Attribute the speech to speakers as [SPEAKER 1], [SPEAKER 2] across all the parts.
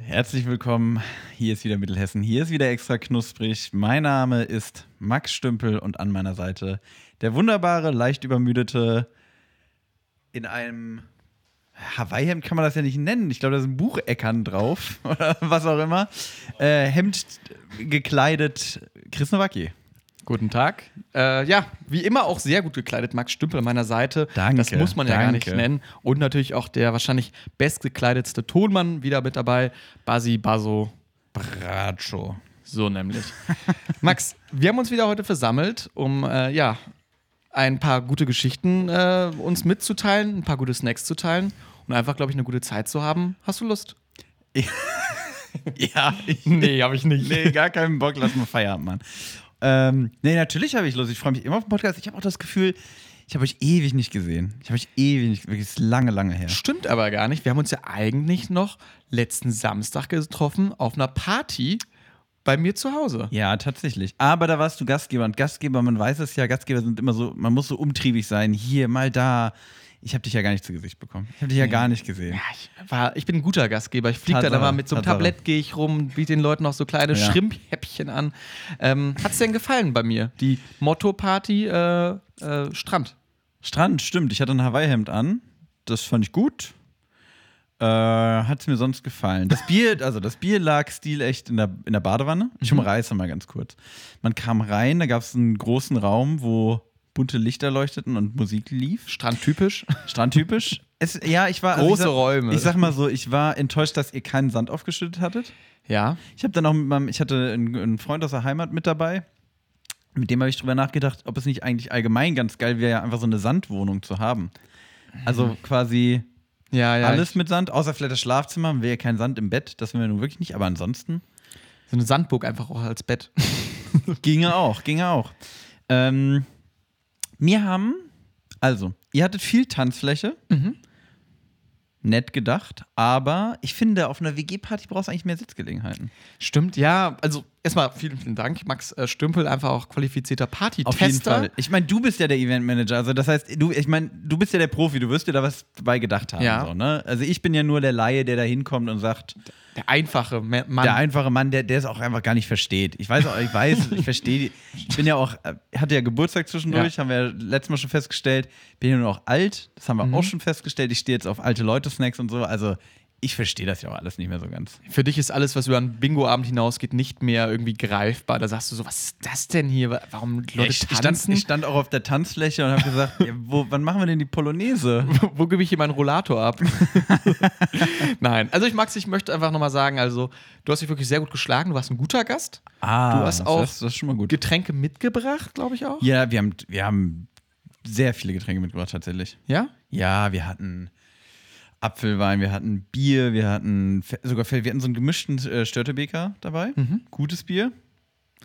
[SPEAKER 1] Herzlich willkommen. Hier ist wieder Mittelhessen. Hier ist wieder extra knusprig. Mein Name ist Max Stümpel und an meiner Seite der wunderbare, leicht übermüdete in einem Hawaii-Hemd kann man das ja nicht nennen. Ich glaube, da sind Bucheckern drauf oder was auch immer. Äh, Hemd gekleidet Chris Nowacki.
[SPEAKER 2] Guten Tag. Äh, ja, wie immer auch sehr gut gekleidet, Max Stümpel an meiner Seite.
[SPEAKER 1] Danke,
[SPEAKER 2] Das muss man ja gar nicht
[SPEAKER 1] danke.
[SPEAKER 2] nennen. Und natürlich auch der wahrscheinlich bestgekleidetste Tonmann wieder mit dabei, Basi Baso.
[SPEAKER 1] Bracho.
[SPEAKER 2] So nämlich. Max, wir haben uns wieder heute versammelt, um äh, ja ein paar gute Geschichten äh, uns mitzuteilen, ein paar gute Snacks zu teilen und einfach, glaube ich, eine gute Zeit zu haben. Hast du Lust?
[SPEAKER 1] Ja, ich,
[SPEAKER 2] Nee, habe ich nicht.
[SPEAKER 1] nee, gar keinen Bock. Lass mal Feierabend machen. Ähm, nee, natürlich habe ich Lust. Ich freue mich immer auf den Podcast. Ich habe auch das Gefühl, ich habe euch ewig nicht gesehen. Ich habe euch ewig nicht, wirklich ist lange, lange her.
[SPEAKER 2] Stimmt aber gar nicht. Wir haben uns ja eigentlich noch letzten Samstag getroffen auf einer Party bei mir zu Hause.
[SPEAKER 1] Ja, tatsächlich. Aber da warst du Gastgeber und Gastgeber, man weiß es ja, Gastgeber sind immer so, man muss so umtriebig sein, hier, mal da. Ich habe dich ja gar nicht zu Gesicht bekommen. Ich habe dich ja gar nicht gesehen.
[SPEAKER 2] Ja, ich, war, ich bin ein guter Gastgeber. Ich fliege dann
[SPEAKER 1] Tatsache,
[SPEAKER 2] immer mit so einem
[SPEAKER 1] Tatsache.
[SPEAKER 2] Tablett, gehe ich rum, biete den Leuten auch so kleine
[SPEAKER 1] Ja.
[SPEAKER 2] Schrimphäppchen an. Ähm, Hat es denn gefallen bei mir? Die Motto-Party äh, äh, Strand.
[SPEAKER 1] Strand, stimmt. Ich hatte ein Hawaii-Hemd an. Das fand ich gut. Äh, hat es mir sonst gefallen. Das Bier, also das Bier lag stilecht in der, in der Badewanne. Ich umreiße mal ganz kurz. Man kam rein, da gab es einen großen Raum, wo bunte Lichter leuchteten und Musik lief.
[SPEAKER 2] Strandtypisch.
[SPEAKER 1] Strandtypisch. Es, ja, ich war.
[SPEAKER 2] Große
[SPEAKER 1] ich sag,
[SPEAKER 2] Räume.
[SPEAKER 1] Ich sag mal so, ich war enttäuscht, dass ihr keinen Sand aufgeschüttet hattet.
[SPEAKER 2] Ja.
[SPEAKER 1] Ich habe dann auch mit meinem, ich hatte einen, einen Freund aus der Heimat mit dabei. Mit dem habe ich drüber nachgedacht, ob es nicht eigentlich allgemein ganz geil wäre, einfach so eine Sandwohnung zu haben. Also quasi
[SPEAKER 2] Mhm. Ja, ja.
[SPEAKER 1] alles mit Sand, außer vielleicht das Schlafzimmer, haben wir ja keinen Sand im Bett, das will wir nun wirklich nicht, aber ansonsten
[SPEAKER 2] Ich, so eine Sandburg einfach auch als Bett.
[SPEAKER 1] ginge auch, ginge auch. Ähm, wir haben, also, ihr hattet viel Tanzfläche.
[SPEAKER 2] Mhm.
[SPEAKER 1] Nett gedacht, aber ich finde, auf einer WG-Party brauchst du eigentlich mehr Sitzgelegenheiten.
[SPEAKER 2] Stimmt, ja. Also erstmal vielen, vielen Dank. Max äh, Stümpel, einfach auch qualifizierter Party-Tester.
[SPEAKER 1] Auf jeden Fall. Ich meine, du bist ja der Eventmanager. Also das heißt, du, ich meine, du bist ja der Profi, du wirst dir da was dabei gedacht haben.
[SPEAKER 2] Ja.
[SPEAKER 1] So, ne? Also ich bin ja nur der Laie, der da hinkommt und sagt,
[SPEAKER 2] Der einfache Ma- Mann.
[SPEAKER 1] der einfache Mann, der, der es auch einfach gar nicht versteht. Ich weiß auch, ich weiß, ich verstehe. die- Ich bin ja auch, äh, hatte ja Geburtstag zwischendurch, haben wir ja letztes Mal schon festgestellt. Bin ja nur auch alt, das haben wir auch schon festgestellt. Ich stehe jetzt auf alte Leute-Snacks und so. Also ich verstehe das ja auch alles nicht mehr so ganz.
[SPEAKER 2] Für dich ist alles, was über einen Bingo-Abend hinausgeht, nicht mehr irgendwie greifbar. Da sagst du so, was ist das denn hier? Warum Leute
[SPEAKER 1] ich, ich, stand,
[SPEAKER 2] tanzen?
[SPEAKER 1] ich stand auch auf der Tanzfläche und habe gesagt, ja, wo, wann machen wir denn die Polonaise?
[SPEAKER 2] Wo gebe ich hier meinen Rollator ab? Nein, also ich Max, ich möchte einfach nochmal sagen, also du hast dich wirklich sehr gut geschlagen, du warst ein guter Gast.
[SPEAKER 1] Ah,
[SPEAKER 2] Du hast
[SPEAKER 1] das
[SPEAKER 2] auch
[SPEAKER 1] ist- das ist schon mal gut.
[SPEAKER 2] Getränke mitgebracht, glaube ich auch.
[SPEAKER 1] Ja, wir haben, wir haben sehr viele Getränke mitgebracht, tatsächlich.
[SPEAKER 2] Ja?
[SPEAKER 1] Ja, wir hatten Apfelwein, wir hatten Bier, wir hatten Fe- sogar Fe- wir hatten so einen gemischten äh, Störtebeker dabei.
[SPEAKER 2] Mhm.
[SPEAKER 1] Gutes Bier.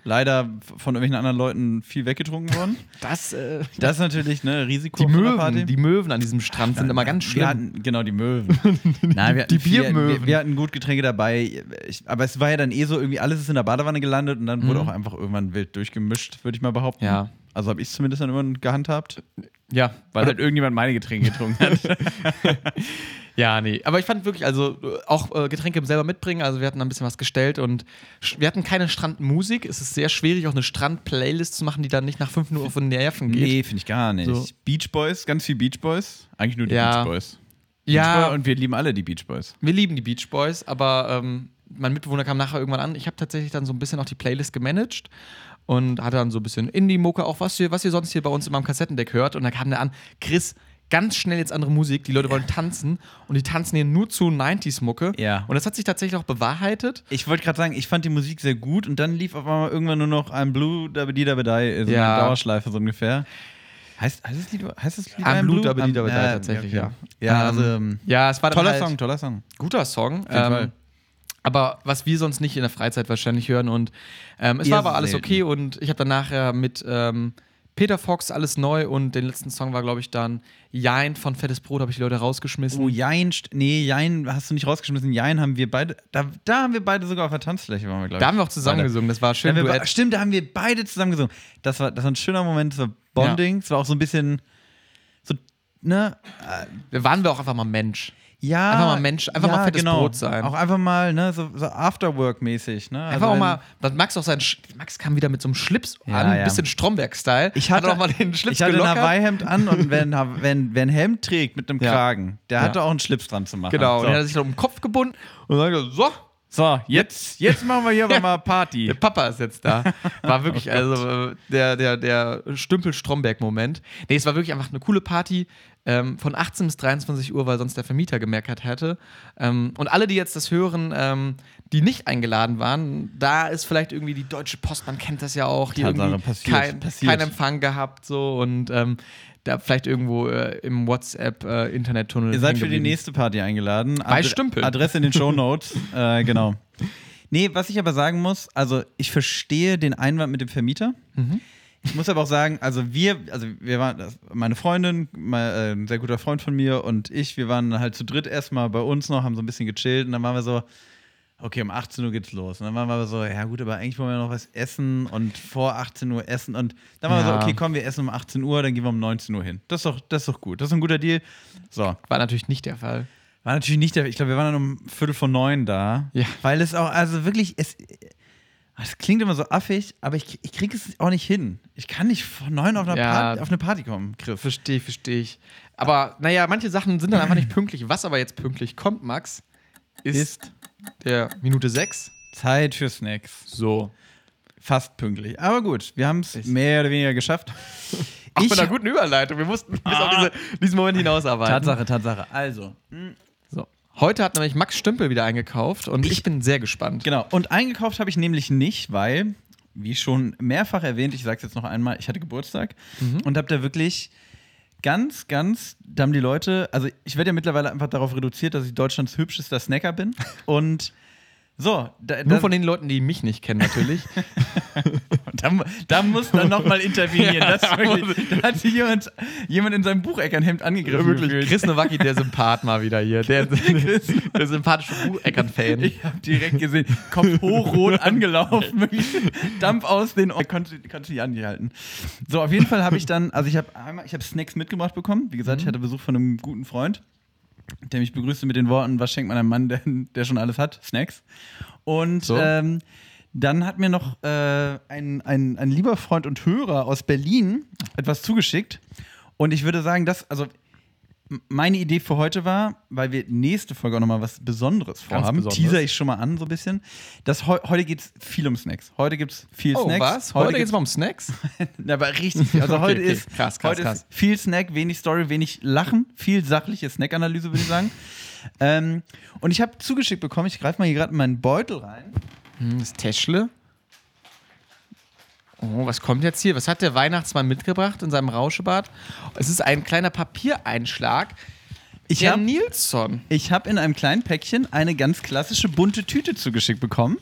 [SPEAKER 1] Leider von irgendwelchen anderen Leuten viel weggetrunken worden.
[SPEAKER 2] Das, äh,
[SPEAKER 1] Das ist natürlich ne Risiko.
[SPEAKER 2] die
[SPEAKER 1] auf einer
[SPEAKER 2] Möwen,
[SPEAKER 1] Party.
[SPEAKER 2] die Möwen an diesem Strand sind immer ganz
[SPEAKER 1] Wir
[SPEAKER 2] schlimm.
[SPEAKER 1] hatten, genau, die Möwen. Nein, wir hatten
[SPEAKER 2] die Biermöwen.
[SPEAKER 1] Wir, wir hatten gut Getränke dabei. Ich, aber es war ja dann eh so, irgendwie alles ist in der Badewanne gelandet und dann wurde auch einfach irgendwann wild durchgemischt, würde ich mal behaupten.
[SPEAKER 2] Mhm. Ja.
[SPEAKER 1] Also habe ich zumindest dann immer gehandhabt.
[SPEAKER 2] Ja,
[SPEAKER 1] Weil halt irgendjemand meine Getränke getrunken hat.
[SPEAKER 2] Ja, nee. Aber ich fand wirklich, also äh, auch äh, Getränke selber mitbringen. Also wir hatten da ein bisschen was gestellt und sch- wir hatten keine Strandmusik. Es ist sehr schwierig, auch eine Strand-Playlist zu machen, die dann nicht nach fünf Minuten auf den Nerven geht.
[SPEAKER 1] nee, finde ich gar nicht.
[SPEAKER 2] So.
[SPEAKER 1] Beach Boys, ganz viel Beach Boys. Eigentlich nur die
[SPEAKER 2] Ja.
[SPEAKER 1] Beach Boys. Beach Boy-
[SPEAKER 2] Ja,
[SPEAKER 1] Und wir lieben alle die Beach Boys.
[SPEAKER 2] wir lieben die Beach Boys, aber ähm, mein Mitbewohner kam nachher irgendwann an. Ich habe tatsächlich dann so ein bisschen auch die Playlist gemanagt und hatte dann so ein bisschen Indie-Mucke, auch was ihr, was ihr sonst hier bei uns in meinem Kassettendeck hört. Und dann kam der an, Chris, ganz schnell jetzt andere Musik, die Leute wollen tanzen und die tanzen hier nur zu 90s-Mucke.
[SPEAKER 1] Ja.
[SPEAKER 2] Und das hat sich tatsächlich auch bewahrheitet.
[SPEAKER 1] Ich wollte gerade sagen, ich fand die Musik sehr gut und dann lief auf einmal irgendwann nur noch ein Blue Dabedi Dabedei, äh, so
[SPEAKER 2] Ja.
[SPEAKER 1] eine Dauerschleife so ungefähr. Heißt, heißt das Lied, heißt das Lied
[SPEAKER 2] Am
[SPEAKER 1] I'm
[SPEAKER 2] Blue,
[SPEAKER 1] Am-
[SPEAKER 2] Dabedi Dabedei
[SPEAKER 1] ja,
[SPEAKER 2] tatsächlich,
[SPEAKER 1] okay.
[SPEAKER 2] ja.
[SPEAKER 1] Ja,
[SPEAKER 2] Ähm,
[SPEAKER 1] also, ähm,
[SPEAKER 2] Ja, es war dann
[SPEAKER 1] toller
[SPEAKER 2] halt
[SPEAKER 1] Song, toller Song.
[SPEAKER 2] Guter Song.
[SPEAKER 1] jeden
[SPEAKER 2] Ähm,
[SPEAKER 1] Fall.
[SPEAKER 2] aber was wir sonst nicht in der Freizeit wahrscheinlich hören. Und ähm, es
[SPEAKER 1] Eher
[SPEAKER 2] war aber alles
[SPEAKER 1] selten.
[SPEAKER 2] okay. Und ich habe dann nachher mit ähm, Peter Fox alles neu. Und den letzten Song war, glaube ich, dann Jein von Fettes Brot. Habe ich die Leute rausgeschmissen.
[SPEAKER 1] Oh, Jein, st- nee, Jein hast du nicht rausgeschmissen. Jein haben wir beide, da, da haben wir beide sogar auf der Tanzfläche, waren wir, glaube ich.
[SPEAKER 2] da haben wir auch zusammen
[SPEAKER 1] Beide.
[SPEAKER 2] gesungen. Das war
[SPEAKER 1] Da
[SPEAKER 2] schön.
[SPEAKER 1] haben wir
[SPEAKER 2] Duett.
[SPEAKER 1] be- stimmt, da haben wir beide zusammen gesungen. Das war, das war ein schöner Moment, das war Bonding. Es war auch so ein bisschen so, ne?
[SPEAKER 2] Da waren wir auch einfach mal Mensch.
[SPEAKER 1] Ja.
[SPEAKER 2] Einfach mal Mensch- einfach mal fettes
[SPEAKER 1] genau.
[SPEAKER 2] Brot sein.
[SPEAKER 1] Auch einfach mal, ne, so, so Afterwork-mäßig, ne?
[SPEAKER 2] Einfach
[SPEAKER 1] Also
[SPEAKER 2] auch
[SPEAKER 1] wenn-
[SPEAKER 2] mal, dann Max auch seinen Sch Max kam wieder mit so einem Schlips
[SPEAKER 1] Ja,
[SPEAKER 2] an, ein
[SPEAKER 1] ja.
[SPEAKER 2] bisschen Stromberg-Style.
[SPEAKER 1] Ich hatte,
[SPEAKER 2] Hat auch mal den Schlips
[SPEAKER 1] ich hatte ein
[SPEAKER 2] gelockert.
[SPEAKER 1] Hawaii-Hemd an und wenn, wenn, wenn Helm trägt mit einem
[SPEAKER 2] Ja.
[SPEAKER 1] Kragen, der
[SPEAKER 2] Ja.
[SPEAKER 1] hatte auch einen Schlips dran zu machen. So,
[SPEAKER 2] Genau, und dann hat er sich noch um den Kopf gebunden und dann gesagt, so,
[SPEAKER 1] so jetzt, jetzt machen wir hier aber
[SPEAKER 2] Ja.
[SPEAKER 1] mal
[SPEAKER 2] der
[SPEAKER 1] Party.
[SPEAKER 2] Papa ist jetzt da. War
[SPEAKER 1] Oh
[SPEAKER 2] wirklich, also äh, der, der, der Stümpel-Stromberg-Moment. Nee, es war wirklich einfach eine coole Party ähm, von 18 bis 23 Uhr, weil sonst der Vermieter gemerkt hätte. Ähm, und alle, die jetzt das hören, ähm, die nicht eingeladen waren, da ist vielleicht irgendwie die Deutsche Post, man kennt das ja auch, hier
[SPEAKER 1] Tatsache,
[SPEAKER 2] irgendwie
[SPEAKER 1] passiert,
[SPEAKER 2] kein,
[SPEAKER 1] passiert.
[SPEAKER 2] kein Empfang gehabt so und ähm, da vielleicht irgendwo äh, im äh, WhatsApp-Internettunnel.
[SPEAKER 1] Ihr seid für die nächste Party eingeladen.
[SPEAKER 2] Bei
[SPEAKER 1] Adre-
[SPEAKER 2] Stümpel.
[SPEAKER 1] Adresse in den Shownotes. äh, genau. Nee, was ich aber sagen muss, also ich verstehe den Einwand mit dem Vermieter.
[SPEAKER 2] Mhm.
[SPEAKER 1] Ich muss aber auch sagen, also wir, also wir waren, das- meine Freundin, mein, äh, ein sehr guter Freund von mir und ich, wir waren halt zu dritt erstmal bei uns noch, haben so ein bisschen gechillt und dann waren wir so, okay, um 18 Uhr geht's los. Und dann waren wir aber so, ja gut, aber eigentlich wollen wir noch was essen und vor 18 Uhr essen. Und dann waren wir
[SPEAKER 2] Ja.
[SPEAKER 1] so, okay, komm, wir essen um 18 Uhr, dann gehen wir um 19 Uhr hin. Das ist doch, das ist doch gut, das ist ein guter Deal. So.
[SPEAKER 2] War natürlich nicht der Fall.
[SPEAKER 1] War natürlich nicht der. Ich glaube, wir waren dann um Viertel vor neun da.
[SPEAKER 2] Ja.
[SPEAKER 1] Weil es auch, also wirklich, es. Es klingt immer so affig, aber ich, ich kriege es auch nicht hin. Ich kann nicht vor neun auf, einer
[SPEAKER 2] Ja.
[SPEAKER 1] Party, auf eine Party kommen, Griff.
[SPEAKER 2] Verstehe, verstehe ich. Aber naja, manche Sachen sind dann einfach nicht pünktlich. Was aber jetzt pünktlich kommt, Max, ist, der Minute 6.
[SPEAKER 1] Zeit für Snacks.
[SPEAKER 2] So.
[SPEAKER 1] Fast pünktlich. Aber gut, wir haben es
[SPEAKER 2] Ist-
[SPEAKER 1] mehr oder weniger geschafft.
[SPEAKER 2] Auch
[SPEAKER 1] Ich- Ah.
[SPEAKER 2] mit einer guten ne? Überleitung. Wir mussten bis auf diese, diesen Moment hinausarbeiten.
[SPEAKER 1] Tatsache, Tatsache. Also,
[SPEAKER 2] So. Heute hat nämlich Max Stümpel wieder eingekauft und ich, bin sehr gespannt.
[SPEAKER 1] Genau. Und eingekauft habe ich nämlich nicht, weil, wie schon mehrfach erwähnt, ich sage es jetzt noch einmal, ich hatte Geburtstag
[SPEAKER 2] Mhm.
[SPEAKER 1] und habe da wirklich ganz, ganz, da haben die Leute, also ich werde ja mittlerweile einfach darauf reduziert, dass ich Deutschlands hübschester Snacker bin. Und so, da,
[SPEAKER 2] Nur
[SPEAKER 1] da,
[SPEAKER 2] von den Leuten, die mich nicht kennen, natürlich.
[SPEAKER 1] da, mu- da muss dann nochmal intervenieren.
[SPEAKER 2] Ja,
[SPEAKER 1] das ist wirklich, da hat sich jemand, jemand in seinem Bucheckernhemd angegriffen. gefühlt.
[SPEAKER 2] Äh, Chris Nowacki, der Sympath mal wieder hier. Der,
[SPEAKER 1] Chris.
[SPEAKER 2] der sympathische Bucheckern-Fan.
[SPEAKER 1] Ich habe direkt gesehen, Kopf hochrot angelaufen, wirklich Dampf aus den Ohren. Konnte, konnte nicht anhalten. So, auf jeden Fall habe ich dann, also ich habe einmal, ich habe Snacks mitgebracht bekommen. Wie gesagt, ich hatte Besuch von einem guten Freund, der mich begrüßte mit den Worten: Was schenkt man einem Mann, der, der schon alles hat? Snacks. Und
[SPEAKER 2] So.
[SPEAKER 1] ähm, dann hat mir noch äh, ein, ein, ein lieber Freund und Hörer aus Berlin etwas zugeschickt. Und ich würde sagen, das, also m- meine Idee für heute war, weil wir nächste Folge auch nochmal was Besonderes
[SPEAKER 2] Ganz
[SPEAKER 1] vorhaben,
[SPEAKER 2] Besonderes.
[SPEAKER 1] teaser ich schon mal an so ein bisschen, dass heu heute geht es viel um Snacks. Heute gibt es viel
[SPEAKER 2] Oh,
[SPEAKER 1] Snacks.
[SPEAKER 2] was? Heute,
[SPEAKER 1] geht's-
[SPEAKER 2] geht's mal um Snacks?
[SPEAKER 1] Na, aber richtig viel. Also
[SPEAKER 2] Okay,
[SPEAKER 1] heute
[SPEAKER 2] okay.
[SPEAKER 1] ist,
[SPEAKER 2] Krass, krass,
[SPEAKER 1] heute
[SPEAKER 2] krass.
[SPEAKER 1] ist viel Snack, wenig Story, wenig Lachen, viel sachliche Snack-Analyse, würde ich sagen. ähm, und ich habe zugeschickt bekommen, ich greife mal hier gerade in meinen Beutel rein.
[SPEAKER 2] Hm, Das Täschle. Oh, was kommt jetzt hier? Was hat der Weihnachtsmann mitgebracht in seinem Rauschebad? Es ist ein kleiner Papiereinschlag.
[SPEAKER 1] Ich
[SPEAKER 2] der
[SPEAKER 1] hab-
[SPEAKER 2] Nilsson.
[SPEAKER 1] Ich habe in einem kleinen Päckchen eine ganz klassische bunte Tüte zugeschickt bekommen.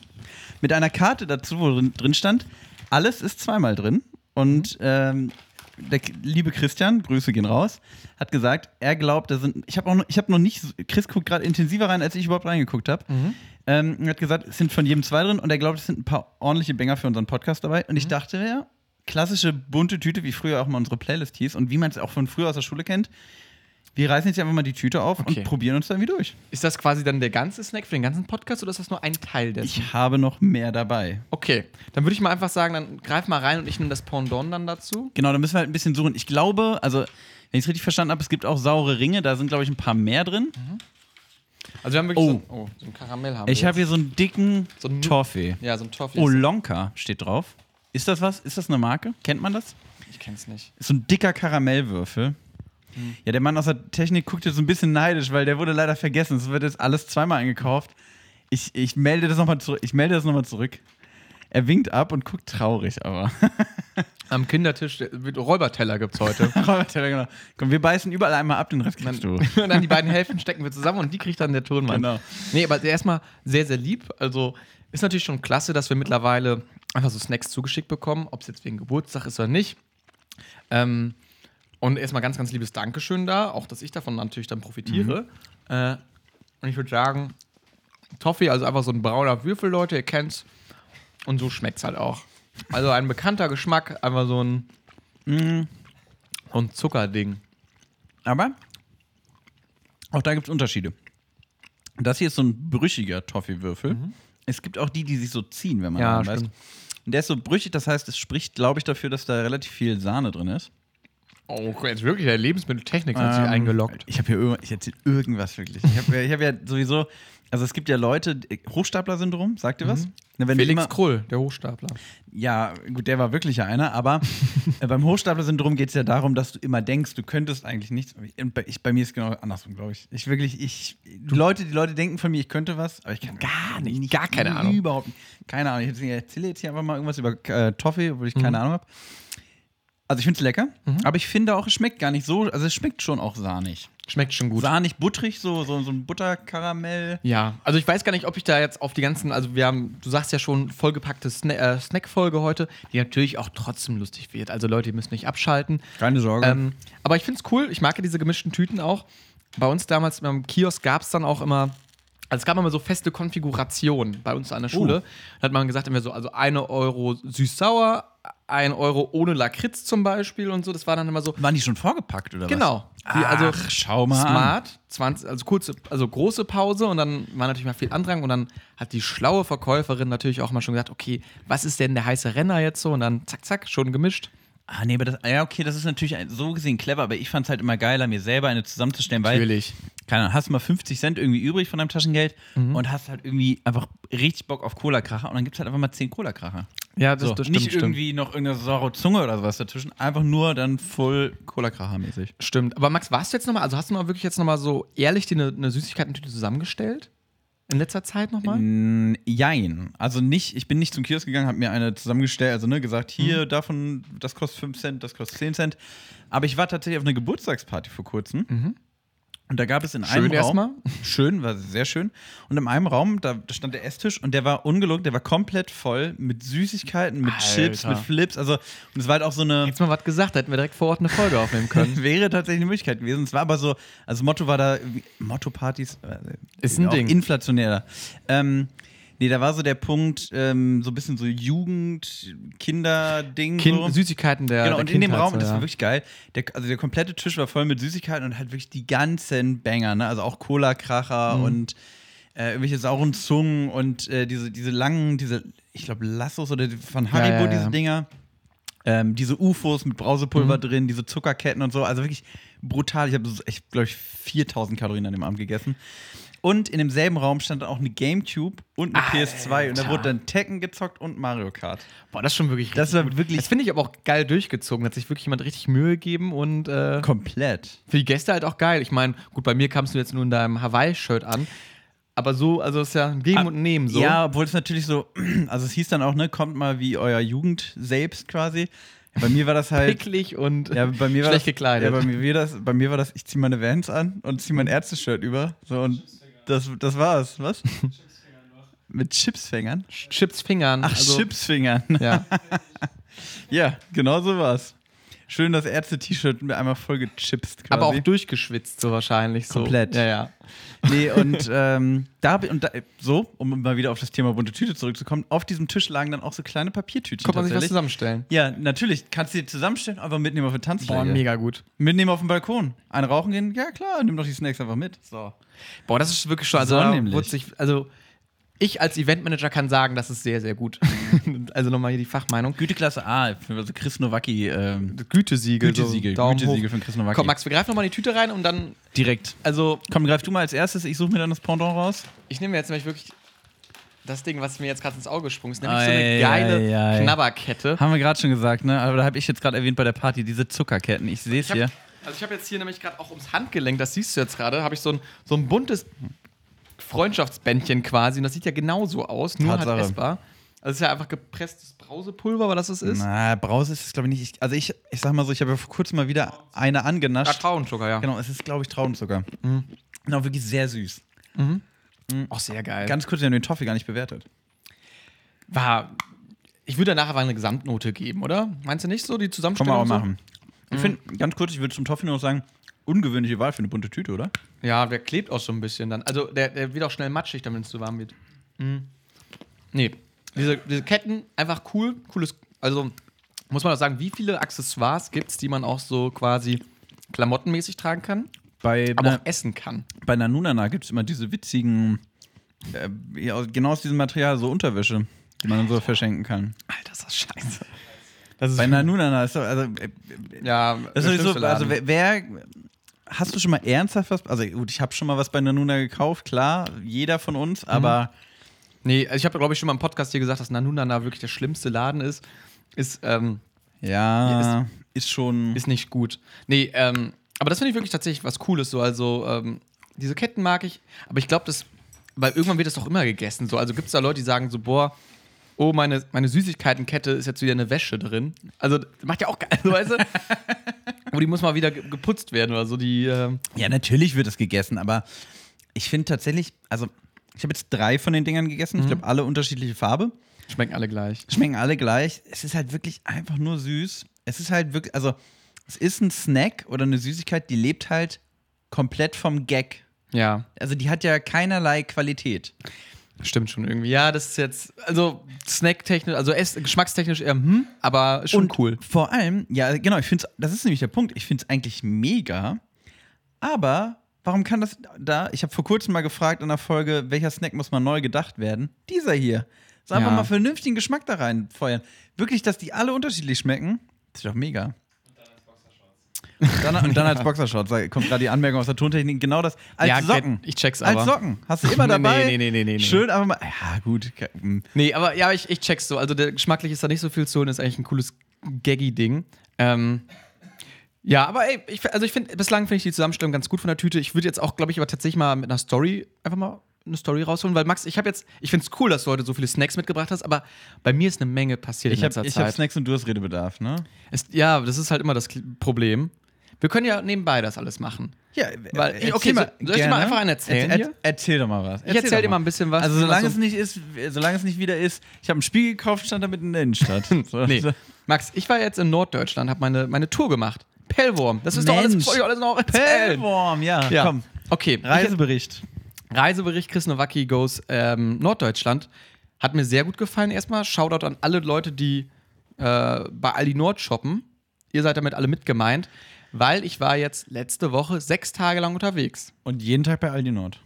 [SPEAKER 1] Mit einer Karte dazu, wo drin, drin stand, alles ist zweimal drin. Und ähm, der K- liebe Christian, Grüße gehen raus, hat gesagt, er glaubt, da sind. Ich habe noch, ich hab noch nicht. so- Chris guckt gerade intensiver rein, als ich überhaupt reingeguckt habe. Ähm, er hat gesagt, es sind von jedem zwei drin und er glaubt, es sind ein paar ordentliche Bänger für unseren Podcast dabei. Und ich dachte, ja, klassische bunte Tüte, wie früher auch mal unsere Playlist hieß und wie man es auch von früher aus der Schule kennt. Wir reißen jetzt einfach mal die Tüte auf
[SPEAKER 2] Okay.
[SPEAKER 1] und probieren uns dann wie durch.
[SPEAKER 2] Ist das quasi dann der ganze Snack für den ganzen Podcast oder ist das nur ein Teil dessen?
[SPEAKER 1] Ich habe noch mehr dabei.
[SPEAKER 2] okay, dann würde ich mal einfach sagen, dann greif mal rein und ich nehme das Pendant dann dazu.
[SPEAKER 1] Genau, da müssen wir halt ein bisschen suchen. Ich glaube, also, wenn ich es richtig verstanden habe, es gibt auch saure Ringe, da sind, glaube ich, ein paar mehr drin.
[SPEAKER 2] Mhm. Also wir haben wirklich
[SPEAKER 1] Oh.
[SPEAKER 2] so, oh, so ein Karamell haben
[SPEAKER 1] Ich
[SPEAKER 2] wir
[SPEAKER 1] habe hier so einen dicken
[SPEAKER 2] So einen-
[SPEAKER 1] Toffee.
[SPEAKER 2] jetzt. Ja, so ein Toffee.
[SPEAKER 1] Oh, Lonka steht drauf. Ist das was? Ist das eine Marke? Kennt man das?
[SPEAKER 2] ich kenn's nicht.
[SPEAKER 1] Ist so ein dicker Karamellwürfel.
[SPEAKER 2] Hm.
[SPEAKER 1] Ja, der Mann aus der Technik guckt jetzt so ein bisschen neidisch, weil der wurde leider vergessen. Es wird jetzt alles zweimal eingekauft. Ich, ich melde das nochmal zurück. Ich melde das noch mal zurück. Er winkt ab und guckt traurig, aber.
[SPEAKER 2] Am Kindertisch, der- Räuberteller gibt's heute.
[SPEAKER 1] Räuberteller, genau. Komm, wir beißen überall einmal ab, den Rest kriegst du.
[SPEAKER 2] Und dann die beiden Hälften stecken wir zusammen und die kriegt dann der Tonmann.
[SPEAKER 1] Genau.
[SPEAKER 2] Nee, aber erstmal sehr, sehr lieb. Also ist natürlich schon klasse, dass wir mittlerweile einfach so Snacks zugeschickt bekommen, ob es jetzt wegen Geburtstag ist oder nicht. Ähm, und erstmal ganz, ganz liebes Dankeschön da, auch dass ich davon natürlich dann profitiere. Äh, und ich würde sagen, Toffee, also einfach so ein brauner Würfel, Leute, ihr kennt's. Und so schmeckt's halt auch. Also ein bekannter Geschmack, einfach so ein, Mhm. so ein Zuckerding.
[SPEAKER 1] Aber auch da gibt es Unterschiede. Das hier ist so ein brüchiger Toffee-Würfel. Es gibt auch die, die sich so ziehen, wenn man
[SPEAKER 2] Mhm. Ja,
[SPEAKER 1] anbeißt.
[SPEAKER 2] stimmt.
[SPEAKER 1] Und der ist so brüchig, das heißt, es spricht, glaube ich, dafür, dass da relativ viel Sahne drin ist.
[SPEAKER 2] Oh, jetzt wirklich, der Lebensmitteltechnik hat
[SPEAKER 1] Ähm,
[SPEAKER 2] sich eingeloggt.
[SPEAKER 1] Ich habe hier irgendwas, ich erzähle irgendwas wirklich. Ich habe ich hab ja sowieso, also es gibt ja Leute, Hochstapler-Syndrom, sagt ihr was? Na, wenn du
[SPEAKER 2] Mhm. Felix
[SPEAKER 1] immer-
[SPEAKER 2] Krull, der Hochstapler.
[SPEAKER 1] Ja, gut, der war wirklich ja einer, aber äh, beim Hochstapler-Syndrom geht es ja darum, dass du immer denkst, du könntest eigentlich nichts. Und bei, ich, bei mir ist genau andersrum, glaube ich. Ich wirklich, ich, die Leute, die Leute denken von mir, ich könnte was, aber ich kann gar
[SPEAKER 2] nicht, gar keine Ahnung.
[SPEAKER 1] Überhaupt nicht. Keine Ahnung. Ich erzähle jetzt hier einfach mal irgendwas über äh, Toffee, obwohl ich
[SPEAKER 2] Mhm.
[SPEAKER 1] keine Ahnung habe. Also ich finde es lecker, aber ich finde auch, es schmeckt gar nicht so, also es schmeckt schon auch sahnig.
[SPEAKER 2] Schmeckt schon gut.
[SPEAKER 1] Sahnig, butterig, so, so, so ein Butterkaramell.
[SPEAKER 2] Ja, also ich weiß gar nicht, ob ich da jetzt auf die ganzen, also wir haben, du sagst ja schon, vollgepackte Sna äh, Snack-Folge heute, die natürlich auch trotzdem lustig wird. Also Leute, ihr müsst nicht abschalten.
[SPEAKER 1] Keine Sorge.
[SPEAKER 2] Ähm, aber ich finde es cool, ich mag ja diese gemischten Tüten auch. Bei uns damals im Kiosk gab es dann auch immer, also es gab immer so feste Konfigurationen bei uns an der Schule. Da hat man gesagt, immer so, also 1 Euro süß-sauer, 1 Euro ohne Lakritz zum Beispiel und so. Das war dann immer so,
[SPEAKER 1] Waren die schon vorgepackt oder
[SPEAKER 2] Genau.
[SPEAKER 1] was?
[SPEAKER 2] Die- also
[SPEAKER 1] Ach, schau mal an.
[SPEAKER 2] Smart, 20, also kurze, also große Pause und dann war natürlich mal viel Andrang und dann hat die schlaue Verkäuferin natürlich auch mal schon gesagt, okay, was ist denn der heiße Renner jetzt so und dann zack, zack, schon gemischt.
[SPEAKER 1] Ah, nee, aber das, ja, okay, das ist natürlich ein- so gesehen clever, aber ich fand es halt immer geiler, mir selber eine zusammenzustellen, weil,
[SPEAKER 2] Natürlich.
[SPEAKER 1] keine Ahnung, hast du mal 50 Cent irgendwie übrig von deinem Taschengeld und hast halt irgendwie einfach richtig Bock auf Cola-Kracher und dann gibt es halt einfach mal 10 Cola-Kracher.
[SPEAKER 2] Ja,
[SPEAKER 1] So, nicht irgendwie noch irgendeine saure Zunge oder sowas dazwischen, einfach nur dann voll Cola-Kracher-mäßig.
[SPEAKER 2] Stimmt. Aber Max, warst du jetzt nochmal, also hast du mal wirklich jetzt nochmal so ehrlich dir eine, eine Süßigkeiten-Tüte zusammengestellt? In letzter Zeit nochmal?
[SPEAKER 1] Mm, Jein. Also nicht, ich bin nicht zum Kiosk gegangen, habe mir eine zusammengestellt, also ne, gesagt, hier,
[SPEAKER 2] Mhm.
[SPEAKER 1] davon, das kostet 5 Cent, das kostet 10 Cent. Aber ich war tatsächlich auf einer Geburtstagsparty vor kurzem. Und da gab es in
[SPEAKER 2] Mhm. Schön
[SPEAKER 1] einem Raum.
[SPEAKER 2] erstmal.
[SPEAKER 1] Schön, war sehr schön. Und in einem Raum, da da stand der Esstisch und der war ungelogen, der war komplett voll mit Süßigkeiten, mit
[SPEAKER 2] Alter.
[SPEAKER 1] Chips, mit Flips. Also, und es war halt auch so eine.
[SPEAKER 2] Jetzt mal was gesagt, da hätten wir direkt vor Ort eine Folge aufnehmen können.
[SPEAKER 1] Wäre tatsächlich eine Möglichkeit gewesen. Es war aber so, also Motto war da, irgendwie- Motto-Partys äh,
[SPEAKER 2] Ist ein
[SPEAKER 1] auch
[SPEAKER 2] Ding.
[SPEAKER 1] Inflationärer. Ähm, nee, da war so der Punkt, ähm, so ein bisschen so Jugend, Kinder-Ding.
[SPEAKER 2] kind,
[SPEAKER 1] so.
[SPEAKER 2] Süßigkeiten der
[SPEAKER 1] Genau,
[SPEAKER 2] der
[SPEAKER 1] und in dem
[SPEAKER 2] Kindheit
[SPEAKER 1] Raum,
[SPEAKER 2] so,
[SPEAKER 1] das war
[SPEAKER 2] ja.
[SPEAKER 1] wirklich geil, der, also der komplette Tisch war voll mit Süßigkeiten und halt wirklich die ganzen Banger, ne? Also auch
[SPEAKER 2] Mhm.
[SPEAKER 1] Cola-Kracher und äh, irgendwelche sauren Zungen und äh, diese, diese langen, diese, ich glaube, Lassos oder die- von Haribo,
[SPEAKER 2] ja, ja. Mhm.
[SPEAKER 1] diese Dinger. Ähm, diese UFOs mit Brausepulver drin, diese Zuckerketten und so. Also wirklich brutal. Ich habe, ich glaube, ich 4000 Kalorien an dem Abend gegessen. Und in demselben Raum stand dann auch eine Gamecube und eine PS2. Und da wurde dann Tekken gezockt und Mario Kart.
[SPEAKER 2] Boah, das ist schon wirklich
[SPEAKER 1] Das
[SPEAKER 2] richtig
[SPEAKER 1] war
[SPEAKER 2] gut.
[SPEAKER 1] wirklich-
[SPEAKER 2] Das finde ich aber auch geil durchgezogen. Da hat sich wirklich jemand richtig Mühe gegeben und äh,
[SPEAKER 1] Komplett.
[SPEAKER 2] für die Gäste halt auch geil. Ich meine, gut, bei mir kamst du jetzt nur in deinem Hawaii-Shirt an. Aber so, also ist ja ein Geben
[SPEAKER 1] Ah,
[SPEAKER 2] und Nehmen so. Halt
[SPEAKER 1] Ja, obwohl es natürlich so, also es hieß dann auch, ne, kommt mal wie euer Jugend selbst quasi. Ja, bei mir war das halt.
[SPEAKER 2] Picklig und
[SPEAKER 1] Ja, bei mir war das,
[SPEAKER 2] schlecht gekleidet.
[SPEAKER 1] Ja, bei mir, war das, bei mir war das, ich zieh meine Vans an und zieh mein Ärzte-Shirt über. So und das, das war's. Was? Mit Chipsfingern?
[SPEAKER 2] Chips Fingern. also,
[SPEAKER 1] Ach, Chipsfingern.
[SPEAKER 2] Ja.
[SPEAKER 1] ja, genau so war's. Schön das Ärzte-T-Shirt mir einmal voll gechipst quasi.
[SPEAKER 2] Aber auch durchgeschwitzt, so wahrscheinlich. So.
[SPEAKER 1] Komplett.
[SPEAKER 2] Ja, ja.
[SPEAKER 1] Nee, und ähm, da hab ich, und da, so, um mal wieder auf das Thema bunte Tüte zurückzukommen, auf diesem Tisch lagen dann auch so kleine Papiertütchen.
[SPEAKER 2] Kommt man sich was
[SPEAKER 1] tatsächlich.
[SPEAKER 2] zusammenstellen.
[SPEAKER 1] Ja, natürlich. Kannst du dir zusammenstellen, einfach mitnehmen auf eine Tanzfläche.
[SPEAKER 2] gut.
[SPEAKER 1] Mitnehmen auf den Balkon. Ein Rauchen gehen, ja klar, nimm doch die Snacks einfach mit. So.
[SPEAKER 2] Boah, das ist wirklich schon. Also,
[SPEAKER 1] So
[SPEAKER 2] da
[SPEAKER 1] nämlich.
[SPEAKER 2] wurde sich, also ich als Eventmanager kann sagen, das ist sehr, sehr gut. also nochmal hier die Fachmeinung.
[SPEAKER 1] Güteklasse A, also Chris Nowacki. Ähm,
[SPEAKER 2] Gütesiegel.
[SPEAKER 1] Gütesiegel,
[SPEAKER 2] so, Daumen
[SPEAKER 1] Gütesiegel
[SPEAKER 2] hoch.
[SPEAKER 1] von Chris Nowacki.
[SPEAKER 2] Komm, Max, wir greifen nochmal in die Tüte rein und dann,
[SPEAKER 1] direkt.
[SPEAKER 2] also,
[SPEAKER 1] Komm, greif du mal als erstes, ich suche mir dann das Pendant raus.
[SPEAKER 2] ich nehme mir jetzt nämlich wirklich das Ding, was mir jetzt gerade ins Auge gesprungen ist, nämlich so
[SPEAKER 1] Ei,
[SPEAKER 2] eine geile
[SPEAKER 1] ei, ei.
[SPEAKER 2] Knabberkette.
[SPEAKER 1] Haben wir gerade schon gesagt, ne? Aber da habe ich jetzt gerade erwähnt bei der Party, diese Zuckerketten. Ich sehe es
[SPEAKER 2] Ich hab,
[SPEAKER 1] hier.
[SPEAKER 2] also ich habe jetzt hier nämlich gerade auch ums Handgelenk, das siehst du jetzt gerade, habe ich so ein, so ein buntes Freundschaftsbändchen quasi und das sieht ja genauso aus, nur
[SPEAKER 1] Tatsache.
[SPEAKER 2] halt essbar. Also es ist ja einfach gepresstes Brausepulver, was das ist.
[SPEAKER 1] Na, Brause ist es, glaube ich, nicht. Ich, also ich, ich sag mal so, ich habe ja vor kurzem mal wieder eine
[SPEAKER 2] Ah,
[SPEAKER 1] angenascht.
[SPEAKER 2] Traubenzucker, ja.
[SPEAKER 1] Genau, es ist, glaube ich, Traubenzucker. Genau, wirklich sehr süß.
[SPEAKER 2] Auch Oh, sehr geil.
[SPEAKER 1] Ganz kurz, wir haben den Toffee gar nicht bewertet.
[SPEAKER 2] War, ich würde danach aber eine Gesamtnote geben, oder? Meinst du nicht so, die
[SPEAKER 1] Können
[SPEAKER 2] Zusammenstellung?
[SPEAKER 1] wir auch
[SPEAKER 2] und so?
[SPEAKER 1] machen. Ich finde, ganz kurz, ich würde zum Toffee nur noch sagen, ungewöhnliche Wahl für eine bunte Tüte, oder?
[SPEAKER 2] Ja, der klebt auch so ein bisschen dann. Also der, der wird auch schnell matschig, dann, wenn es zu warm wird. Mhm. Nee. Diese, diese Ketten, einfach cool, cooles. Also muss man auch sagen, wie viele Accessoires gibt es, die man auch so quasi klamottenmäßig tragen kann?
[SPEAKER 1] Bei,
[SPEAKER 2] aber
[SPEAKER 1] einer-
[SPEAKER 2] auch essen kann.
[SPEAKER 1] bei Nanunana gibt es immer diese witzigen, äh, ja, aus- genau aus diesem Material, so Unterwäsche, die man dann so verschenken kann.
[SPEAKER 2] Alter, ist das scheiße. Das ist
[SPEAKER 1] Bei Nanunana ist doch, also, äh,
[SPEAKER 2] ja,
[SPEAKER 1] das ist
[SPEAKER 2] schlimmste
[SPEAKER 1] so, also
[SPEAKER 2] Laden.
[SPEAKER 1] wer, wer, hast du schon mal ernsthaft was, also gut, ich habe schon mal was bei Nanuna gekauft, klar, jeder von uns, aber
[SPEAKER 2] Nee, also ich habe, glaube ich, schon mal im Podcast hier gesagt, dass Nanunana wirklich der schlimmste Laden ist. Ist, ähm,
[SPEAKER 1] ja, ist, schon,
[SPEAKER 2] ist nicht gut. Nee, ähm, aber das finde ich wirklich tatsächlich was Cooles. So, also, ähm, diese Ketten mag ich, aber ich glaube, das, weil irgendwann wird das doch immer gegessen. So, also gibt es da Leute, die sagen so, boah, oh, meine, meine Süßigkeitenkette ist jetzt wieder eine Wäsche drin. Also, das macht ja auch geil, so, weißt du? Aber die muss mal wieder ge- geputzt werden oder so. Die, ähm,
[SPEAKER 1] ja, natürlich wird es gegessen, aber ich finde tatsächlich, also ich habe jetzt drei von den Dingern gegessen, ich glaube, alle unterschiedliche Farbe.
[SPEAKER 2] schmecken alle gleich.
[SPEAKER 1] schmecken alle gleich. Es ist halt wirklich einfach nur süß. Es ist halt wirklich, also es ist ein Snack oder eine Süßigkeit, die lebt halt komplett vom Gag.
[SPEAKER 2] Ja,
[SPEAKER 1] Also die hat ja keinerlei Qualität.
[SPEAKER 2] stimmt schon irgendwie. Ja, das ist jetzt, also, snacktechnisch, also, ess, geschmackstechnisch eher, hm, aber ist schon cool.
[SPEAKER 1] Vor allem, ja, genau, ich finde das ist nämlich der Punkt, ich finde es eigentlich mega, aber warum kann das da, ich habe vor kurzem mal gefragt in der Folge, welcher Snack muss mal neu gedacht werden? Dieser hier. So einfach
[SPEAKER 2] Ja.
[SPEAKER 1] mal vernünftigen Geschmack da reinfeuern. Wirklich, dass die alle unterschiedlich schmecken, ist doch mega. Und dann, und dann als Boxershorts, da kommt gerade die Anmerkung aus der Tontechnik, genau das. Als
[SPEAKER 2] Ja,
[SPEAKER 1] Socken.
[SPEAKER 2] ich check's
[SPEAKER 1] Als
[SPEAKER 2] aber.
[SPEAKER 1] Socken. Hast du immer
[SPEAKER 2] Nee, nee,
[SPEAKER 1] dabei.
[SPEAKER 2] nee, nee, nee, nee, nee.
[SPEAKER 1] Schön, aber mal. Ja, gut. ke- mm.
[SPEAKER 2] Nee, aber ja, ich, ich check's so. Also der, geschmacklich ist da nicht so viel zu holen, ist eigentlich ein cooles Gaggy-Ding. Ähm, ja, aber ey, ich, also ich finde, bislang finde ich die Zusammenstellung ganz gut von der Tüte. Ich würde jetzt auch, glaube ich, aber tatsächlich mal mit einer Story einfach mal eine Story rausholen, weil Max, ich habe jetzt, ich finde es cool, dass du heute so viele Snacks mitgebracht hast, aber bei mir ist eine Menge passiert
[SPEAKER 1] Ich
[SPEAKER 2] in letzter
[SPEAKER 1] habe hab
[SPEAKER 2] Zeit.
[SPEAKER 1] Snacks und du hast Redebedarf, ne?
[SPEAKER 2] es, ja, das ist halt immer das Kl- Problem. Wir können ja nebenbei das alles machen.
[SPEAKER 1] Ja, äh,
[SPEAKER 2] Weil-
[SPEAKER 1] erzähl
[SPEAKER 2] okay, so- soll ich dir
[SPEAKER 1] gerne.
[SPEAKER 2] mal einfach einen erzählen
[SPEAKER 1] Erz-
[SPEAKER 2] hier?
[SPEAKER 1] erzähl doch mal was.
[SPEAKER 2] Ich erzähl dir mal ein bisschen was.
[SPEAKER 1] Also solange
[SPEAKER 2] Also-
[SPEAKER 1] es nicht ist, solange es nicht wieder ist, ich habe ein Spiel gekauft, stand damit in der Innenstadt. So,
[SPEAKER 2] Nee.
[SPEAKER 1] so.
[SPEAKER 2] Max, ich war jetzt in Norddeutschland, habe meine, meine Tour gemacht. Pellworm. Das ist
[SPEAKER 1] Mensch.
[SPEAKER 2] doch alles, alles noch erzählen.
[SPEAKER 1] Pellworm, ja,
[SPEAKER 2] Ja.
[SPEAKER 1] komm.
[SPEAKER 2] Okay, ich,
[SPEAKER 1] Reisebericht.
[SPEAKER 2] Reisebericht Chris Nowacki goes ähm, Norddeutschland. Hat mir sehr gut gefallen erstmal. Shoutout an alle Leute, die äh, bei Aldi Nord shoppen. Ihr seid damit alle mitgemeint, weil ich war jetzt letzte Woche sechs Tage lang unterwegs.
[SPEAKER 1] Und jeden Tag bei Aldi Nord.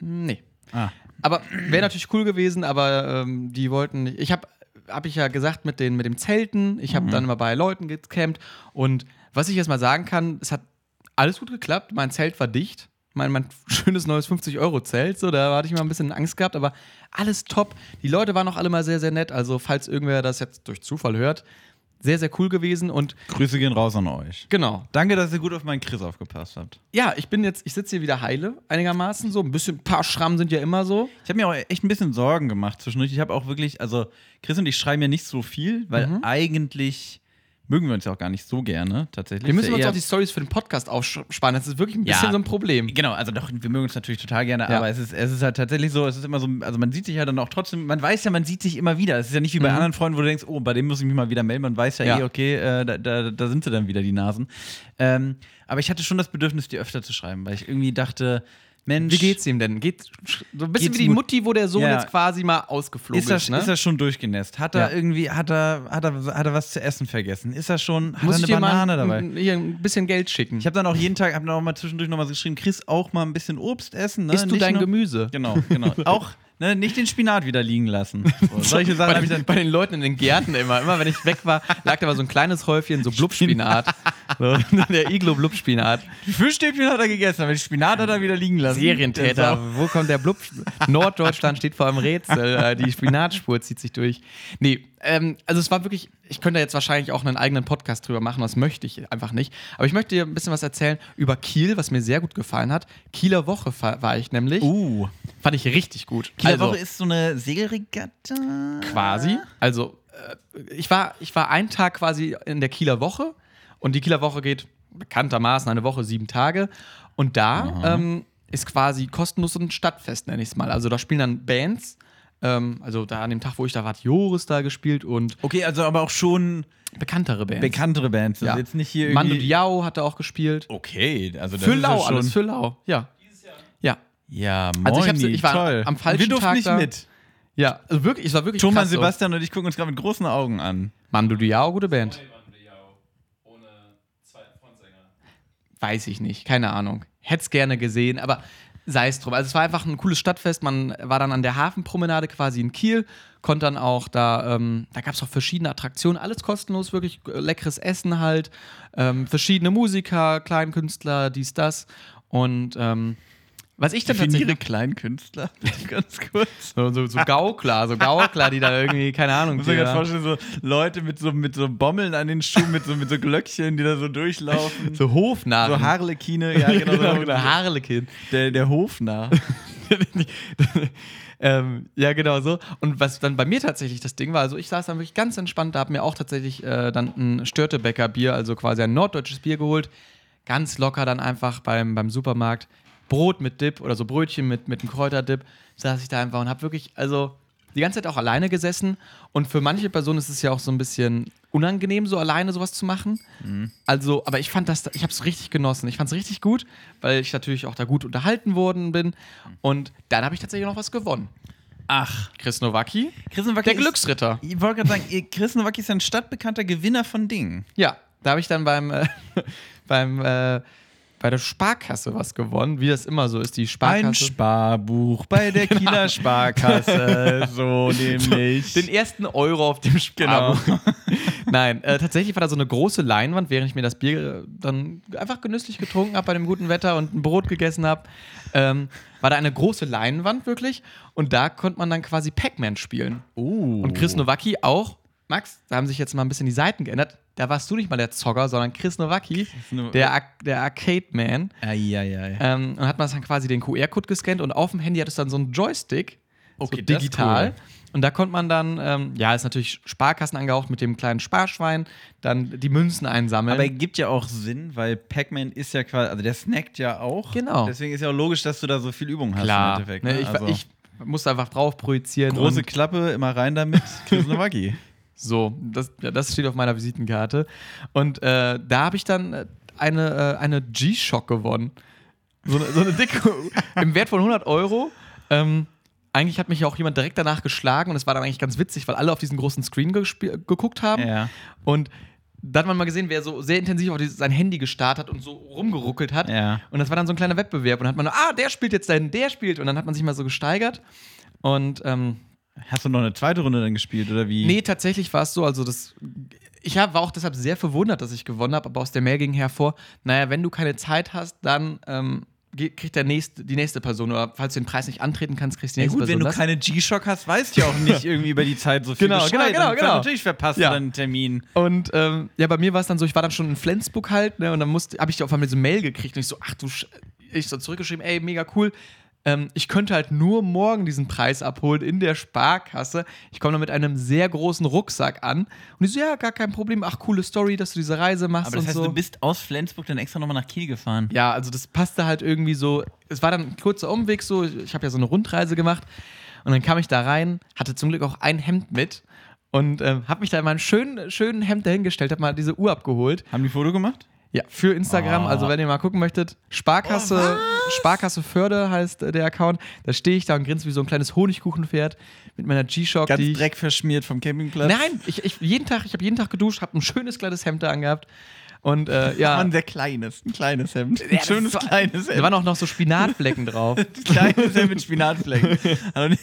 [SPEAKER 2] Nee.
[SPEAKER 1] Ah.
[SPEAKER 2] Aber wäre natürlich cool gewesen, aber ähm, die wollten nicht. Ich habe hab ich ja gesagt mit den mit dem Zelten, ich habe dann immer bei Leuten gecampt und was ich jetzt mal sagen kann, es hat alles gut geklappt, mein Zelt war dicht. Mein, mein schönes neues 50-Euro-Zelt, so, da hatte ich mal ein bisschen Angst gehabt, aber alles top. Die Leute waren auch alle mal sehr, sehr nett. Also, falls irgendwer das jetzt durch Zufall hört, sehr, sehr cool gewesen. Und
[SPEAKER 1] Grüße gehen raus an euch.
[SPEAKER 2] genau,
[SPEAKER 1] Danke, dass ihr gut auf meinen Chris aufgepasst habt.
[SPEAKER 2] ja, ich bin jetzt, ich sitze hier wieder heile, einigermaßen so. Ein bisschen, ein paar Schrammen sind ja immer so.
[SPEAKER 1] Ich habe mir auch echt ein bisschen Sorgen gemacht zwischendurch. Ich habe auch wirklich, also Chris und ich schreiben ja nicht so viel, weil
[SPEAKER 2] Mhm.
[SPEAKER 1] eigentlich mögen wir uns ja auch gar nicht so gerne, tatsächlich.
[SPEAKER 2] Wir müssen
[SPEAKER 1] Ist ja
[SPEAKER 2] uns
[SPEAKER 1] eher-
[SPEAKER 2] auch die Stories für den Podcast aufsparen. Das ist wirklich ein
[SPEAKER 1] Ja.
[SPEAKER 2] bisschen so ein Problem.
[SPEAKER 1] Genau, also doch, wir mögen uns natürlich total gerne,
[SPEAKER 2] Ja.
[SPEAKER 1] aber es ist, es ist halt tatsächlich so, es ist immer so, also man sieht sich ja dann auch trotzdem, man weiß ja, man sieht sich immer wieder. Es ist ja nicht wie bei anderen Freunden, wo du denkst, oh, bei dem muss ich mich mal wieder melden, man weiß ja,
[SPEAKER 2] Mhm. Ja.
[SPEAKER 1] eh, okay, äh, da, da, da sind sie dann wieder, die Nasen. Ähm, aber ich hatte schon das Bedürfnis, die öfter zu schreiben, weil ich irgendwie dachte, Mensch,
[SPEAKER 2] Wie geht's ihm denn? Geht so ein bisschen
[SPEAKER 1] Geht's
[SPEAKER 2] wie die
[SPEAKER 1] gut?
[SPEAKER 2] Mutti, wo der Sohn
[SPEAKER 1] Ja.
[SPEAKER 2] jetzt quasi mal ausgeflogen
[SPEAKER 1] ist
[SPEAKER 2] ist.
[SPEAKER 1] er,
[SPEAKER 2] ne?
[SPEAKER 1] ist er schon durchgenässt? Hat er
[SPEAKER 2] Ja.
[SPEAKER 1] irgendwie, hat er, hat, er, hat er was zu essen vergessen? Ist er schon, hat
[SPEAKER 2] Muss
[SPEAKER 1] er
[SPEAKER 2] ich
[SPEAKER 1] eine
[SPEAKER 2] dir mal
[SPEAKER 1] Banane
[SPEAKER 2] ein,
[SPEAKER 1] dabei?
[SPEAKER 2] ein- hier ein bisschen Geld schicken?
[SPEAKER 1] Ich habe dann auch jeden Tag, habe dann auch mal zwischendurch nochmal geschrieben, Chris, auch mal ein bisschen Obst essen. Ne?
[SPEAKER 2] Isst du
[SPEAKER 1] Nicht
[SPEAKER 2] dein
[SPEAKER 1] nur-
[SPEAKER 2] Gemüse?
[SPEAKER 1] Genau, genau. auch ne, nicht den Spinat wieder liegen lassen. So, solche Sachen also-
[SPEAKER 2] bei,
[SPEAKER 1] habe ich
[SPEAKER 2] den,
[SPEAKER 1] dann.
[SPEAKER 2] bei den Leuten in den Gärten immer. Immer wenn ich weg war, lag da mal so ein kleines Häufchen, so Blubspinat. so, der Iglo-Blubspinat.
[SPEAKER 1] Die Fischstäbchen hat er gegessen, aber den Spinat hat er wieder liegen lassen.
[SPEAKER 2] Serientäter. Wo kommt der Blub? Norddeutschland steht vor einem Rätsel. Äh, Die Spinatspur zieht sich durch. Nee, ähm, also es war wirklich, ich könnte jetzt wahrscheinlich auch einen eigenen Podcast drüber machen, das möchte ich einfach nicht. Aber ich möchte dir ein bisschen was erzählen über Kiel, was mir sehr gut gefallen hat. Kieler Woche fa- war ich nämlich.
[SPEAKER 1] Uh.
[SPEAKER 2] Fand ich richtig gut.
[SPEAKER 1] Kieler
[SPEAKER 2] Also-
[SPEAKER 1] Woche ist so eine Seeregatta.
[SPEAKER 2] quasi. Also äh, ich war, ich war einen Tag quasi in der Kieler Woche und die Kieler Woche geht bekanntermaßen eine Woche, sieben Tage. Und da ähm, ist quasi kostenlos ein Stadtfest, nenne ich es mal. Also da spielen dann Bands. Ähm, also da an dem Tag, wo ich da war, hat Joris da gespielt und
[SPEAKER 1] Okay, also aber auch schon
[SPEAKER 2] bekanntere Bands.
[SPEAKER 1] bekanntere Bands. Also
[SPEAKER 2] ja.
[SPEAKER 1] jetzt nicht hier
[SPEAKER 2] Mando
[SPEAKER 1] irgendwie.
[SPEAKER 2] Diao hat da auch gespielt.
[SPEAKER 1] Okay, also das
[SPEAKER 2] für
[SPEAKER 1] ist
[SPEAKER 2] Lau,
[SPEAKER 1] ja schon.
[SPEAKER 2] alles für Lau. Ja. Ja.
[SPEAKER 1] ja, moin,
[SPEAKER 2] Also ich hab's- ich war
[SPEAKER 1] toll.
[SPEAKER 2] am falschen
[SPEAKER 1] Wir durften
[SPEAKER 2] Tag
[SPEAKER 1] nicht
[SPEAKER 2] da.
[SPEAKER 1] mit.
[SPEAKER 2] Ja, also wirklich, es war wirklich
[SPEAKER 1] Thomas,
[SPEAKER 2] krass so.
[SPEAKER 1] Sebastian und ich gucken uns gerade mit großen Augen an.
[SPEAKER 2] Mando Diao, gute Band.
[SPEAKER 3] Ohne Mann, Leo, ohne zwei Frontsänger.
[SPEAKER 2] Weiß ich nicht, keine Ahnung. hätte es gerne gesehen, aber sei es drum. Also es war einfach ein cooles Stadtfest. Man war dann an der Hafenpromenade quasi in Kiel, konnte dann auch da, ähm, da gab es auch verschiedene Attraktionen, alles kostenlos, wirklich äh, leckeres Essen halt, ähm, verschiedene Musiker, Kleinkünstler, dies, das. Und ähm, was ich dann tatsächlich.
[SPEAKER 1] Definiere Kleinkünstler, bitte ganz kurz.
[SPEAKER 2] So, so, so Gaukler, so Gaukler, die da irgendwie, keine Ahnung,
[SPEAKER 1] Muss mir
[SPEAKER 2] die
[SPEAKER 1] gerade
[SPEAKER 2] da-
[SPEAKER 1] vorstellen, so Leute mit so, mit so Bommeln an den Schuhen, mit so, mit so Glöckchen, die da so durchlaufen.
[SPEAKER 2] so Hofnarren.
[SPEAKER 1] So Harlekine, ja, genau.
[SPEAKER 2] genau,
[SPEAKER 1] so-
[SPEAKER 2] genau, Harlekin.
[SPEAKER 1] Der, der Hofnarr.
[SPEAKER 2] ähm, ja, genau so. Und was dann bei mir tatsächlich das Ding war, also ich saß dann wirklich ganz entspannt, da habe mir auch tatsächlich äh, dann ein Störtebäcker Bier, also quasi ein norddeutsches Bier geholt. Ganz locker dann einfach beim, beim Supermarkt. Brot mit Dip oder so Brötchen mit, mit einem Kräuterdip. Saß ich da einfach und habe wirklich, also die ganze Zeit auch alleine gesessen. Und für manche Personen ist es ja auch so ein bisschen unangenehm, so alleine sowas zu machen. Also, aber ich fand das, ich habe es richtig genossen. Ich fand es richtig gut, weil ich natürlich auch da gut unterhalten worden bin. Und dann habe ich tatsächlich noch was gewonnen.
[SPEAKER 1] Ach.
[SPEAKER 2] Chris Nowacki,
[SPEAKER 1] Chris Nowacki
[SPEAKER 2] der
[SPEAKER 1] ist-
[SPEAKER 2] Glücksritter.
[SPEAKER 1] Ich wollte gerade sagen, ihr- Chris Nowacki ist ein stadtbekannter Gewinner von Dingen.
[SPEAKER 2] Ja, da habe ich dann beim, äh, beim äh, bei der Sparkasse was gewonnen, wie das immer so ist, die
[SPEAKER 1] Ein
[SPEAKER 2] Sparkasse.
[SPEAKER 1] Sparbuch bei der Kieler Sparkasse, Genau. so nämlich.
[SPEAKER 2] Den ersten Euro auf dem Sparbuch. Nein, äh, tatsächlich war da so eine große Leinwand, während ich mir das Bier äh, dann einfach genüsslich getrunken habe bei dem guten Wetter und ein Brot gegessen habe. Ähm, war da eine große Leinwand wirklich und da konnte man dann quasi Pac-Man spielen.
[SPEAKER 1] Oh.
[SPEAKER 2] Und Chris Nowacki auch. Max, da haben sich jetzt mal ein bisschen die Seiten geändert. Da warst du nicht mal der Zocker, sondern Chris Nowacki,
[SPEAKER 1] Now-
[SPEAKER 2] der, Ar der Arcade-Man.
[SPEAKER 1] Eieiei.
[SPEAKER 2] Ähm, und hat man dann quasi den QR-Code gescannt und auf dem Handy hat es dann so einen Joystick,
[SPEAKER 1] Okay,
[SPEAKER 2] so
[SPEAKER 1] das ist
[SPEAKER 2] digital.
[SPEAKER 1] cool.
[SPEAKER 2] Und da konnte man dann, ähm, ja, ist natürlich Sparkassen angehaucht mit dem kleinen Sparschwein, dann die Münzen einsammeln.
[SPEAKER 1] Aber gibt ja auch Sinn, weil Pac-Man ist ja quasi, also der snackt ja auch.
[SPEAKER 2] Genau.
[SPEAKER 1] Deswegen ist ja auch logisch, dass du da so viel Übung hast
[SPEAKER 2] Klar,
[SPEAKER 1] im Endeffekt.
[SPEAKER 2] ne,
[SPEAKER 1] ne?
[SPEAKER 2] ich,
[SPEAKER 1] Also,
[SPEAKER 2] ich musste einfach drauf projizieren.
[SPEAKER 1] große
[SPEAKER 2] und
[SPEAKER 1] Klappe, immer rein damit. Chris Nowacki.
[SPEAKER 2] so, das, ja, das steht auf meiner Visitenkarte. Und äh, da habe ich dann äh, eine, äh, eine G-Shock gewonnen. So eine, so eine dicke, im Wert von 100 Euro. Ähm, eigentlich hat mich ja auch jemand direkt danach geschlagen und es war dann eigentlich ganz witzig, weil alle auf diesen großen Screen gespie- geguckt haben.
[SPEAKER 1] Ja.
[SPEAKER 2] Und da hat man mal gesehen, wer so sehr intensiv auf dieses, sein Handy gestarrt hat und so rumgeruckelt hat.
[SPEAKER 1] Ja.
[SPEAKER 2] Und das war dann so ein kleiner Wettbewerb. Und dann hat man, ah, der spielt jetzt dahin, der spielt. Und dann hat man sich mal so gesteigert. Und ähm,
[SPEAKER 1] Hast du noch eine zweite Runde dann gespielt oder wie?
[SPEAKER 2] Nee, tatsächlich war es so. Also das, ich hab, war auch deshalb sehr verwundert, dass ich gewonnen habe, aber aus der Mail ging hervor, naja, wenn du keine Zeit hast, dann ähm, ge- kriegt der nächste, die nächste Person. Oder falls du den Preis nicht antreten kannst, kriegst du die
[SPEAKER 1] Ja
[SPEAKER 2] nächste
[SPEAKER 1] gut, wenn
[SPEAKER 2] Person.
[SPEAKER 1] du
[SPEAKER 2] das.
[SPEAKER 1] keine G-Shock hast, weißt du ja auch nicht irgendwie über die Zeit so viel
[SPEAKER 2] Genau,
[SPEAKER 1] Bescheid.
[SPEAKER 2] genau, genau,
[SPEAKER 1] Und
[SPEAKER 2] genau.
[SPEAKER 1] Natürlich verpasst
[SPEAKER 2] Ja.
[SPEAKER 1] du dann einen Termin.
[SPEAKER 2] Und ähm, ja, bei mir war es dann so, ich war dann schon in Flensburg halt, ne, und dann habe ich auf einmal diese Mail gekriegt und ich so, ach du, Sch ich so zurückgeschrieben, ey, mega cool. Ähm, ich könnte halt nur morgen diesen Preis abholen in der Sparkasse. Ich komme da mit einem sehr großen Rucksack an. Und die so, ja, gar kein Problem. Ach, coole Story, dass du diese Reise machst
[SPEAKER 1] Aber das
[SPEAKER 2] und
[SPEAKER 1] heißt,
[SPEAKER 2] so.
[SPEAKER 1] du bist aus Flensburg dann extra nochmal nach Kiel gefahren.
[SPEAKER 2] Ja, also das passte halt irgendwie so. Es war dann ein kurzer Umweg so. Ich, ich habe ja so eine Rundreise gemacht. Und dann kam ich da rein, hatte zum Glück auch ein Hemd mit und ähm, habe mich da in meinem schönen, schönen Hemd dahingestellt, habe mal diese Uhr abgeholt.
[SPEAKER 1] Haben die Foto gemacht?
[SPEAKER 2] Ja, für Instagram.
[SPEAKER 1] Ah. Oh,
[SPEAKER 2] Also wenn ihr mal gucken möchtet, Sparkasse, Sparkasse Förde heißt äh, der Account. Da stehe ich da und grinse wie so ein kleines Honigkuchenpferd mit meiner G-Shock.
[SPEAKER 1] Ganz ne?
[SPEAKER 2] die ich-
[SPEAKER 1] Dreck verschmiert vom Campingplatz.
[SPEAKER 2] Nein, ich, ich, jeden Tag, ich habe jeden Tag geduscht, habe ein schönes kleines Hemd da angehabt. Und äh, ja,
[SPEAKER 1] Mann, sehr kleines, ein kleines Hemd. Ein
[SPEAKER 2] Ja, das
[SPEAKER 1] schönes
[SPEAKER 2] war-
[SPEAKER 1] kleines
[SPEAKER 2] da
[SPEAKER 1] Hemd.
[SPEAKER 2] waren auch noch so Spinatflecken drauf.
[SPEAKER 1] Ein kleines Hemd mit Spinatflecken. Also,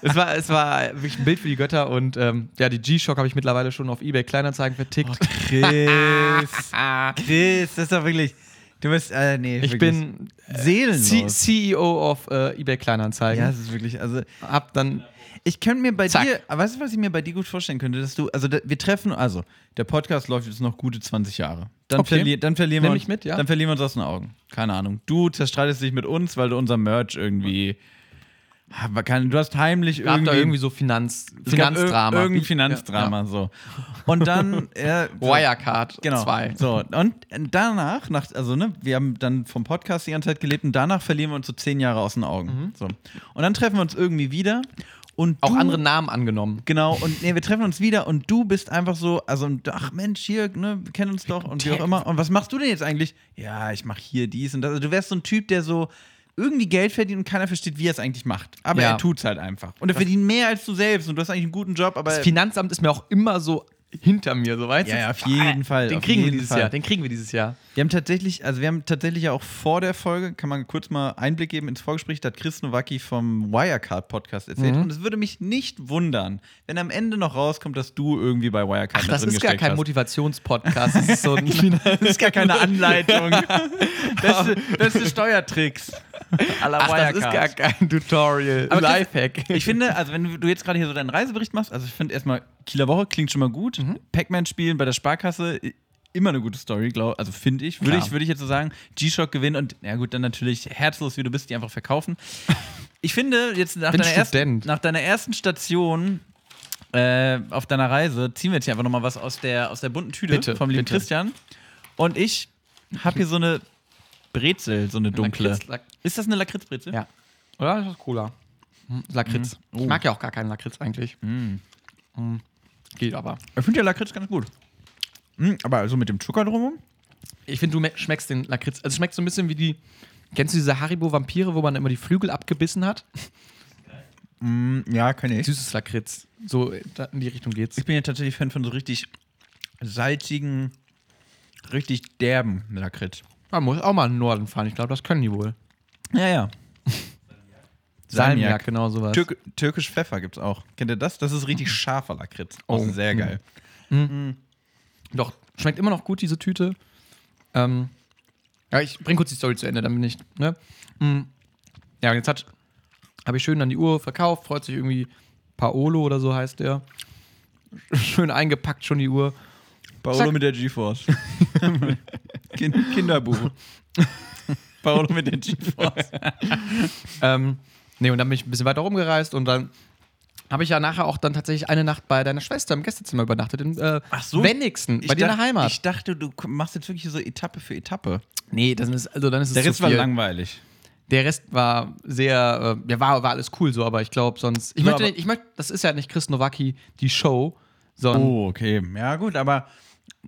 [SPEAKER 2] es, war, es war wirklich ein Bild für die Götter und ähm, ja, die G-Shock habe ich mittlerweile schon auf Ebay Kleinanzeigen vertickt.
[SPEAKER 1] Oh, Chris. Chris, das ist doch wirklich. Du bist, äh, nee,
[SPEAKER 2] ich
[SPEAKER 1] wirklich
[SPEAKER 2] bin
[SPEAKER 1] seelenlos.
[SPEAKER 2] C CEO of äh, Ebay Kleinanzeigen.
[SPEAKER 1] ja, es ist wirklich, also
[SPEAKER 2] Hab dann
[SPEAKER 1] Ich könnte mir bei
[SPEAKER 2] Zack.
[SPEAKER 1] dir, aber weißt du, was ich mir bei dir gut vorstellen könnte, dass du, also da, wir treffen, also der Podcast läuft jetzt noch gute 20 Jahre. Dann,
[SPEAKER 2] Okay.
[SPEAKER 1] verli dann verlieren wir
[SPEAKER 2] Nimm
[SPEAKER 1] uns,
[SPEAKER 2] ich mit, ja.
[SPEAKER 1] dann verlieren wir uns aus den Augen. Keine Ahnung. Du zerstreitest dich mit uns, weil du unser Merch irgendwie, aber kann, du hast heimlich
[SPEAKER 2] gab
[SPEAKER 1] irgendwie,
[SPEAKER 2] da irgendwie so Finanz,
[SPEAKER 1] es gab ir-
[SPEAKER 2] Finanzdrama.
[SPEAKER 1] irgendein Finanzdrama so. Und dann äh,
[SPEAKER 2] Ja, ja. Wirecard 2.
[SPEAKER 1] Genau. So, und danach, nach, also ne, wir haben dann vom Podcast die ganze Zeit gelebt und danach verlieren wir uns so zehn Jahre aus den Augen. So. Und dann treffen wir uns irgendwie wieder und
[SPEAKER 2] Mhm. Auch
[SPEAKER 1] du,
[SPEAKER 2] andere Namen angenommen.
[SPEAKER 1] Genau, und nee, wir treffen uns wieder und du bist einfach so, also, und ach Mensch, hier, ne, wir kennen uns doch und wie auch immer. Und was machst du denn jetzt eigentlich? Ja, ich mache hier dies und das. Also, du wärst so ein Typ, der so irgendwie Geld verdient und keiner versteht, wie er es eigentlich macht. Aber
[SPEAKER 2] Ja.
[SPEAKER 1] er tut's halt einfach. Und er verdient mehr als du selbst und du hast eigentlich einen guten Job, aber.
[SPEAKER 2] Das Finanzamt ist mir auch immer so hinter mir, so weißt
[SPEAKER 1] Ja,
[SPEAKER 2] du?
[SPEAKER 1] ja, auf jeden Fall,
[SPEAKER 2] Ah, Den
[SPEAKER 1] auf
[SPEAKER 2] kriegen wir
[SPEAKER 1] jeden
[SPEAKER 2] dieses
[SPEAKER 1] Fall.
[SPEAKER 2] Jahr. Den kriegen wir dieses Jahr.
[SPEAKER 1] Wir haben tatsächlich, also wir haben tatsächlich ja auch vor der Folge, kann man kurz mal Einblick geben ins Vorgespräch, da hat Chris Nowacki vom Wirecard-Podcast erzählt.
[SPEAKER 2] Mhm.
[SPEAKER 1] Und es würde mich nicht wundern, wenn am Ende noch rauskommt, dass du irgendwie bei Wirecard
[SPEAKER 2] Ach,
[SPEAKER 1] mit
[SPEAKER 2] das
[SPEAKER 1] drin
[SPEAKER 2] ist gar
[SPEAKER 1] gesteckt
[SPEAKER 2] kein
[SPEAKER 1] hast.
[SPEAKER 2] Motivationspodcast. Das ist so ein
[SPEAKER 1] Das ist gar keine Anleitung. beste, beste Steuertricks. À la
[SPEAKER 2] Ach, das
[SPEAKER 1] Wirecard.
[SPEAKER 2] ist gar kein Tutorial.
[SPEAKER 1] Aber das-
[SPEAKER 2] Lifehack.
[SPEAKER 1] Ich finde, also wenn du jetzt gerade hier so deinen Reisebericht machst, also ich finde erstmal Kieler Woche klingt schon mal gut.
[SPEAKER 2] Mhm.
[SPEAKER 1] Pac-Man spielen bei der Sparkasse i- immer eine gute Story, glaube also finde ich. Würde
[SPEAKER 2] Klar.
[SPEAKER 1] ich würde ich jetzt so sagen, G-Shock gewinnen und ja gut, dann natürlich herzlos wie du bist, die einfach verkaufen. Ich finde jetzt nach
[SPEAKER 2] Bin
[SPEAKER 1] deiner ersten
[SPEAKER 2] Student.
[SPEAKER 1] nach deiner ersten Station äh, auf deiner Reise ziehen wir jetzt hier einfach noch mal was aus der aus der bunten Tüte
[SPEAKER 2] Bitte,
[SPEAKER 1] vom lieben
[SPEAKER 2] bitte.
[SPEAKER 1] Christian und ich habe hier so eine Brezel, so eine dunkle.
[SPEAKER 2] Lakritz, Lak-
[SPEAKER 1] Ist das eine Lakritzbrezel?
[SPEAKER 2] Ja. Oder ist das Cola? Hm, Lakritz. Ich mag ja auch gar keinen Lakritz eigentlich. Hm. Geht aber.
[SPEAKER 1] Ich finde ja Lakritz ganz gut. Mm, aber so mit dem Zucker drumherum?
[SPEAKER 2] Ich finde, du me- schmeckst den Lakritz. Also, es schmeckt so ein bisschen wie die. Kennst du diese Haribo-Vampire, wo man immer die Flügel abgebissen hat?
[SPEAKER 1] Hm, ja, kenne
[SPEAKER 2] Süßes Lakritz. So äh, da- in die Richtung geht's.
[SPEAKER 1] Ich bin ja tatsächlich Fan von so richtig salzigen, richtig derben Lakritz.
[SPEAKER 2] Man muss auch mal in den Norden fahren. Ich glaube, das können die wohl.
[SPEAKER 1] Ja, ja.
[SPEAKER 2] Salmiak,
[SPEAKER 1] Salmiak.
[SPEAKER 2] genau sowas.
[SPEAKER 1] Türk Türkisch Pfeffer gibt's auch. Kennt ihr das? Das ist richtig scharfer Lakritz. Mhm. Oh,
[SPEAKER 2] Oh,
[SPEAKER 1] sehr
[SPEAKER 2] mm.
[SPEAKER 1] geil.
[SPEAKER 2] Doch, schmeckt immer noch gut, diese Tüte. Ähm, ja, ich bringe kurz die Story zu Ende, dann bin ich, ne? Mm. Ja, und jetzt hat, habe ich schön dann die Uhr verkauft, freut sich irgendwie Paolo oder so heißt der. Schön eingepackt schon die Uhr.
[SPEAKER 1] Paolo
[SPEAKER 2] Zack.
[SPEAKER 1] mit der GeForce. kind Kinderbuch. Paolo mit der GeForce.
[SPEAKER 2] Ähm, nee, und dann bin ich ein bisschen weiter rumgereist und dann habe ich ja nachher auch dann tatsächlich eine Nacht bei deiner Schwester im Gästezimmer übernachtet, in äh,
[SPEAKER 1] Ach so.
[SPEAKER 2] Wenigsten, bei dir in der Heimat.
[SPEAKER 1] Ich dachte, du machst jetzt wirklich so Etappe für Etappe.
[SPEAKER 2] nee, das ist, also dann ist es
[SPEAKER 1] Der
[SPEAKER 2] zu
[SPEAKER 1] Rest war
[SPEAKER 2] viel.
[SPEAKER 1] langweilig.
[SPEAKER 2] Der Rest war sehr, äh, ja, war, war alles cool so, aber ich glaube sonst. Ich
[SPEAKER 1] So,
[SPEAKER 2] möchte,
[SPEAKER 1] aber-
[SPEAKER 2] nicht, ich möchte, das ist ja nicht Chris Nowacki, die Show, sondern.
[SPEAKER 1] Oh, okay. Ja, gut, aber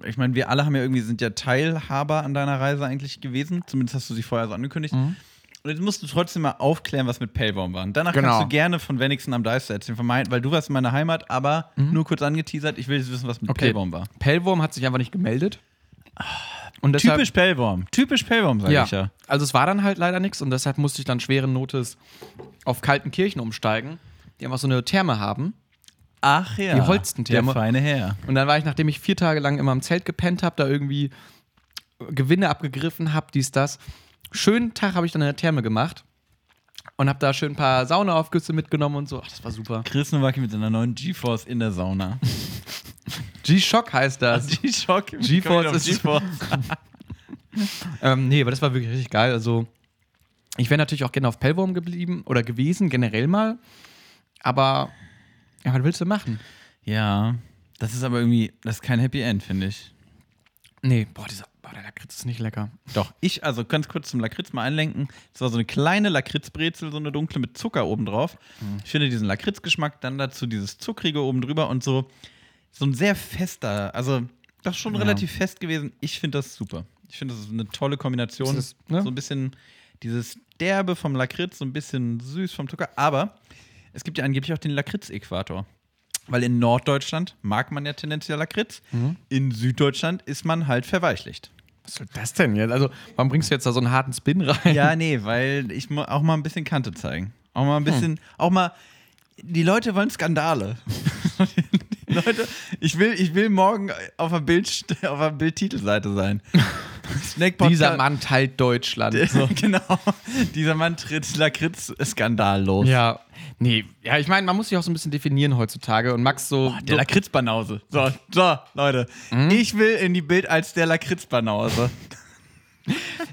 [SPEAKER 1] ich meine, wir alle haben ja irgendwie, sind ja Teilhaber an deiner Reise eigentlich gewesen. Zumindest hast du sie vorher so angekündigt.
[SPEAKER 2] Mhm.
[SPEAKER 1] Und jetzt musst du trotzdem mal aufklären, was mit Pellbaum war. Und danach
[SPEAKER 2] Genau.
[SPEAKER 1] kannst du gerne von Wenigsten am Deister erzählen, von mein, weil du warst in meiner Heimat, aber nur kurz angeteasert, ich will jetzt wissen, was mit
[SPEAKER 2] Mhm. Okay.
[SPEAKER 1] Pellbaum war.
[SPEAKER 2] Pellwurm hat sich einfach nicht gemeldet. Ah, Und deshalb,
[SPEAKER 1] Typisch Pellbaum. Typisch Pellbaum, sag
[SPEAKER 2] ja,
[SPEAKER 1] ich ja.
[SPEAKER 2] Also es war dann halt leider nichts und deshalb musste ich dann schweren Notes auf Kaltenkirchen umsteigen, die einfach so eine Therme haben.
[SPEAKER 1] Ach ja.
[SPEAKER 2] Die
[SPEAKER 1] Der
[SPEAKER 2] Holstentherme.
[SPEAKER 1] feine Herr.
[SPEAKER 2] Und dann war ich, nachdem ich vier Tage lang immer im Zelt gepennt habe, da irgendwie Gewinne abgegriffen habe, dies, das. Schönen Tag habe ich dann in der Therme gemacht und habe da schön ein paar Saunaaufgüsse mitgenommen und so. Ach, das war super.
[SPEAKER 1] Chris Nowacki mit seiner neuen GeForce in der Sauna.
[SPEAKER 2] G-Shock heißt das.
[SPEAKER 1] G-Shock.
[SPEAKER 2] GeForce
[SPEAKER 1] GeForce
[SPEAKER 2] ist-
[SPEAKER 1] ist GeForce.
[SPEAKER 2] ähm, nee, aber das war wirklich richtig geil. Also, ich wäre natürlich auch gerne auf Pellworm geblieben oder gewesen, generell mal. Aber, ja, was willst du machen?
[SPEAKER 1] Ja, das ist aber irgendwie, das ist kein Happy End, finde ich.
[SPEAKER 2] Nee, boah, dieser, boah, der Lakritz ist nicht lecker.
[SPEAKER 1] Doch, ich, also ganz kurz zum Lakritz mal einlenken. Es war so eine kleine Lakritzbrezel, so eine dunkle mit Zucker oben drauf.
[SPEAKER 2] Mhm.
[SPEAKER 1] Ich finde diesen Lakritzgeschmack, dann dazu dieses Zuckrige oben drüber und so, so ein sehr fester, also das ist schon
[SPEAKER 2] Ja.
[SPEAKER 1] relativ fest gewesen. Ich finde das super. Ich finde, das ist eine tolle Kombination.
[SPEAKER 2] Das ist, ne?
[SPEAKER 1] So ein bisschen dieses Derbe vom Lakritz, so ein bisschen süß vom Zucker. Aber es gibt ja angeblich auch den Lakritz-Äquator. Weil in Norddeutschland mag man ja tendenziell Lakritz.
[SPEAKER 2] Mhm.
[SPEAKER 1] In Süddeutschland ist man halt verweichlicht.
[SPEAKER 2] Was soll das denn jetzt? Also, warum bringst du jetzt da so einen harten Spin rein?
[SPEAKER 1] Ja, nee, weil ich mu- auch mal ein bisschen Kante zeigen. Auch mal ein bisschen, auch mal, die Leute wollen Skandale. die Leute, ich will, ich will morgen auf der, Bild, auf der Bildtitelseite sein. Snack
[SPEAKER 2] Dieser Mann teilt Deutschland.
[SPEAKER 1] So. genau. Dieser Mann tritt äh, Lakritz-Skandal los.
[SPEAKER 2] Ja, nee, ja, ich meine, man muss sich auch so ein bisschen definieren heutzutage und Max so.
[SPEAKER 1] Der
[SPEAKER 2] so
[SPEAKER 1] Lakritzbanause. So, so, Leute. Ich will in die Bild als der Lakritzbanause.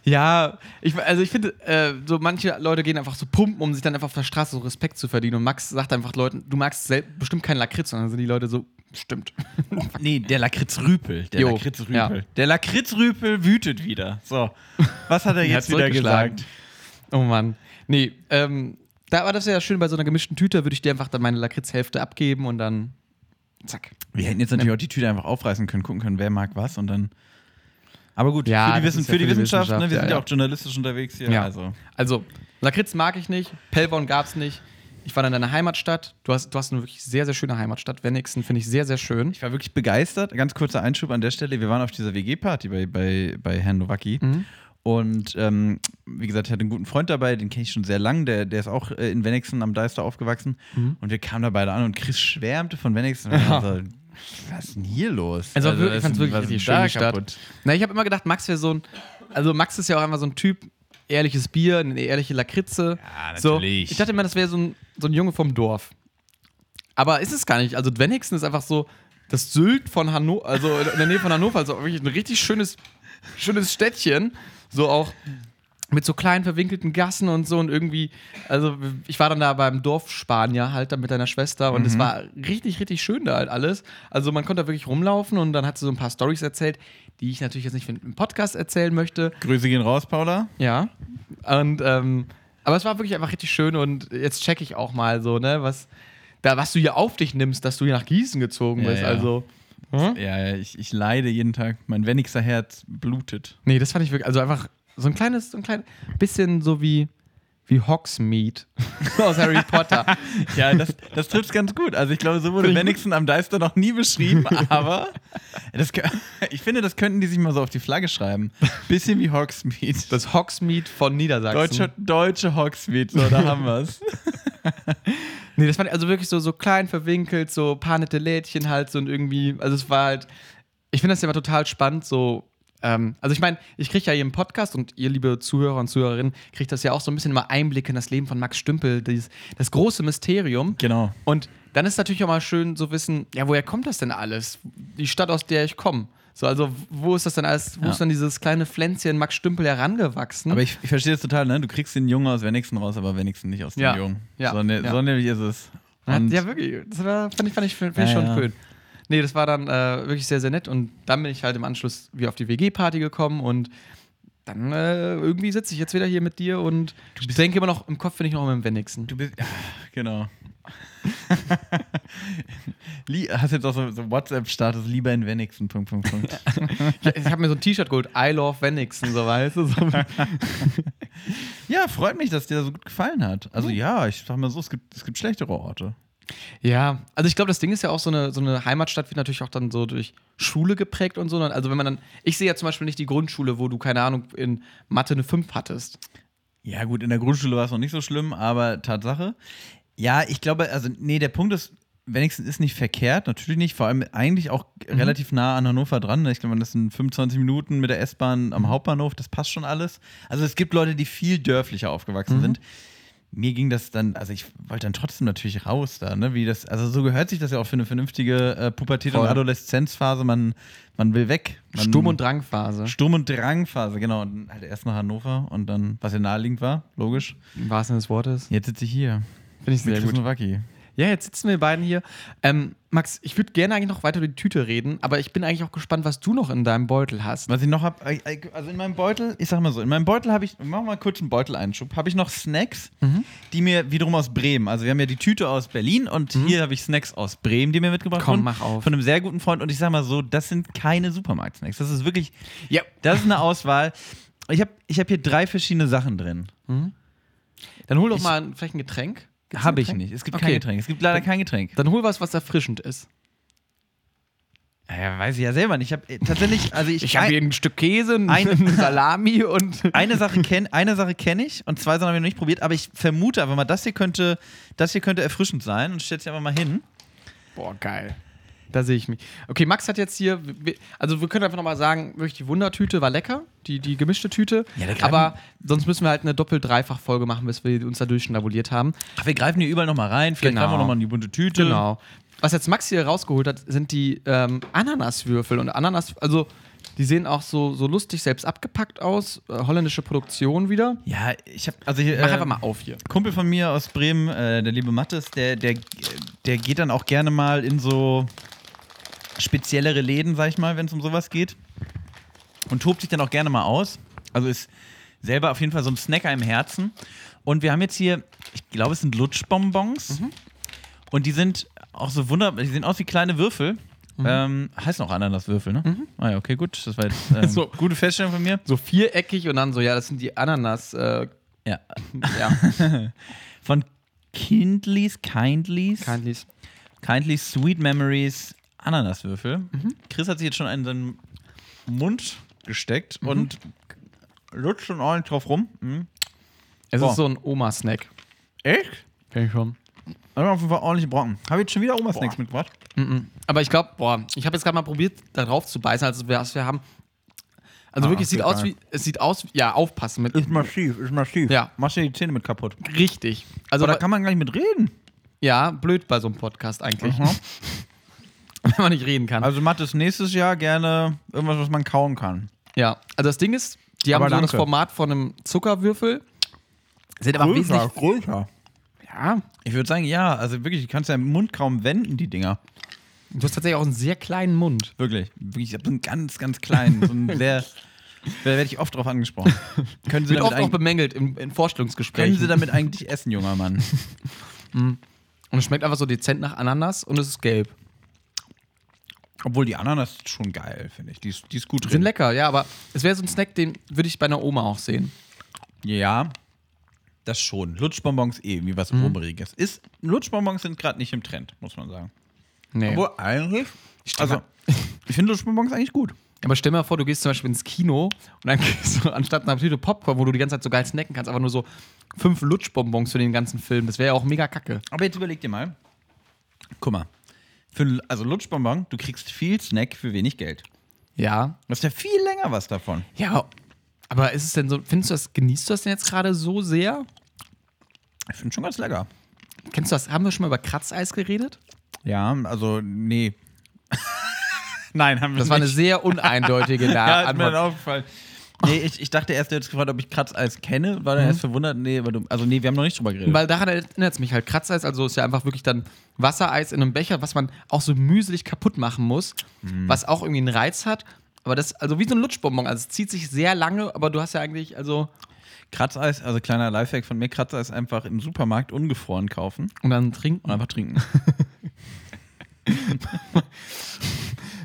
[SPEAKER 2] ja, ich, also ich finde, äh, so manche Leute gehen einfach so pumpen, um sich dann einfach auf der Straße so Respekt zu verdienen und Max sagt einfach Leuten, du magst selbst bestimmt keinen Lakritz und dann sind die Leute so, stimmt.
[SPEAKER 1] Nee, der Lakritzrüpel. Der
[SPEAKER 2] Jo,
[SPEAKER 1] Lakritzrüpel.
[SPEAKER 2] ja.
[SPEAKER 1] Der Lakritzrüpel wütet wieder. So. Was hat er
[SPEAKER 2] Er
[SPEAKER 1] jetzt
[SPEAKER 2] hat
[SPEAKER 1] wieder
[SPEAKER 2] zurückgeschlagen.
[SPEAKER 1] gesagt?
[SPEAKER 2] Oh Mann. Nee, ähm, da war das ja schön bei so einer gemischten Tüte, würde ich dir einfach dann meine Lakritzhälfte abgeben und dann zack.
[SPEAKER 1] Wir hätten jetzt natürlich auch die Tüte einfach aufreißen können, gucken können, wer mag was und dann. Aber gut,
[SPEAKER 2] Ja,
[SPEAKER 1] für die,
[SPEAKER 2] das
[SPEAKER 1] Wissen,
[SPEAKER 2] ist ja
[SPEAKER 1] für die Wissenschaft, ne? wir
[SPEAKER 2] ja,
[SPEAKER 1] sind ja,
[SPEAKER 2] ja.
[SPEAKER 1] also. auch journalistisch unterwegs hier.
[SPEAKER 2] Ja.
[SPEAKER 1] Also.
[SPEAKER 2] Also, Lakritz mag ich nicht, Pelvorn gab's nicht, Ich war dann in deiner Heimatstadt. Du hast, du hast eine wirklich sehr, sehr schöne Heimatstadt. Wenigsten finde ich sehr, sehr schön.
[SPEAKER 1] Ich war wirklich begeistert. Ganz kurzer Einschub an der Stelle. Wir waren auf dieser WG-Party bei, bei, bei Herrn Nowacki.
[SPEAKER 2] Mhm.
[SPEAKER 1] Und ähm, wie gesagt, ich hatte einen guten Freund dabei, den kenne ich schon sehr lang. Der, der ist auch äh, in Wenigsen am Deister aufgewachsen.
[SPEAKER 2] Mhm.
[SPEAKER 1] Und wir kamen da beide an und Chris schwärmte von Wenigsen. Und wir waren so, was ist denn hier los?
[SPEAKER 2] Also,
[SPEAKER 1] was
[SPEAKER 2] wirklich, ich
[SPEAKER 1] ist
[SPEAKER 2] fand es
[SPEAKER 1] denn-
[SPEAKER 2] wirklich
[SPEAKER 1] was ist
[SPEAKER 2] richtig
[SPEAKER 1] denn da
[SPEAKER 2] schön, die
[SPEAKER 1] kaputt?
[SPEAKER 2] Stadt. Na, ich habe immer gedacht, Max wäre so ein. Also, Max ist ja auch einfach so ein Typ, ehrliches Bier, eine ehrliche Lakritze.
[SPEAKER 1] Ja,
[SPEAKER 2] So,
[SPEAKER 1] natürlich.
[SPEAKER 2] ich dachte immer, das wäre so ein, so ein Junge vom Dorf. Aber ist es gar nicht. Also, Wenigsten ist einfach so das Sylt von Hannover, also in der Nähe von Hannover, also wirklich ein richtig schönes, schönes Städtchen. So auch mit so kleinen verwinkelten Gassen und so und irgendwie, also ich war dann da beim Dorfspanier halt dann mit deiner Schwester und es war richtig, richtig schön da halt alles. Also man konnte da wirklich rumlaufen und dann hat sie so ein paar Stories erzählt, die ich natürlich jetzt nicht für einen Podcast erzählen möchte.
[SPEAKER 1] Grüße gehen raus, Paula.
[SPEAKER 2] Ja. Und ähm, aber es war wirklich einfach richtig schön und jetzt checke ich auch mal so, ne, was da was du hier auf dich nimmst, dass du hier nach Gießen gezogen
[SPEAKER 1] Ja,
[SPEAKER 2] bist,
[SPEAKER 1] ja.
[SPEAKER 2] also hm?
[SPEAKER 1] Ja, ja, ich, ich leide jeden Tag. Mein Wenigser Herz blutet.
[SPEAKER 2] Nee, das fand ich wirklich, also einfach so ein kleines so ein klein bisschen so wie wie Hogsmeade aus Harry Potter.
[SPEAKER 1] Ja, das, das trifft's ganz gut. Also ich glaube, so wurde Wenigsen am Deister noch nie beschrieben, aber das, kö- ich finde, das könnten die sich mal so auf die Flagge schreiben. Bisschen wie Hogsmeade.
[SPEAKER 2] Das Hogsmeade von Niedersachsen.
[SPEAKER 1] deutsche, deutsche Hogsmeade, so, da haben wir's.
[SPEAKER 2] Nee, das fand ich also wirklich so, so klein verwinkelt, so paar nette Lädchen halt so und irgendwie, also es war halt, ich finde das ja immer total spannend, so, ähm, also ich meine, ich kriege ja hier im Podcast und ihr, liebe Zuhörer und Zuhörerinnen, kriegt das ja auch so ein bisschen immer Einblicke in das Leben von Max Stümpel, dieses, das große Mysterium.
[SPEAKER 1] Genau.
[SPEAKER 2] Und dann ist natürlich auch mal schön so wissen, ja, woher kommt das denn alles? Die Stadt, aus der ich komme. So, also wo ist das denn alles, wo
[SPEAKER 1] Ja.
[SPEAKER 2] ist dann dieses kleine Pflänzchen Max Stümpel herangewachsen?
[SPEAKER 1] Aber ich, ich verstehe das total, ne? Du kriegst den Jungen aus Wenigsen raus, aber Wenigsen nicht aus dem
[SPEAKER 2] Ja.
[SPEAKER 1] Jungen.
[SPEAKER 2] Ja.
[SPEAKER 1] So, ne,
[SPEAKER 2] Ja.
[SPEAKER 1] so nämlich ist es.
[SPEAKER 2] Hat-
[SPEAKER 1] Und
[SPEAKER 2] ja, wirklich. Das war, fand ich, fand ich, fand ich
[SPEAKER 1] Ja,
[SPEAKER 2] schon
[SPEAKER 1] ja.
[SPEAKER 2] schön. Nee, das war dann äh, wirklich sehr, sehr nett. Und dann bin ich halt im Anschluss wie auf die WG-Party gekommen und dann äh, irgendwie sitze ich jetzt wieder hier mit dir und ich denke immer noch, im Kopf bin ich noch im Wenigsten.
[SPEAKER 1] du bist. Ja, genau. Lie- Hast jetzt auch so, so WhatsApp-Status, lieber in Wenigsen. Punkt, Punkt, Punkt.
[SPEAKER 2] Ich, ich habe mir so ein T-Shirt geholt, I love Wenigsten, so weißt du. So.
[SPEAKER 1] Ja, freut mich, dass dir das so gut gefallen hat. Also ja, ich sag mal so, es gibt, es gibt schlechtere Orte.
[SPEAKER 2] Ja, also ich glaube, das Ding ist ja auch so eine, so eine Heimatstadt wird natürlich auch dann so durch Schule geprägt und so. Also wenn man dann, ich sehe ja zum Beispiel nicht die Grundschule, wo du, keine Ahnung, in Mathe eine 5 hattest.
[SPEAKER 1] Ja, gut, in der Grundschule war es noch nicht so schlimm, aber Tatsache. Ja, ich glaube, also, nee, der Punkt ist, wenigstens ist nicht verkehrt, natürlich nicht, vor allem eigentlich auch
[SPEAKER 2] Mhm.
[SPEAKER 1] relativ nah an Hannover dran. ne? Ich glaube, das sind 25 Minuten mit der S-Bahn
[SPEAKER 2] Mhm.
[SPEAKER 1] am Hauptbahnhof, das passt schon alles. Also es gibt Leute, die viel dörflicher aufgewachsen
[SPEAKER 2] Mhm.
[SPEAKER 1] sind. Mir ging das dann, also ich wollte dann trotzdem natürlich raus da, ne? Wie das, also so gehört sich das ja auch für eine vernünftige äh, Pubertät
[SPEAKER 2] Voll.
[SPEAKER 1] und Adoleszenzphase. Man, man will weg. Man,
[SPEAKER 2] Sturm- und Drangphase.
[SPEAKER 1] Sturm- und Drangphase, genau. Und halt erst nach Hannover und dann, was ja naheliegend war, logisch.
[SPEAKER 2] Im wahrsten Sinne des Wortes.
[SPEAKER 1] Jetzt sitze ich hier.
[SPEAKER 2] Finde ich
[SPEAKER 1] Mit
[SPEAKER 2] sehr
[SPEAKER 1] Chris
[SPEAKER 2] gut.
[SPEAKER 1] Nowacki.
[SPEAKER 2] Ja, jetzt sitzen wir beiden hier. Ähm, Max, ich würde gerne eigentlich noch weiter über die Tüte reden, aber ich bin eigentlich auch gespannt, was du noch in deinem Beutel hast.
[SPEAKER 1] Was ich noch habe, also in meinem Beutel, ich sag mal so, in meinem Beutel habe ich, mach mal kurz einen Beuteleinschub, habe ich noch Snacks,
[SPEAKER 2] Mhm.
[SPEAKER 1] die mir wiederum aus Bremen, also wir haben ja die Tüte aus Berlin und hier habe ich Snacks aus Bremen, die mir mitgebracht
[SPEAKER 2] Mhm. Komm,
[SPEAKER 1] wurden.
[SPEAKER 2] mach auf.
[SPEAKER 1] Von einem sehr guten Freund und ich sag mal so, das sind keine Supermarkt-Snacks. Das ist wirklich,
[SPEAKER 2] Ja,
[SPEAKER 1] das ist eine Auswahl. Ich habe ich hab hier drei verschiedene Sachen drin.
[SPEAKER 2] Mhm. dann hol doch
[SPEAKER 1] Ich-
[SPEAKER 2] mal ein- vielleicht ein Getränk. Gibt's ein
[SPEAKER 1] Habe ich
[SPEAKER 2] Getränk?
[SPEAKER 1] nicht. Es gibt kein
[SPEAKER 2] Okay.
[SPEAKER 1] Getränk. Es gibt leider kein Getränk.
[SPEAKER 2] Dann hol was, was erfrischend ist.
[SPEAKER 1] Ja, weiß ich ja selber nicht. Ich habe äh, tatsächlich, also ich,
[SPEAKER 2] Ich habe
[SPEAKER 1] ein-
[SPEAKER 2] hier ein Stück Käse, ein,
[SPEAKER 1] ein-
[SPEAKER 2] Salami und.
[SPEAKER 1] eine Sache kenne eine Sache kenne ich und zwei Sachen habe ich noch nicht probiert, aber ich vermute einfach mal, das hier könnte das hier könnte erfrischend sein und stellt sich einfach mal hin.
[SPEAKER 2] Boah, geil. Da sehe ich mich. Okay, Max hat jetzt hier, wir- also wir können einfach nochmal sagen, wirklich die Wundertüte war lecker, die, die gemischte Tüte.
[SPEAKER 1] Ja, da greifen-
[SPEAKER 2] aber sonst müssen wir halt eine Doppel-Dreifach-Folge machen, bis wir uns da durchschnabuliert haben.
[SPEAKER 1] Ach, wir greifen hier überall noch mal rein, vielleicht
[SPEAKER 2] Genau.
[SPEAKER 1] haben wir noch mal in die bunte Tüte.
[SPEAKER 2] Genau. Was jetzt Max hier rausgeholt hat, sind die ähm, Ananaswürfel. Und Ananas, also die sehen auch so, so lustig selbst abgepackt aus. Äh, holländische Produktion wieder.
[SPEAKER 1] Ja, ich habe also ich,
[SPEAKER 2] Mach
[SPEAKER 1] äh,
[SPEAKER 2] einfach mal auf hier.
[SPEAKER 1] Kumpel von mir aus Bremen, äh, der liebe Mattes, der der der geht dann auch gerne mal in so speziellere Läden, sag ich mal, wenn es um sowas geht und tobt sich dann auch gerne mal aus. Also ist selber auf jeden Fall so ein Snacker im Herzen. Und wir haben jetzt hier, ich glaube, es sind Lutschbonbons. Und die sind auch so wunderbar, die sehen aus wie kleine Würfel. Ähm, heißen auch Ananaswürfel, ne? Ah ja, okay, gut. Das war jetzt ähm,
[SPEAKER 2] So.
[SPEAKER 1] gute Feststellung von mir.
[SPEAKER 2] So viereckig und dann so, ja, das sind die Ananas. Äh,
[SPEAKER 1] Ja.
[SPEAKER 2] ja.
[SPEAKER 1] Von Kindlies, Kindlies,
[SPEAKER 2] Kindlies.
[SPEAKER 1] Kindlies Sweet Memories Ananaswürfel. Chris hat sich jetzt schon einen in seinen Mund gesteckt und lutscht schon ordentlich drauf rum. Mhm.
[SPEAKER 2] Es
[SPEAKER 1] Boah.
[SPEAKER 2] ist so ein Oma-Snack.
[SPEAKER 1] Echt?
[SPEAKER 2] Kenn ich schon.
[SPEAKER 1] Aber Also auf jeden Fall ordentliche Brocken. Habe jetzt schon wieder Oma Snacks mitgebracht.
[SPEAKER 2] Aber ich glaube, boah, ich habe jetzt gerade mal probiert, da drauf zu beißen. Also wir, was wir haben. Also
[SPEAKER 1] Ah,
[SPEAKER 2] wirklich, sieht
[SPEAKER 1] geht
[SPEAKER 2] aus
[SPEAKER 1] gar
[SPEAKER 2] wie. Es sieht aus. Ja, aufpassen mit.
[SPEAKER 1] Ist massiv, ist massiv.
[SPEAKER 2] Ja.
[SPEAKER 1] Machst dir die Zähne mit kaputt.
[SPEAKER 2] Richtig. Also
[SPEAKER 1] Aber da
[SPEAKER 2] wa-
[SPEAKER 1] kann man gar nicht mit reden.
[SPEAKER 2] ja, blöd bei so einem Podcast eigentlich.
[SPEAKER 1] Mhm.
[SPEAKER 2] Wenn man nicht reden kann.
[SPEAKER 1] Also Mattes nächstes Jahr gerne irgendwas, was man kauen kann.
[SPEAKER 2] ja. Also das Ding ist, die haben
[SPEAKER 1] Aber
[SPEAKER 2] so das
[SPEAKER 1] danke.
[SPEAKER 2] Format von einem Zuckerwürfel. Sind
[SPEAKER 1] größer.
[SPEAKER 2] Ja.
[SPEAKER 1] Ich würde sagen, ja, also wirklich, du kannst ja im Mund kaum wenden, die Dinger.
[SPEAKER 2] Du hast tatsächlich auch einen sehr kleinen Mund.
[SPEAKER 1] Wirklich. Wirklich, ich habe so einen ganz, ganz kleinen, so einen sehr. Da werde ich oft drauf angesprochen. Können Sie,
[SPEAKER 2] Wird
[SPEAKER 1] damit
[SPEAKER 2] oft auch
[SPEAKER 1] eigentlich,
[SPEAKER 2] bemängelt in, in Vorstellungsgesprächen.
[SPEAKER 1] können Sie damit eigentlich essen, junger Mann?
[SPEAKER 2] Und es schmeckt einfach so dezent nach Ananas und es ist gelb.
[SPEAKER 1] Obwohl die Ananas ist schon geil, finde ich. Die ist, die ist gut
[SPEAKER 2] Sind
[SPEAKER 1] drin.
[SPEAKER 2] lecker, ja, aber es wäre so ein Snack, den würde ich bei einer Oma auch sehen.
[SPEAKER 1] Ja, das schon. Lutschbonbons eh, irgendwie was
[SPEAKER 2] Mhm.
[SPEAKER 1] Rummeriges. Ist, Lutschbonbons sind gerade nicht im Trend, muss man sagen.
[SPEAKER 2] Nee.
[SPEAKER 1] Obwohl eigentlich.
[SPEAKER 2] Stimmt.
[SPEAKER 1] Also, ich finde Lutschbonbons eigentlich gut.
[SPEAKER 2] Aber stell mal vor, du gehst zum Beispiel ins Kino und dann kriegst du anstatt einer Tüte Popcorn, wo du die ganze Zeit so geil snacken kannst, aber nur so fünf Lutschbonbons für den ganzen Film. Das wäre ja auch mega kacke.
[SPEAKER 1] Aber jetzt überleg dir mal. Guck mal. Für, einen- also Lutschbonbon, du kriegst viel Snack für wenig Geld.
[SPEAKER 2] Ja.
[SPEAKER 1] Du hast ja viel länger was davon.
[SPEAKER 2] Ja. Aber ist es denn so, findest du das, genießt du das denn jetzt gerade so sehr?
[SPEAKER 1] Ich finde schon ganz lecker.
[SPEAKER 2] Kennst du das, haben wir schon mal über Kratzeis geredet?
[SPEAKER 1] Ja, also, nee. Nein, haben wir
[SPEAKER 2] Das war eine
[SPEAKER 1] nicht.
[SPEAKER 2] sehr uneindeutige
[SPEAKER 1] ja,
[SPEAKER 2] Na-
[SPEAKER 1] ist mir dann
[SPEAKER 2] Antwort.
[SPEAKER 1] aufgefallen. Nee, ich, ich dachte erst, du hättest gefragt, ob ich Kratzeis kenne. War dann erst verwundert. Nee, weil du, also nee, wir haben noch nicht drüber geredet.
[SPEAKER 2] Weil daran erinnert es mich halt. Kratzeis, also ist ja einfach wirklich dann Wassereis in einem Becher, was man auch so mühselig kaputt machen muss,
[SPEAKER 1] Mhm.
[SPEAKER 2] was auch irgendwie einen Reiz hat. Aber das, also wie so ein Lutschbonbon, also es zieht sich sehr lange, aber du hast ja eigentlich, also,
[SPEAKER 1] Kratzeis, also kleiner Lifehack von mir, Kratzeis einfach im Supermarkt ungefroren kaufen
[SPEAKER 2] und dann trinken.
[SPEAKER 1] und einfach trinken.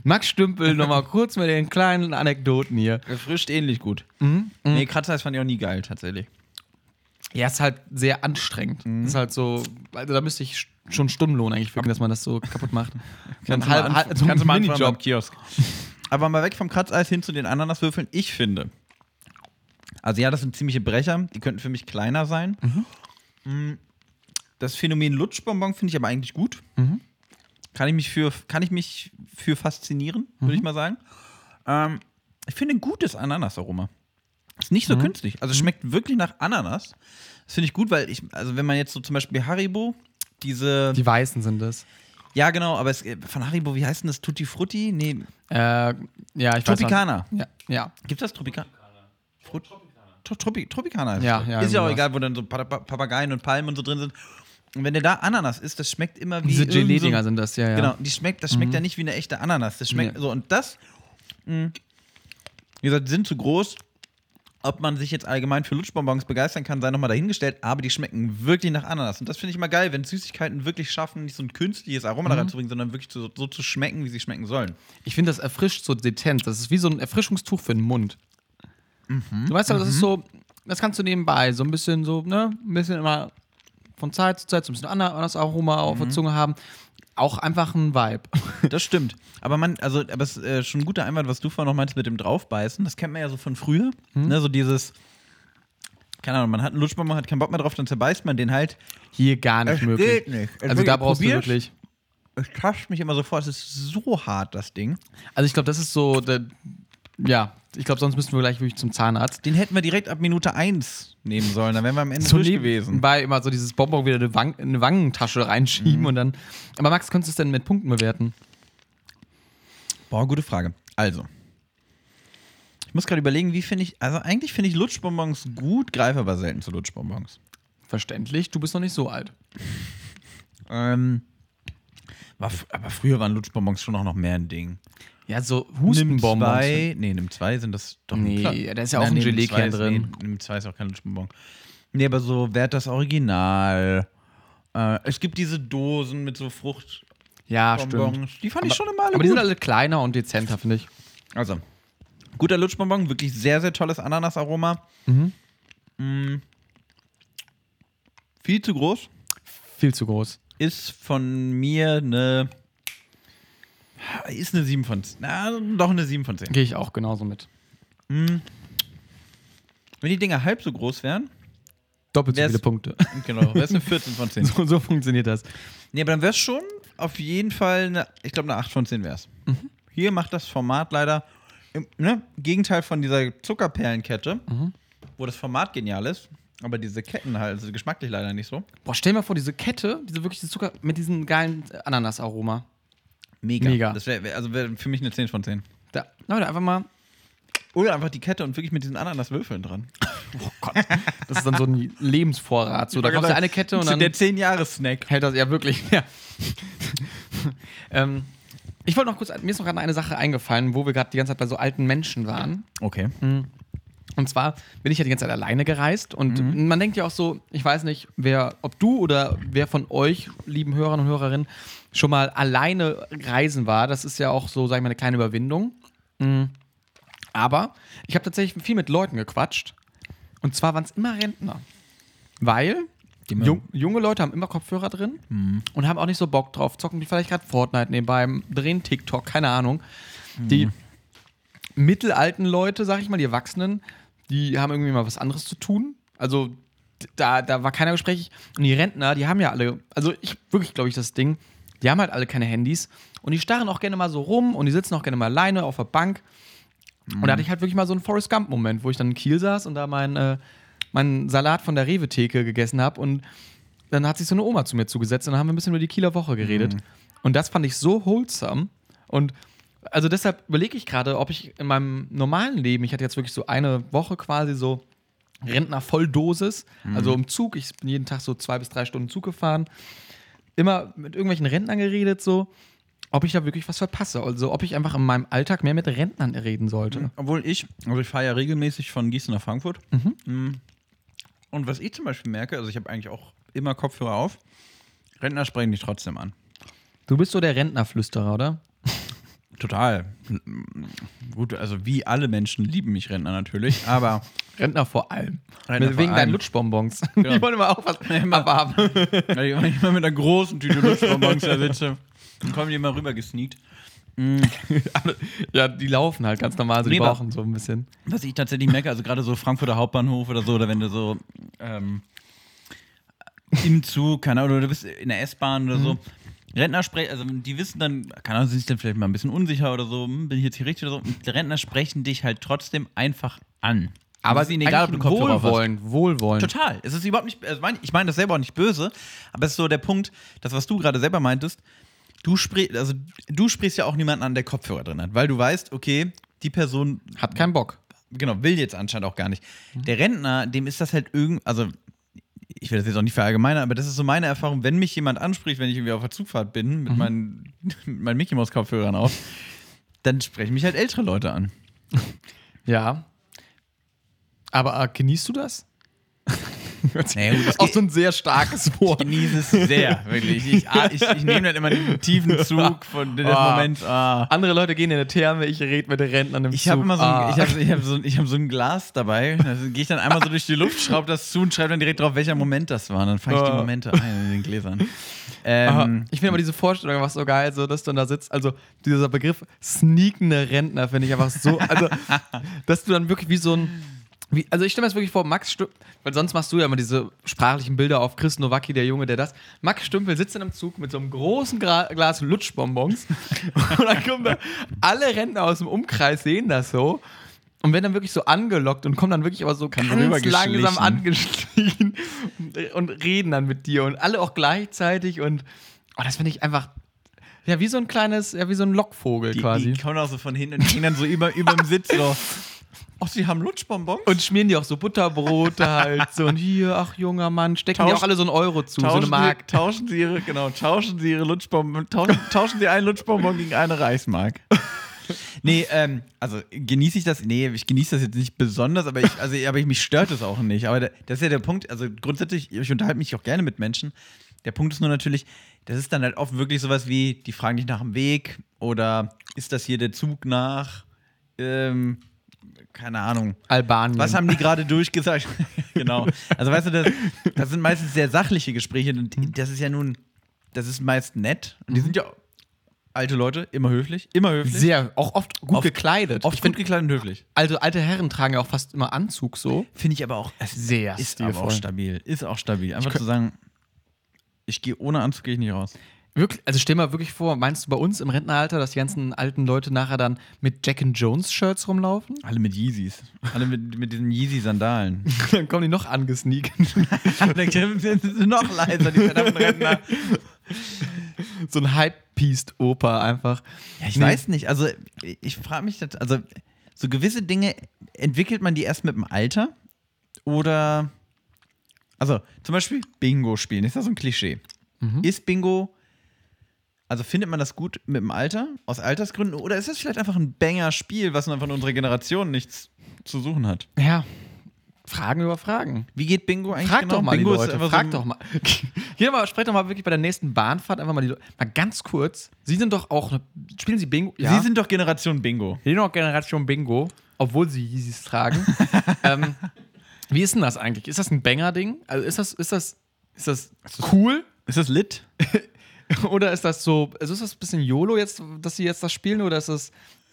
[SPEAKER 2] Max Stümpel nochmal kurz mit den kleinen Anekdoten hier.
[SPEAKER 1] Frischt ähnlich gut. Mhm. Nee, Kratzeis fand ich auch nie geil, tatsächlich.
[SPEAKER 2] Ja, ist halt sehr anstrengend.
[SPEAKER 1] Mhm.
[SPEAKER 2] Ist halt so, also da müsste ich schon Stundenlohn eigentlich finden, dass man das so kaputt macht.
[SPEAKER 1] Kannst,
[SPEAKER 2] So ein
[SPEAKER 1] du,
[SPEAKER 2] halb-
[SPEAKER 1] mal
[SPEAKER 2] halb-
[SPEAKER 1] anf-
[SPEAKER 2] so ein
[SPEAKER 1] kannst du mal anfangen beim
[SPEAKER 2] Minijob.
[SPEAKER 1] Kiosk. Aber mal weg vom Kratzeis hin zu den Ananaswürfeln. Ich finde, also ja, das sind ziemliche Brecher. Die könnten für mich kleiner sein.
[SPEAKER 2] Mhm.
[SPEAKER 1] Mm, Das Phänomen Lutschbonbon finde ich aber eigentlich gut.
[SPEAKER 2] Mhm.
[SPEAKER 1] Kann ich mich für, kann ich mich für faszinieren, würde
[SPEAKER 2] Mhm.
[SPEAKER 1] ich mal sagen. Ähm, ich finde ein gutes Ananasaroma. Ist nicht so
[SPEAKER 2] Mhm.
[SPEAKER 1] künstlich. Also es schmeckt wirklich nach Ananas. Das finde ich gut, weil ich, also wenn man jetzt so zum Beispiel Haribo, diese.
[SPEAKER 2] Die Weißen sind es.
[SPEAKER 1] Ja, genau, aber es, von Haribo, wie heißt denn das? Tutti Frutti? Nee,
[SPEAKER 2] Äh, ja, ich
[SPEAKER 1] Tropicana.
[SPEAKER 2] weiß was. Ja,
[SPEAKER 1] Gibt das Tropicana? Frut Tro- Tropi Tropicana. ist
[SPEAKER 2] Ja,
[SPEAKER 1] das.
[SPEAKER 2] ja, genau.
[SPEAKER 1] Ist ja auch
[SPEAKER 2] irgendwie
[SPEAKER 1] egal, wo dann so Pa- Pa- Papageien und Palmen und so drin sind. Und wenn der da Ananas ist, das schmeckt immer wie.
[SPEAKER 2] Diese
[SPEAKER 1] irgend so ein-
[SPEAKER 2] Gelee-Dinger sind das, ja, ja.
[SPEAKER 1] Genau, die schmeckt, das schmeckt ja nicht wie eine echte Ananas. Das schmeckt
[SPEAKER 2] Nee.
[SPEAKER 1] so. Und das, mh, wie gesagt, die sind zu groß. Ob man sich jetzt allgemein für Lutschbonbons begeistern kann, sei nochmal dahingestellt, aber die schmecken wirklich nach Ananas. Und das finde ich immer geil, wenn Süßigkeiten wirklich schaffen, nicht so ein künstliches Aroma
[SPEAKER 2] Mhm.
[SPEAKER 1] daran zu bringen, sondern wirklich so, so zu schmecken, wie sie schmecken sollen.
[SPEAKER 2] Ich finde, das erfrischt so dezent. Das ist wie so ein Erfrischungstuch für den Mund.
[SPEAKER 1] Mhm.
[SPEAKER 2] Du weißt ja, das ist so, das kannst du nebenbei so ein bisschen so, ne, ein bisschen immer von Zeit zu Zeit so ein bisschen ander- anderes Aroma auf
[SPEAKER 1] Mhm.
[SPEAKER 2] der Zunge haben. Auch einfach ein Vibe.
[SPEAKER 1] Das stimmt. Aber man, also, aber es ist äh, schon ein guter Einwand, was du vorhin noch meinst mit dem Draufbeißen. Das kennt man ja so von früher. Ne, so dieses, keine Ahnung, man hat einen Lutschbonbon, hat keinen Bock mehr drauf, dann zerbeißt man den halt.
[SPEAKER 2] Hier gar nicht möglich.
[SPEAKER 1] nicht.
[SPEAKER 2] Also da brauchst du wirklich.
[SPEAKER 1] Es tascht mich immer sofort. Es ist so hart, das Ding.
[SPEAKER 2] Also ich glaube, das ist so, der, ja, ich glaube, sonst müssten wir gleich wirklich zum Zahnarzt.
[SPEAKER 1] Den hätten wir direkt ab Minute 1 nehmen sollen. Dann wären wir am Ende
[SPEAKER 2] So
[SPEAKER 1] durch gewesen.
[SPEAKER 2] nebenbei immer so dieses Bonbon wieder in eine, Wang in eine Wangentasche reinschieben
[SPEAKER 1] Mhm.
[SPEAKER 2] und dann. Aber Max, könntest du es denn mit Punkten bewerten?
[SPEAKER 1] Boah, gute Frage. Also. Ich muss gerade überlegen, wie finde ich. Also, eigentlich finde ich Lutschbonbons gut, greife aber selten zu Lutschbonbons.
[SPEAKER 2] Verständlich, du bist noch nicht so alt.
[SPEAKER 1] Ähm, war, fr- aber früher waren Lutschbonbons schon auch noch mehr ein Ding.
[SPEAKER 2] Ja, so
[SPEAKER 1] Nimm
[SPEAKER 2] Hustenbonbons.
[SPEAKER 1] zwei, nee, nimm zwei sind das doch
[SPEAKER 2] Nee,
[SPEAKER 1] klar.
[SPEAKER 2] da ist ja auch ein
[SPEAKER 1] nimm
[SPEAKER 2] Gelee-Kern
[SPEAKER 1] zwei ist-
[SPEAKER 2] drin.
[SPEAKER 1] Nee, nimm zwei ist auch kein Lutschbonbon. Nee, aber so, wer hat das Original? Äh, es gibt diese Dosen mit so Fruchtbonbons.
[SPEAKER 2] Ja, stimmt.
[SPEAKER 1] Die fand ich schon immer alle
[SPEAKER 2] Aber
[SPEAKER 1] gut.
[SPEAKER 2] die sind alle kleiner und dezenter, finde ich.
[SPEAKER 1] also, guter Lutschbonbon, wirklich sehr, sehr tolles
[SPEAKER 2] Mhm.
[SPEAKER 1] Ananasaroma. Mm. Viel zu groß.
[SPEAKER 2] Viel zu groß.
[SPEAKER 1] Ist von mir eine. Ist eine 7 von 10. Na, doch eine 7 von 10.
[SPEAKER 2] Gehe ich auch genauso mit.
[SPEAKER 1] Wenn die Dinger halb so groß wären,
[SPEAKER 2] Doppelt so
[SPEAKER 1] Wär's-
[SPEAKER 2] viele Punkte.
[SPEAKER 1] genau, wäre es eine 14 von 10.
[SPEAKER 2] so, so funktioniert das.
[SPEAKER 1] Nee, aber dann wäre es schon auf jeden Fall, eine, ich glaube, eine 8 von 10 wäre es.
[SPEAKER 2] Mhm.
[SPEAKER 1] Hier macht das Format leider, im ne, Gegenteil von dieser Zuckerperlenkette,
[SPEAKER 2] Mhm.
[SPEAKER 1] wo das Format genial ist, aber diese Ketten halt, also geschmacklich leider nicht so.
[SPEAKER 2] Boah, stell dir mal vor, diese Kette, diese wirkliche Zucker mit diesem geilen äh, Ananasaroma.
[SPEAKER 1] Mega.
[SPEAKER 2] Mega.
[SPEAKER 1] Das wäre wär, also wär für mich eine 10 von 10.
[SPEAKER 2] Da, Leute, einfach mal.
[SPEAKER 1] Oder einfach die Kette und wirklich mit diesen Ananaswürfeln dran.
[SPEAKER 2] Oh Gott. Das ist dann so ein Lebensvorrat. So, da kaufst du eine Kette und dann
[SPEAKER 1] Genau. Der 10-Jahres-Snack.
[SPEAKER 2] hält das ja wirklich. Ja. ähm, ich wollte noch kurz, mir ist noch gerade eine Sache eingefallen, wo wir gerade die ganze Zeit bei so alten Menschen waren.
[SPEAKER 1] Okay.
[SPEAKER 2] Und zwar bin ich ja die ganze Zeit alleine gereist und man denkt ja auch so, ich weiß nicht, wer, ob du oder wer von euch, lieben Hörern und Hörerinnen, schon mal alleine reisen war. Das ist ja auch so, sag ich mal, eine kleine Überwindung. Mhm. Aber ich habe tatsächlich viel mit Leuten gequatscht. Und zwar waren es immer Rentner. Weil
[SPEAKER 1] Immer.
[SPEAKER 2] jung, junge Leute haben immer Kopfhörer drin und haben auch nicht so Bock drauf, zocken die vielleicht gerade Fortnite nebenbei, drehen TikTok, keine Ahnung. Die mittelalten Leute, sag ich mal, die Erwachsenen, die haben irgendwie mal was anderes zu tun. Also d- da, da war keiner gesprächig. Und die Rentner, die haben ja alle, also ich wirklich glaube ich das Ding, die haben halt alle keine Handys und die starren auch gerne mal so rum und die sitzen auch gerne mal alleine auf der Bank. Und da hatte ich halt wirklich mal so einen Forrest Gump-Moment, wo ich dann in Kiel saß und da meinen äh, meinen Salat von der Rewe-Theke gegessen habe und dann hat sich so eine Oma zu mir zugesetzt und dann haben wir ein bisschen über die Kieler Woche geredet. Und das fand ich so wholesome. Und also deshalb überlege ich gerade, ob ich in meinem normalen Leben, ich hatte jetzt wirklich so eine Woche quasi so Rentner-Volldosis, also im Zug, ich bin jeden Tag so zwei bis drei Stunden Zug gefahren, immer mit irgendwelchen Rentnern geredet, so, ob ich da wirklich was verpasse. Also ob ich einfach in meinem Alltag mehr mit Rentnern reden sollte.
[SPEAKER 1] Obwohl ich, also ich fahre ja regelmäßig von Gießen nach Frankfurt. Mm. Und was ich zum Beispiel merke, also ich habe eigentlich auch immer Kopfhörer auf, Rentner sprechen dich trotzdem an.
[SPEAKER 2] Du bist so der Rentnerflüsterer, oder?
[SPEAKER 1] Total. Mm. Gut, also wie alle Menschen lieben mich Rentner natürlich, aber
[SPEAKER 2] Rentner vor allem.
[SPEAKER 1] Rentner vor
[SPEAKER 2] Wegen
[SPEAKER 1] allem.
[SPEAKER 2] deinen Lutschbonbons.
[SPEAKER 1] Genau.
[SPEAKER 2] Die wollen immer auch was abhaben.
[SPEAKER 1] weil ich immer mit einer großen Tüte Lutschbonbons da sitze, dann kommen die immer rüber gesneakt.
[SPEAKER 2] ja, die laufen halt ganz normal, so die
[SPEAKER 1] Lieber.
[SPEAKER 2] brauchen so ein bisschen.
[SPEAKER 1] Was ich tatsächlich merke, also gerade so Frankfurter Hauptbahnhof oder so, oder wenn du so ähm, im Zug, keine Ahnung, oder du bist in der S-Bahn oder so, Rentner sprechen, also die wissen dann, keine Ahnung, sind sich dann vielleicht mal ein bisschen unsicher oder so, hm, bin ich jetzt hier richtig oder so, und die Rentner sprechen dich halt trotzdem einfach an.
[SPEAKER 2] Aber
[SPEAKER 1] es ist ihnen egal, ob du Kopfhörer auf hast.
[SPEAKER 2] Wohlwollen, Wohlwollen.
[SPEAKER 1] Total. Es ist überhaupt nicht, also mein, ich meine das selber auch nicht böse, aber es ist so der Punkt, das, was du gerade selber meintest, du, sprich, also, du sprichst ja auch niemanden an, der Kopfhörer drin hat, weil du weißt, okay, die Person
[SPEAKER 2] Hat keinen Bock.
[SPEAKER 1] genau, will jetzt anscheinend auch gar nicht.
[SPEAKER 2] Mhm.
[SPEAKER 1] Der Rentner, dem ist das halt irgend, also ich will das jetzt auch nicht verallgemeinern, aber das ist so meine Erfahrung, wenn mich jemand anspricht, wenn ich irgendwie auf der Zugfahrt bin,
[SPEAKER 2] Mhm.
[SPEAKER 1] mit meinen, mit meinen Mickey Mouse Kopfhörern auf, dann sprechen mich halt ältere Leute an.
[SPEAKER 2] Ja. Aber äh, genießt du das?
[SPEAKER 1] Naja, gut, das
[SPEAKER 2] Auch so ein sehr starkes Wort.
[SPEAKER 1] genieße es sehr, wirklich. Ich, ah, ich, ich nehme dann immer den tiefen Zug von des
[SPEAKER 2] Ah.
[SPEAKER 1] Moments. Ah.
[SPEAKER 2] Andere Leute gehen in der Therme, ich rede mit den Rentnern im
[SPEAKER 1] Ich
[SPEAKER 2] Zug.
[SPEAKER 1] habe immer so ein,
[SPEAKER 2] Ah.
[SPEAKER 1] ich hab, ich hab so, ein- ich hab so ein Glas dabei. Da gehe ich dann einmal so durch die Luft, schraube das zu und schreibe dann direkt drauf, welcher Moment das war. Und dann fange ich die
[SPEAKER 2] Ah.
[SPEAKER 1] Momente ein in den Gläsern.
[SPEAKER 2] Aber
[SPEAKER 1] Ähm,
[SPEAKER 2] Ah. ich finde aber diese Vorstellung einfach so geil, so dass du dann da sitzt. Also dieser Begriff sneakende Rentner finde ich einfach so. Also, dass du dann wirklich wie so ein. Wie, also ich stelle mir das wirklich vor, Max Stümpel, weil sonst machst du ja immer diese sprachlichen Bilder auf Chris Nowacki, der Junge, der das. Max Stümpel sitzt in einem Zug mit so einem großen Gra Glas Lutschbonbons und dann kommen da alle Rentner aus dem Umkreis, sehen das so und werden dann wirklich so angelockt und kommen dann wirklich aber so ganz
[SPEAKER 1] rübergeschlichen.
[SPEAKER 2] langsam angestiegen und- und reden dann mit dir und alle auch gleichzeitig und oh, das finde ich einfach ja wie so ein kleines ja wie so ein Lockvogel
[SPEAKER 1] Die,
[SPEAKER 2] quasi
[SPEAKER 1] die kommen auch so von hinten und gehen dann so über überm Sitz so. Oh, sie haben Lutschbonbons?
[SPEAKER 2] und schmieren dir auch so Butterbrote halt so und hier ach junger Mann stecken dir
[SPEAKER 1] Tausch-
[SPEAKER 2] auch alle so einen Euro zu so
[SPEAKER 1] tauschen,
[SPEAKER 2] eine Mark
[SPEAKER 1] Sie, tauschen sie ihre, genau, tauschen sie ihre Lutschbonbon, tauschen, tauschen sie einen Lutschbonbon gegen eine Reichsmark. Nee, ähm, also genieße ich das, nee, ich genieße das jetzt nicht besonders, aber ich, also, aber ich, mich stört es auch nicht. Aber da- das ist ja der Punkt, also grundsätzlich, ich unterhalte mich auch gerne mit Menschen. Der Punkt ist nur natürlich, das ist dann halt oft wirklich sowas wie, die fragen dich nach dem Weg oder ist das hier der Zug nach? Ähm, keine Ahnung.
[SPEAKER 2] Albanien.
[SPEAKER 1] Was haben die gerade durchgesagt? Mhm. genau. Also weißt du, das, das sind meistens sehr sachliche Gespräche und das ist ja nun, das ist meist nett. Und die sind ja alte Leute, immer höflich, immer höflich.
[SPEAKER 2] sehr, auch oft gut
[SPEAKER 1] Oft-
[SPEAKER 2] gekleidet.
[SPEAKER 1] oft gut gekleidet und höflich.
[SPEAKER 2] also alte Herren tragen ja auch fast immer Anzug so.
[SPEAKER 1] Finde ich aber auch es
[SPEAKER 2] Sehr
[SPEAKER 1] ist aber
[SPEAKER 2] stilvoll.
[SPEAKER 1] auch stabil, ist auch stabil. Einfach
[SPEAKER 2] kö-
[SPEAKER 1] zu sagen, ich gehe ohne Anzug gehe ich nicht raus.
[SPEAKER 2] Wirklich, also stell mal wirklich vor, meinst du bei uns im Rentenalter, dass die ganzen alten Leute nachher dann mit Jack and Jones Shirts rumlaufen?
[SPEAKER 1] Alle mit Yeezys, alle mit, mit diesen Yeezy Sandalen.
[SPEAKER 2] dann kommen die noch angesneakt.
[SPEAKER 1] noch leiser die verdammten Rentner.
[SPEAKER 2] so ein hype-pieced Opa einfach.
[SPEAKER 1] Ja, ich
[SPEAKER 2] Nee.
[SPEAKER 1] weiß nicht. Also, ich frage mich, das- also, so gewisse Dinge, entwickelt man die erst mit dem Alter? Oder. Also, zum Beispiel Bingo spielen. Ist das so ein Klischee?
[SPEAKER 2] Mhm.
[SPEAKER 1] Ist Bingo. Also, findet man das gut mit dem Alter? Aus Altersgründen? Oder ist das vielleicht einfach ein Banger-Spiel, was einfach in unserer Generation nichts zu suchen hat?
[SPEAKER 2] Ja. Fragen über Fragen.
[SPEAKER 1] Wie geht Bingo eigentlich
[SPEAKER 2] Frag
[SPEAKER 1] genau?
[SPEAKER 2] doch mal
[SPEAKER 1] Bingo
[SPEAKER 2] die
[SPEAKER 1] ist
[SPEAKER 2] Leute.
[SPEAKER 1] einfach
[SPEAKER 2] Frag
[SPEAKER 1] so ein-
[SPEAKER 2] doch mal. Hier mal, sprecht doch mal wirklich bei der nächsten Bahnfahrt einfach mal die Leute. Mal ganz kurz. Sie sind doch auch. Spielen Sie Bingo?
[SPEAKER 1] Sie sind doch Generation Bingo.
[SPEAKER 2] Sie sind auch Generation Bingo, obwohl sie Yeezys tragen. ähm, wie ist denn das eigentlich? Ist das ein Banger-Ding? Also ist das, ist das, ist das cool?
[SPEAKER 1] Ist das lit?
[SPEAKER 2] Oder ist das so, also ist das ein bisschen YOLO jetzt, dass sie jetzt das spielen oder ist das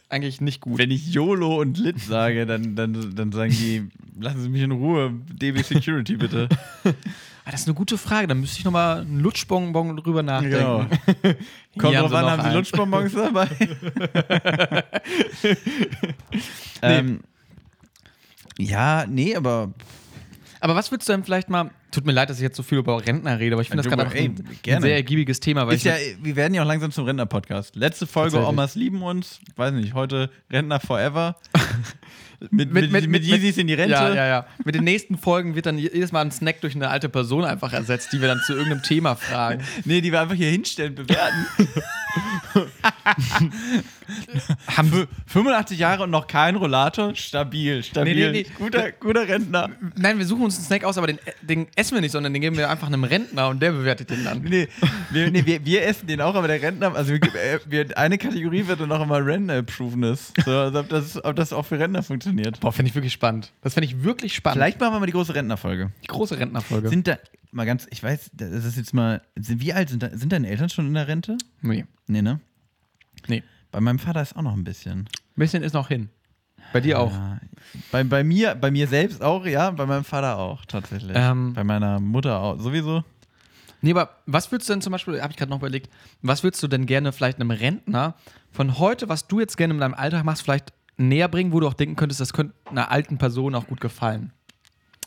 [SPEAKER 2] eigentlich nicht gut?
[SPEAKER 1] Wenn ich YOLO und Lit sage, dann, dann, dann sagen die, lassen Sie mich in Ruhe, DB Security bitte.
[SPEAKER 2] Ah, das ist eine gute Frage, da müsste ich nochmal einen Lutschbonbon drüber nachdenken.
[SPEAKER 1] Genau.
[SPEAKER 2] Hier
[SPEAKER 1] Kommt
[SPEAKER 2] haben
[SPEAKER 1] drauf
[SPEAKER 2] sie
[SPEAKER 1] an,
[SPEAKER 2] noch
[SPEAKER 1] haben Sie
[SPEAKER 2] eins.
[SPEAKER 1] Lutschbonbons dabei? ähm, ja, nee, aber
[SPEAKER 2] Aber was würdest du denn vielleicht mal, tut mir leid, dass ich jetzt so viel über Rentner rede, aber ich finde
[SPEAKER 1] Ja,
[SPEAKER 2] das gerade
[SPEAKER 1] du,
[SPEAKER 2] auch
[SPEAKER 1] ey,
[SPEAKER 2] ein, ein
[SPEAKER 1] gerne.
[SPEAKER 2] sehr ergiebiges Thema. Weil
[SPEAKER 1] ist
[SPEAKER 2] ich
[SPEAKER 1] ja, wir werden ja auch langsam zum Rentner-Podcast. Letzte Folge
[SPEAKER 2] Tatsächlich.
[SPEAKER 1] Omas lieben uns, weiß nicht, heute Rentner Forever. mit,
[SPEAKER 2] mit,
[SPEAKER 1] mit, mit, Yeezys in die Rente.
[SPEAKER 2] Ja, ja, ja. Mit den nächsten Folgen wird dann jedes Mal ein Snack durch eine alte Person einfach ersetzt, die wir dann zu irgendeinem Thema fragen.
[SPEAKER 1] Nee, die wir einfach hier hinstellen, bewerten.
[SPEAKER 2] Haben
[SPEAKER 1] Fü- 85 Jahre und noch kein Rollator, stabil, stabil.
[SPEAKER 2] Nee, nee, nee.
[SPEAKER 1] Guter, guter Rentner.
[SPEAKER 2] nein, wir suchen uns einen Snack aus, aber den, äh, den essen wir nicht, sondern den geben wir einfach einem Rentner und der bewertet den dann.
[SPEAKER 1] Nee, wir, nee wir, wir essen den auch, aber der Rentner, also wir, äh, wir, eine Kategorie wird dann auch immer Rentner-Approveness. So, also ob, das, ob das auch für Rentner funktioniert.
[SPEAKER 2] Boah, finde ich wirklich spannend. Das finde ich wirklich spannend.
[SPEAKER 1] Vielleicht machen wir mal die große Rentnerfolge.
[SPEAKER 2] die große Rentnerfolge.
[SPEAKER 1] Sind da, mal ganz, ich weiß, das ist jetzt mal, sind, wie alt sind, da, sind deine Eltern schon in der Rente?
[SPEAKER 2] nee.
[SPEAKER 1] Nee, ne?
[SPEAKER 2] Nee.
[SPEAKER 1] Bei meinem Vater ist auch noch ein bisschen.
[SPEAKER 2] Ein bisschen ist noch hin. Bei dir auch.
[SPEAKER 1] Ja. Bei, bei, mir, bei mir selbst auch, ja, bei meinem Vater auch, tatsächlich.
[SPEAKER 2] Ähm.
[SPEAKER 1] bei meiner Mutter auch, sowieso.
[SPEAKER 2] Nee, aber was würdest du denn zum Beispiel, habe ich gerade noch überlegt, was würdest du denn gerne vielleicht einem Rentner von heute, was du jetzt gerne in deinem Alltag machst, vielleicht näher bringen, wo du auch denken könntest, das könnte einer alten Person auch gut gefallen?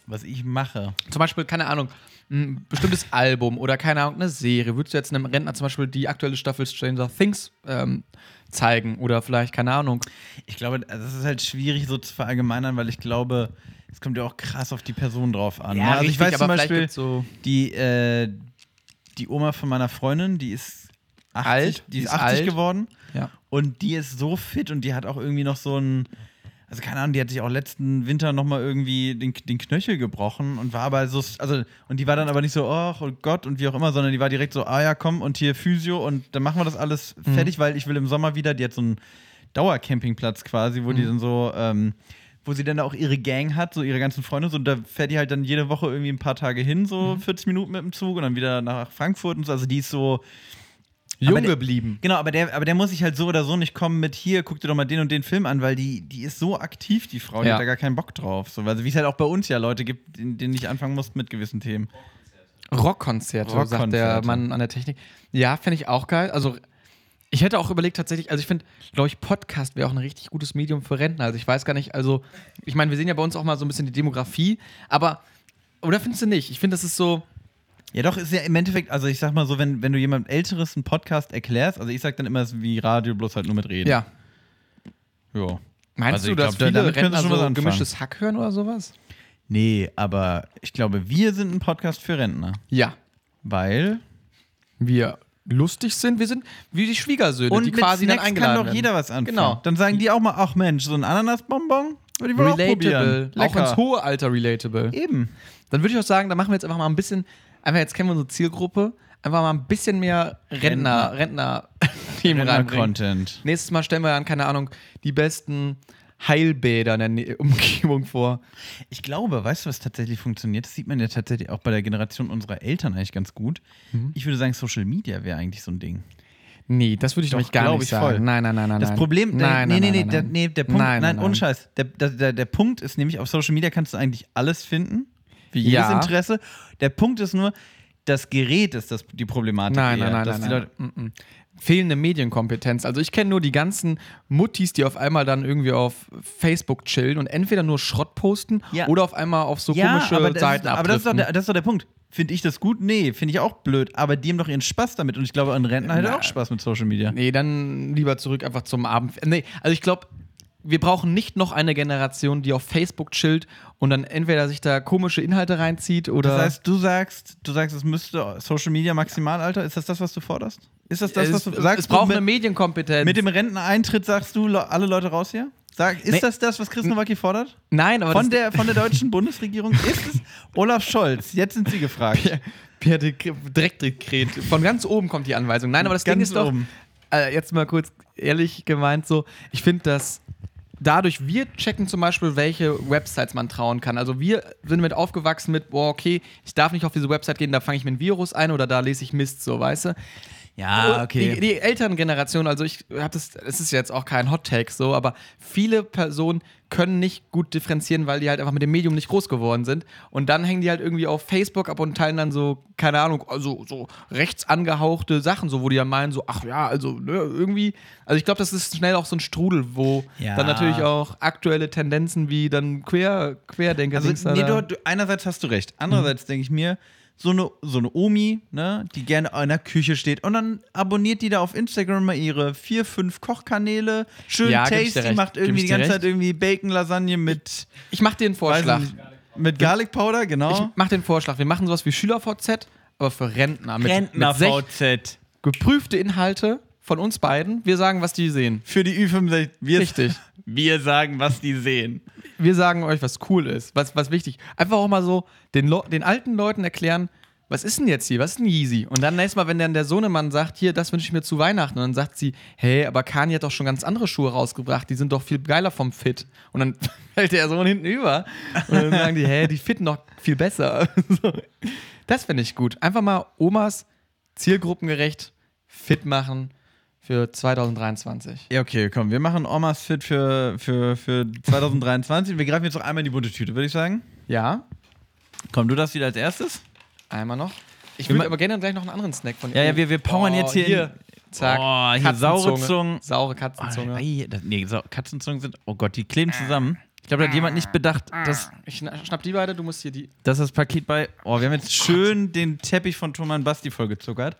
[SPEAKER 1] Was ich mache.
[SPEAKER 2] Zum Beispiel, keine Ahnung, ein bestimmtes Album oder keine Ahnung, eine Serie. Würdest du jetzt einem Rentner zum Beispiel die aktuelle Staffel Stranger Things ähm, zeigen oder vielleicht, keine Ahnung,
[SPEAKER 1] Ich glaube, also das ist halt schwierig so zu verallgemeinern, weil ich glaube, es kommt ja auch krass auf die Person drauf an. ne? also
[SPEAKER 2] richtig,
[SPEAKER 1] ich weiß zum
[SPEAKER 2] aber vielleicht
[SPEAKER 1] Beispiel,
[SPEAKER 2] gibt's so
[SPEAKER 1] die, äh, die Oma von meiner Freundin, die ist 80,
[SPEAKER 2] Alt,
[SPEAKER 1] die ist 80
[SPEAKER 2] alt.
[SPEAKER 1] geworden
[SPEAKER 2] ja.
[SPEAKER 1] und die ist so fit und die hat auch irgendwie noch so ein, also keine Ahnung, die hat sich auch letzten Winter nochmal irgendwie den, den Knöchel gebrochen und war aber so, also und die war dann aber nicht so, ach oh Gott und wie auch immer, sondern die war direkt so, ah ja, komm und hier Physio und dann machen wir das alles fertig, weil ich will im Sommer wieder, die hat so einen Dauercampingplatz quasi, wo die dann so, ähm, wo sie dann auch ihre Gang hat, so ihre ganzen Freunde, so, und da fährt die halt dann jede Woche irgendwie ein paar Tage hin, so 40 Minuten mit dem Zug und dann wieder nach Frankfurt und so. Also die ist so,
[SPEAKER 2] jung
[SPEAKER 1] der-
[SPEAKER 2] geblieben.
[SPEAKER 1] Genau, aber der, aber der muss ich halt so oder so nicht kommen mit hier, guck dir doch mal den und den Film an, weil die, die ist so aktiv, die Frau, die
[SPEAKER 2] Ja.
[SPEAKER 1] hat da gar keinen Bock drauf. So, also wie es halt auch bei uns ja Leute gibt, denen denen ich anfangen muss mit gewissen Themen.
[SPEAKER 2] Rockkonzerte, sagt der
[SPEAKER 1] Rockkonzerte.
[SPEAKER 2] Mann an der Technik. Ja, fände ich auch geil. Also, ich hätte auch überlegt, tatsächlich, also ich finde, glaube ich, Podcast wäre auch ein richtig gutes Medium für Rentner. Also, ich weiß gar nicht, also, ich meine, wir sehen ja bei uns auch mal so ein bisschen die Demografie, aber, oder findest du nicht? Ich finde, das ist so,
[SPEAKER 1] Ja, doch, ist ja im Endeffekt, also ich sag mal so, wenn, wenn du jemand Älteres einen Podcast erklärst, also ich sag dann immer, es ist wie Radio, bloß halt nur mit Reden.
[SPEAKER 2] ja.
[SPEAKER 1] Jo.
[SPEAKER 2] Meinst
[SPEAKER 1] Also,
[SPEAKER 2] du,
[SPEAKER 1] ich
[SPEAKER 2] dass
[SPEAKER 1] glaub, da-
[SPEAKER 2] viele
[SPEAKER 1] damit können
[SPEAKER 2] Rentner
[SPEAKER 1] sie schon was
[SPEAKER 2] so
[SPEAKER 1] anfangen.
[SPEAKER 2] gemischtes Hack hören oder sowas?
[SPEAKER 1] Nee, aber ich glaube, wir sind ein Podcast für Rentner,
[SPEAKER 2] Ja.
[SPEAKER 1] weil.
[SPEAKER 2] Wir lustig sind, wir sind wie die Schwiegersöhne, die quasi
[SPEAKER 1] Snacks
[SPEAKER 2] dann eingeladen
[SPEAKER 1] kann doch
[SPEAKER 2] werden.
[SPEAKER 1] jeder was anfangen.
[SPEAKER 2] Genau.
[SPEAKER 1] Dann sagen die auch mal, ach Mensch, so ein Ananasbonbon würde ich wohl auch
[SPEAKER 2] Relatable,
[SPEAKER 1] probieren.
[SPEAKER 2] auch, ins hohe Alter relatable.
[SPEAKER 1] Eben.
[SPEAKER 2] Dann würde ich auch sagen, da machen wir jetzt einfach mal ein bisschen, einfach jetzt kennen wir unsere Zielgruppe, einfach mal ein bisschen mehr Rentner, Rentner, Themen
[SPEAKER 1] Rentner
[SPEAKER 2] reinbringen.
[SPEAKER 1] Content.
[SPEAKER 2] Nächstes Mal stellen wir dann, keine Ahnung, die besten Heilbäder in der Nä- Umgebung vor.
[SPEAKER 1] Ich glaube, weißt du, was tatsächlich funktioniert? Das sieht man ja tatsächlich auch bei der Generation unserer Eltern eigentlich ganz gut.
[SPEAKER 2] Mhm.
[SPEAKER 1] Ich würde sagen, Social Media wäre eigentlich so ein Ding.
[SPEAKER 2] Nee, das würde ich
[SPEAKER 1] Doch,
[SPEAKER 2] nämlich gar
[SPEAKER 1] glaub
[SPEAKER 2] nicht
[SPEAKER 1] ich
[SPEAKER 2] sagen.
[SPEAKER 1] voll.
[SPEAKER 2] Nein, nein, nein, nein.
[SPEAKER 1] Das
[SPEAKER 2] Ah, nein.
[SPEAKER 1] Problem,
[SPEAKER 2] nein,
[SPEAKER 1] nee,
[SPEAKER 2] nein,
[SPEAKER 1] nee, nee,
[SPEAKER 2] nein,
[SPEAKER 1] der,
[SPEAKER 2] nein.
[SPEAKER 1] nee, der Punkt, nein,
[SPEAKER 2] Nein, nein, nein.
[SPEAKER 1] ohne Scheiß. Der, der, der, der Punkt ist nämlich, auf Social Media kannst du eigentlich alles finden, wie jedes
[SPEAKER 2] Ja.
[SPEAKER 1] Interesse. Der Punkt ist nur, das Gerät ist das, die Problematik.
[SPEAKER 2] Nein,
[SPEAKER 1] eher,
[SPEAKER 2] nein, nein,
[SPEAKER 1] dass
[SPEAKER 2] nein.
[SPEAKER 1] die
[SPEAKER 2] nein.
[SPEAKER 1] Leute,
[SPEAKER 2] Mm, mm. Fehlende Medienkompetenz. Also ich kenne nur die ganzen Muttis, die auf einmal dann irgendwie auf Facebook chillen und entweder nur Schrott posten
[SPEAKER 1] Ja.
[SPEAKER 2] oder auf einmal auf so
[SPEAKER 1] ja,
[SPEAKER 2] komische
[SPEAKER 1] aber das,
[SPEAKER 2] Seiten
[SPEAKER 1] ist, aber das ist, doch
[SPEAKER 2] abdriften.
[SPEAKER 1] der, das ist doch der Punkt. Finde ich das gut? Nee, finde ich auch blöd. Aber die haben doch ihren Spaß damit. Und ich glaube, ein Rentner hat
[SPEAKER 2] Na.
[SPEAKER 1] auch Spaß mit Social Media.
[SPEAKER 2] Nee, dann lieber zurück einfach zum Abend. Nee, also ich glaube, wir brauchen nicht noch eine Generation, die auf Facebook chillt und dann entweder sich da komische Inhalte reinzieht oder.
[SPEAKER 1] Das heißt, du sagst, du sagst, es müsste Social Media Maximalalter. Ist das das, was du forderst? Ist das das,
[SPEAKER 2] es,
[SPEAKER 1] was du sagst?
[SPEAKER 2] es braucht
[SPEAKER 1] du
[SPEAKER 2] eine
[SPEAKER 1] mit,
[SPEAKER 2] Medienkompetenz.
[SPEAKER 1] mit dem Renteneintritt sagst du le- alle Leute raus hier? Sag, ist
[SPEAKER 2] Nee.
[SPEAKER 1] das das, was Chris Nowacki fordert?
[SPEAKER 2] Nein, aber
[SPEAKER 1] Von
[SPEAKER 2] das,
[SPEAKER 1] der, von der deutschen Bundesregierung ist es Olaf Scholz. Jetzt sind Sie gefragt.
[SPEAKER 2] Per Dekret, direkt Dekret. Von ganz oben kommt die Anweisung. Nein, aber das Ding
[SPEAKER 1] Ganz
[SPEAKER 2] ist doch,
[SPEAKER 1] oben.
[SPEAKER 2] äh, jetzt mal kurz ehrlich gemeint so, ich finde, dass dadurch, wir checken zum Beispiel, welche Websites man trauen kann. Also wir sind mit aufgewachsen mit, boah, okay, ich darf nicht auf diese Website gehen, da fange ich mir ein Virus ein oder da lese ich Mist, so, weißt du?
[SPEAKER 1] Ja,
[SPEAKER 2] Also, Die, die Elterngeneration, also ich habe das, es ist jetzt auch kein Hot Take so, aber viele Personen können nicht gut differenzieren, weil die halt einfach mit dem Medium nicht groß geworden sind. Und dann hängen die halt irgendwie auf Facebook ab und teilen dann so, keine Ahnung, also so rechts angehauchte Sachen, so wo die dann meinen, so, ach ja, also ne, irgendwie. Also ich glaube, das ist schnell auch so ein Strudel, wo
[SPEAKER 1] Ja.
[SPEAKER 2] dann natürlich auch aktuelle Tendenzen wie dann Quer, Querdenker Dings
[SPEAKER 1] Also,
[SPEAKER 2] da- Mhm.
[SPEAKER 1] nee, du, du, einerseits hast du recht. Andererseits denke ich mir, so eine, so eine Omi, ne, die gerne in der Küche steht und dann abonniert die da auf Instagram mal ihre vier, fünf Kochkanäle. Schön
[SPEAKER 2] Ja, geb ich dir
[SPEAKER 1] tasty,
[SPEAKER 2] recht.
[SPEAKER 1] macht
[SPEAKER 2] Geb
[SPEAKER 1] irgendwie
[SPEAKER 2] ich
[SPEAKER 1] die
[SPEAKER 2] dir
[SPEAKER 1] ganze
[SPEAKER 2] recht.
[SPEAKER 1] Zeit irgendwie Bacon-Lasagne mit,
[SPEAKER 2] ich mache dir einen
[SPEAKER 1] weiß
[SPEAKER 2] Vorschlag.
[SPEAKER 1] nicht, mit Garlic Powder, genau.
[SPEAKER 2] Ich mache den Vorschlag. Wir machen sowas wie Schüler-VZ, aber für Rentner. Mit, mit sech-
[SPEAKER 1] VZ.
[SPEAKER 2] geprüfte Inhalte von uns beiden. Wir sagen, was die sehen.
[SPEAKER 1] Für die Ü65. Wir,
[SPEAKER 2] Richtig.
[SPEAKER 1] Wir sagen, was die sehen.
[SPEAKER 2] Wir sagen euch, was cool ist, was, was wichtig. Einfach auch mal so den, Lo- den alten Leuten erklären, was ist denn jetzt hier, was ist denn Yeezy? Und dann nächstes Mal, wenn dann der Sohnemann sagt, hier, das wünsche ich mir zu Weihnachten, und dann sagt sie, hey, aber Kanye hat doch schon ganz andere Schuhe rausgebracht, die sind doch viel geiler vom Fit. Und dann fällt der Sohn hinten über. Und dann sagen die, hey, die fitten noch viel besser. so. Das finde ich gut. Einfach mal Omas zielgruppengerecht fit machen für 2023.
[SPEAKER 1] Ja, okay, komm, wir machen Omas Fit für, für, für 2023. Wir greifen jetzt noch einmal in die bunte Tüte, würde ich sagen.
[SPEAKER 2] Ja,
[SPEAKER 1] Komm, du das wieder als erstes?
[SPEAKER 2] einmal noch. Ich
[SPEAKER 1] Wir
[SPEAKER 2] würde
[SPEAKER 1] ma-
[SPEAKER 2] aber gerne gleich noch einen anderen Snack von Oh,
[SPEAKER 1] Ja, ja, wir- wir powern jetzt hier
[SPEAKER 2] Zack.
[SPEAKER 1] Oh, hier saure
[SPEAKER 2] Katzenzunge.
[SPEAKER 1] Zungen.
[SPEAKER 2] Saure
[SPEAKER 1] Ah,
[SPEAKER 2] Katzenzunge.
[SPEAKER 1] ei, das, nee, Sau- Katzenzungen sind, oh Gott, die kleben zusammen. Ich glaube, da hat jemand nicht bedacht, dass,
[SPEAKER 2] Ich schna- schnapp die beide, du musst hier die.
[SPEAKER 1] dass das Paket bei. Oh, wir haben jetzt schön den Teppich von Thomas und Basti vollgezuckert.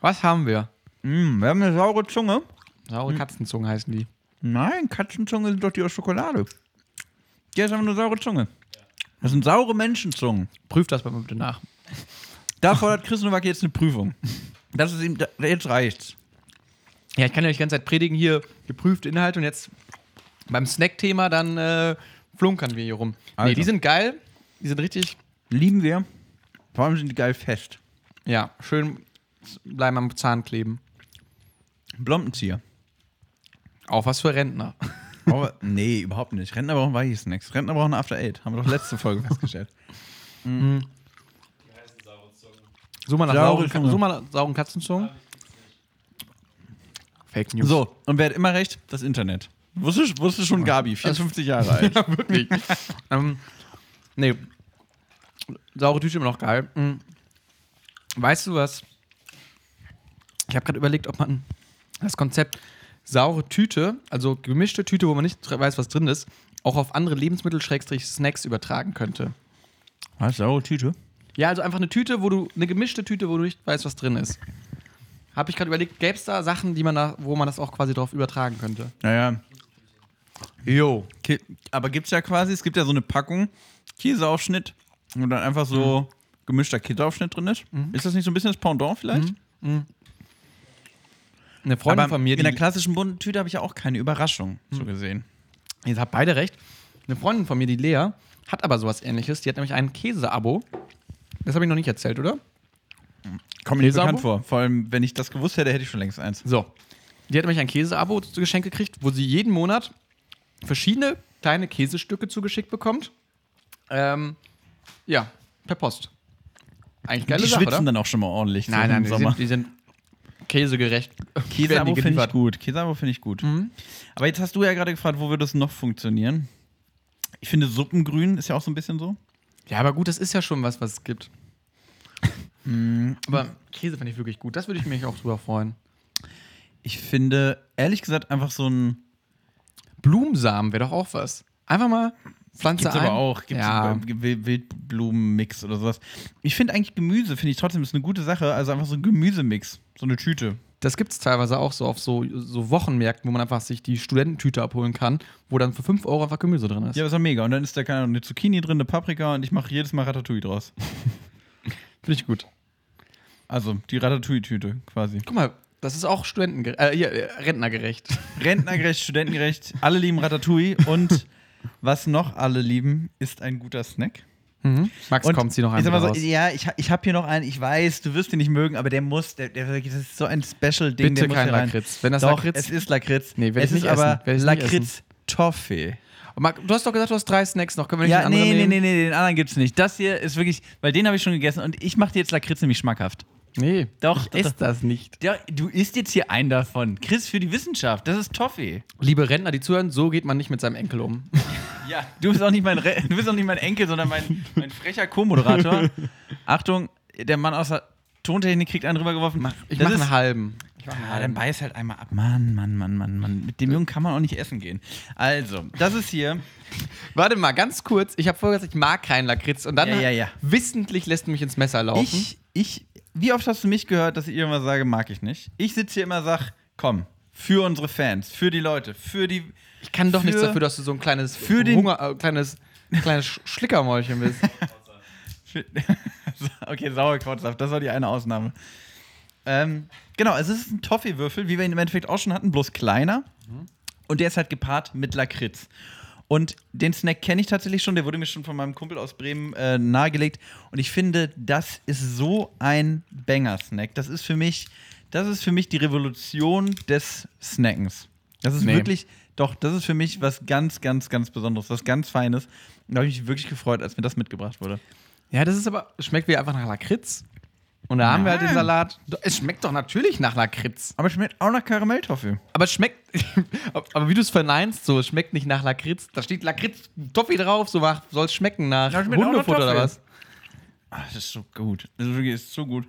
[SPEAKER 2] Was haben wir? Hm.
[SPEAKER 1] Mm, wir haben eine saure Zunge.
[SPEAKER 2] Saure Katzenzunge heißen die.
[SPEAKER 1] Nein, Katzenzunge sind doch die aus Schokolade. Die ist einfach eine saure Zunge. Das sind saure Menschenzungen.
[SPEAKER 2] Prüf das mal bitte nach.
[SPEAKER 1] Da fordert Chris Nowak jetzt eine Prüfung. Das ist ihm, da- jetzt reicht's.
[SPEAKER 2] Ja, ich kann ja die ganze Zeit predigen hier geprüfte Inhalte und jetzt beim Snack-Thema dann äh, flunkern wir hier rum. Nee,
[SPEAKER 1] Also.
[SPEAKER 2] die sind geil. Die sind richtig.
[SPEAKER 1] Lieben wir. Vor allem sind die geil fest.
[SPEAKER 2] Ja, schön bleiben am Zahn kleben.
[SPEAKER 1] Blombenzieher.
[SPEAKER 2] Auch was für Rentner.
[SPEAKER 1] Aber, nee, überhaupt nicht. Rentner brauchen weiche Snacks. Rentner brauchen After Eight. Haben wir doch letzte Folge festgestellt.
[SPEAKER 2] Such mal nach
[SPEAKER 1] Saure
[SPEAKER 2] sauren, Ka-
[SPEAKER 1] Zunge.
[SPEAKER 2] such mal nach sauren Katzenzungen. Fake News.
[SPEAKER 1] So, und wer hat immer recht? Das Internet. Wusste, wusste schon Gabi, 54 Jahre alt.
[SPEAKER 2] Ja, wirklich. ähm, nee. Saure Tüte immer noch geil. Mm. Weißt du was? Ich habe gerade überlegt, ob man das Konzept saure Tüte, also gemischte Tüte, wo man nicht dr- weiß, was drin ist, auch auf andere Lebensmittel, Schrägstrich, Snacks übertragen könnte.
[SPEAKER 1] Was, saure Tüte?
[SPEAKER 2] Ja, also einfach eine Tüte, wo du, eine gemischte Tüte, wo du nicht weißt, was drin ist. Habe ich gerade überlegt, gäbe es da Sachen, die man da, wo man das auch quasi drauf übertragen könnte?
[SPEAKER 1] Naja,
[SPEAKER 2] Jo.
[SPEAKER 1] Ki- aber gibt's ja quasi, es gibt ja so eine Packung Käseaufschnitt, wo dann einfach so gemischter Käseaufschnitt drin ist. Ist das nicht so ein bisschen das Pendant vielleicht?
[SPEAKER 2] Eine Freundin
[SPEAKER 1] Aber
[SPEAKER 2] von mir,
[SPEAKER 1] in der klassischen bunten Tüte habe ich ja auch keine Überraschung so gesehen.
[SPEAKER 2] Ihr habt beide recht. Eine Freundin von mir, die Lea, hat aber sowas ähnliches. Die hat nämlich ein Käse-Abo. Das habe ich noch nicht erzählt, oder?
[SPEAKER 1] Kommt mir nicht
[SPEAKER 2] Käseabo?
[SPEAKER 1] bekannt vor. Vor allem, wenn ich das gewusst hätte, hätte ich schon längst eins.
[SPEAKER 2] So. Die hat nämlich ein Käse-Abo zu Geschenk gekriegt, wo sie jeden Monat verschiedene kleine Käsestücke zugeschickt bekommt. Ähm, ja, per Post. Eigentlich geile
[SPEAKER 1] die
[SPEAKER 2] Sache,
[SPEAKER 1] schwitzen
[SPEAKER 2] oder?
[SPEAKER 1] dann auch schon mal ordentlich. so
[SPEAKER 2] Nein, nein,
[SPEAKER 1] im
[SPEAKER 2] die
[SPEAKER 1] Sommer.
[SPEAKER 2] sind, die sind käsegerecht.
[SPEAKER 1] Käseabo
[SPEAKER 2] werden die
[SPEAKER 1] finde ich
[SPEAKER 2] geliefert.
[SPEAKER 1] gut. Käseabo finde ich gut. Mhm. Aber jetzt hast du ja gerade gefragt, wo würde es noch funktionieren? Ich finde Suppengrün ist ja auch so ein bisschen so.
[SPEAKER 2] Ja, aber gut, das ist ja schon was, was es gibt. Hm, aber Käse finde ich wirklich gut. Das würde ich mich auch drüber freuen.
[SPEAKER 1] Ich finde, ehrlich gesagt, einfach so ein.
[SPEAKER 2] Blumensamen wäre doch auch was. Einfach mal Pflanze
[SPEAKER 1] Gibt's
[SPEAKER 2] ein.
[SPEAKER 1] aber auch. Gibt's
[SPEAKER 2] ja.
[SPEAKER 1] äh, Wild- Wildblumenmix oder sowas. Ich finde eigentlich Gemüse, finde ich trotzdem, ist eine gute Sache. Also einfach so ein Gemüsemix. So eine Tüte.
[SPEAKER 2] Das gibt es teilweise auch so auf so, so Wochenmärkten, wo man einfach sich die Studententüte abholen kann, wo dann für 5 Euro einfach Gemüse drin ist.
[SPEAKER 1] Ja, ist doch mega. Und dann ist da keine Ahnung, eine Zucchini drin, eine Paprika und ich mache jedes Mal Ratatouille draus.
[SPEAKER 2] Finde ich gut.
[SPEAKER 1] Also die Ratatouille-Tüte quasi.
[SPEAKER 2] Guck mal, das ist auch Studentengere äh, hier, äh, rentnergerecht.
[SPEAKER 1] Rentnergerecht, studentengerecht, alle lieben Ratatouille und was noch alle lieben, ist ein guter Snack.
[SPEAKER 2] Mhm. Max,
[SPEAKER 1] Und
[SPEAKER 2] kommt sie noch
[SPEAKER 1] ich sag
[SPEAKER 2] einmal
[SPEAKER 1] mal
[SPEAKER 2] raus.
[SPEAKER 1] so, Ja, ich, ha- ich habe hier noch einen, ich weiß, du wirst den nicht mögen, aber der muss, der, der, das ist so ein Special-Ding.
[SPEAKER 2] Bitte
[SPEAKER 1] der muss
[SPEAKER 2] kein
[SPEAKER 1] hier rein.
[SPEAKER 2] Lakritz. Wenn das
[SPEAKER 1] Doch,
[SPEAKER 2] Lakritz-
[SPEAKER 1] es ist Lakritz.
[SPEAKER 2] Nee, werd
[SPEAKER 1] es
[SPEAKER 2] ich
[SPEAKER 1] ist
[SPEAKER 2] nicht essen.
[SPEAKER 1] aber
[SPEAKER 2] Werd ich nicht
[SPEAKER 1] Lakritz-Toffee.
[SPEAKER 2] Und Marc, du hast doch gesagt, du hast drei Snacks noch. Können wir nicht
[SPEAKER 1] Ja,
[SPEAKER 2] einen anderen
[SPEAKER 1] nee, nee,
[SPEAKER 2] nehmen?
[SPEAKER 1] nee, nee, den anderen gibt's nicht. Das hier ist wirklich, weil den habe ich schon gegessen und ich mache dir jetzt Lakritz nämlich schmackhaft.
[SPEAKER 2] Nee,
[SPEAKER 1] Doch,
[SPEAKER 2] ich esse das nicht.
[SPEAKER 1] Ja, du isst jetzt hier einen davon. Chris für die Wissenschaft, das ist Toffee.
[SPEAKER 2] Liebe Rentner, die zuhören, so geht man nicht mit seinem Enkel um.
[SPEAKER 1] Ja, du bist auch nicht mein, Re du bist auch nicht mein Enkel, sondern mein, mein frecher Co-Moderator. Achtung, der Mann aus der Tontechnik kriegt einen rübergeworfen.
[SPEAKER 2] Ich
[SPEAKER 1] Das
[SPEAKER 2] mache
[SPEAKER 1] ist-
[SPEAKER 2] einen halben.
[SPEAKER 1] Ah, dann beiß halt einmal ab. Mann, Mann, Mann, Mann, Mann. Mit dem Jungen kann man auch nicht essen gehen. Also, das ist hier.
[SPEAKER 2] Warte mal, ganz kurz. Ich habe vorher gesagt, ich mag keinen Lakritz. Und dann
[SPEAKER 1] Ja, ja, ja.
[SPEAKER 2] wissentlich lässt du mich ins Messer laufen.
[SPEAKER 1] Ich, ich, wie oft hast du mich gehört, dass ich irgendwas sage, mag ich nicht? Ich sitze hier immer und sag, komm, für unsere Fans, für die Leute, für die.
[SPEAKER 2] Ich kann doch nichts
[SPEAKER 1] Für-
[SPEAKER 2] dafür, dass du so ein kleines
[SPEAKER 1] für den-
[SPEAKER 2] Hunger, äh, kleines, kleines Sch- Schlickermäulchen bist.
[SPEAKER 1] Für, okay, Sauerkrautsaft, das war die eine Ausnahme. Ähm, genau, es ist ein Toffeewürfel, wie wir ihn im Endeffekt auch schon hatten, bloß kleiner. Und der ist halt gepaart mit Lakritz. Und den Snack kenne ich tatsächlich schon, der wurde mir schon von meinem Kumpel aus Bremen äh, nahegelegt. Und ich finde, das ist so ein Banger-Snack. Das ist für mich, das ist für mich die Revolution des Snackens. Das ist
[SPEAKER 2] Nee.
[SPEAKER 1] wirklich, doch, das ist für mich was ganz, ganz, ganz Besonderes, was ganz Feines. Und da habe ich mich wirklich gefreut, als mir das mitgebracht wurde.
[SPEAKER 2] Ja, das ist aber, schmeckt wie einfach nach Lakritz. Und da haben wir halt den
[SPEAKER 1] Nein.
[SPEAKER 2] Salat. Do- Es schmeckt doch natürlich nach Lakritz.
[SPEAKER 1] Aber schmeckt auch nach Karamelltoffee.
[SPEAKER 2] Aber es schmeckt, aber wie du es verneinst, so, es schmeckt nicht nach Lakritz. Da steht Lakritz-Toffee drauf, so soll es schmecken nach
[SPEAKER 1] Ja, schmeckt auch nach
[SPEAKER 2] Hundefutter oder
[SPEAKER 1] Toffee.
[SPEAKER 2] was?
[SPEAKER 1] Ach, Ah, das ist so gut. Das ist wirklich ist so gut.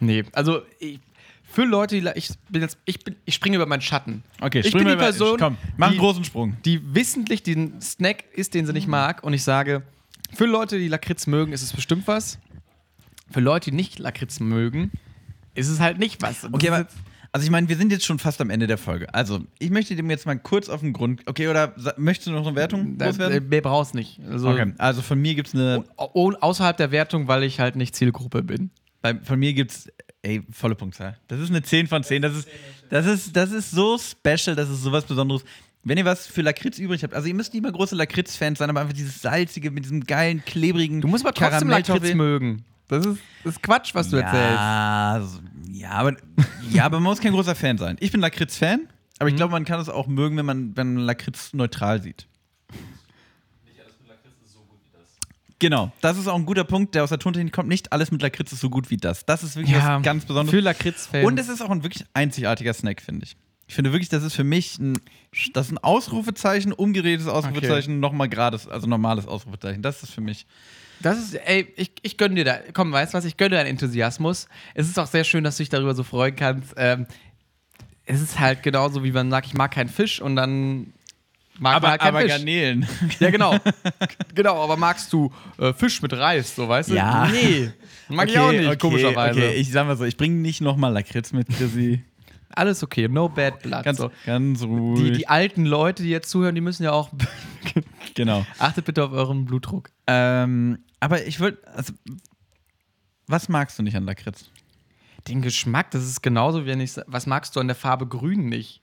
[SPEAKER 2] Nee, also ich, für Leute, die, la- ich bin jetzt, ich bin, ich springe über meinen Schatten.
[SPEAKER 1] Okay,
[SPEAKER 2] ich
[SPEAKER 1] spring
[SPEAKER 2] bin
[SPEAKER 1] mal
[SPEAKER 2] die
[SPEAKER 1] über-
[SPEAKER 2] Person,
[SPEAKER 1] Komm, mach einen
[SPEAKER 2] die-
[SPEAKER 1] großen Sprung.
[SPEAKER 2] die wissentlich den Snack isst, den sie nicht mag. Und ich sage, für Leute, die Lakritz mögen, ist es bestimmt was. Für Leute, die nicht Lakritz mögen, ist es halt nicht was. Und
[SPEAKER 1] Okay,
[SPEAKER 2] das
[SPEAKER 1] aber.
[SPEAKER 2] ist jetzt-
[SPEAKER 1] Also ich meine, wir sind jetzt schon fast am Ende der Folge. Also, ich möchte dem jetzt mal kurz auf den Grund. Okay, oder sa- möchtest du noch eine Wertung
[SPEAKER 2] da, äh, Oh.
[SPEAKER 1] loswerden?
[SPEAKER 2] mehr brauchst nicht. Also,
[SPEAKER 1] Okay, also von mir gibt's eine.
[SPEAKER 2] au- au- außerhalb der Wertung, weil ich halt nicht Zielgruppe bin.
[SPEAKER 1] Bei, von mir gibt's. Ey, volle Punktzahl. Das ist eine 10 von 10. Das ist, das ist, das ist so special, das ist sowas Besonderes. Wenn ihr was für Lakritz übrig habt, also ihr müsst nicht mal große Lakritz-Fans sein, aber einfach dieses salzige mit diesem geilen, klebrigen.
[SPEAKER 2] Du musst aber trotzdem Lakritz
[SPEAKER 1] Karamelltoffee.
[SPEAKER 2] mögen. Das ist, das ist Quatsch, was du erzählst.
[SPEAKER 1] Ja, so- ja, aber, ja, aber man muss kein großer Fan sein. Ich bin Lakritz-Fan, aber ich glaube, man kann es auch mögen, wenn man, wenn man Lakritz neutral sieht. Genau, das ist auch ein guter Punkt, der aus der Tontechnik kommt. Nicht alles mit Lakritz ist so gut wie das. Das ist wirklich was ganz
[SPEAKER 2] Für
[SPEAKER 1] Besonderes.
[SPEAKER 2] Lakritz-Fans.
[SPEAKER 1] Und es ist auch ein wirklich einzigartiger Snack, finde ich. Ich finde wirklich, das ist für mich ein, das ist ein Ausrufezeichen, umgedrehtes Ausrufezeichen, nochmal gerades, also normales Ausrufezeichen. Das ist für mich.
[SPEAKER 2] Das ist, ey, ich, ich gönne dir da, komm, weißt du was, ich gönne deinen Enthusiasmus. Es ist auch sehr schön, dass du dich darüber so freuen kannst. Ähm, es ist halt genauso, wie man sagt, ich mag keinen Fisch und dann mag man halt keinen Fisch.
[SPEAKER 1] Garnelen.
[SPEAKER 2] Ja, genau. genau, aber magst du äh, Fisch mit Reis, so, weißt du?
[SPEAKER 1] Ja.
[SPEAKER 2] Nee. Mag ich auch nicht, komischerweise.
[SPEAKER 1] Okay, ich sag mal so, ich bringe nicht nochmal Lakritz mit, Chrissy.
[SPEAKER 2] Alles okay, no bad blood.
[SPEAKER 1] Ganz,
[SPEAKER 2] so.
[SPEAKER 1] ganz
[SPEAKER 2] die,
[SPEAKER 1] ruhig.
[SPEAKER 2] die alten Leute, die jetzt zuhören, die müssen ja auch.
[SPEAKER 1] genau.
[SPEAKER 2] Achtet bitte auf euren Blutdruck.
[SPEAKER 1] Ähm, aber ich würde, also, was magst du nicht an Lakritz?
[SPEAKER 2] Den Geschmack, das ist genauso wie wenn ich. sa- Was magst du an der Farbe grün nicht?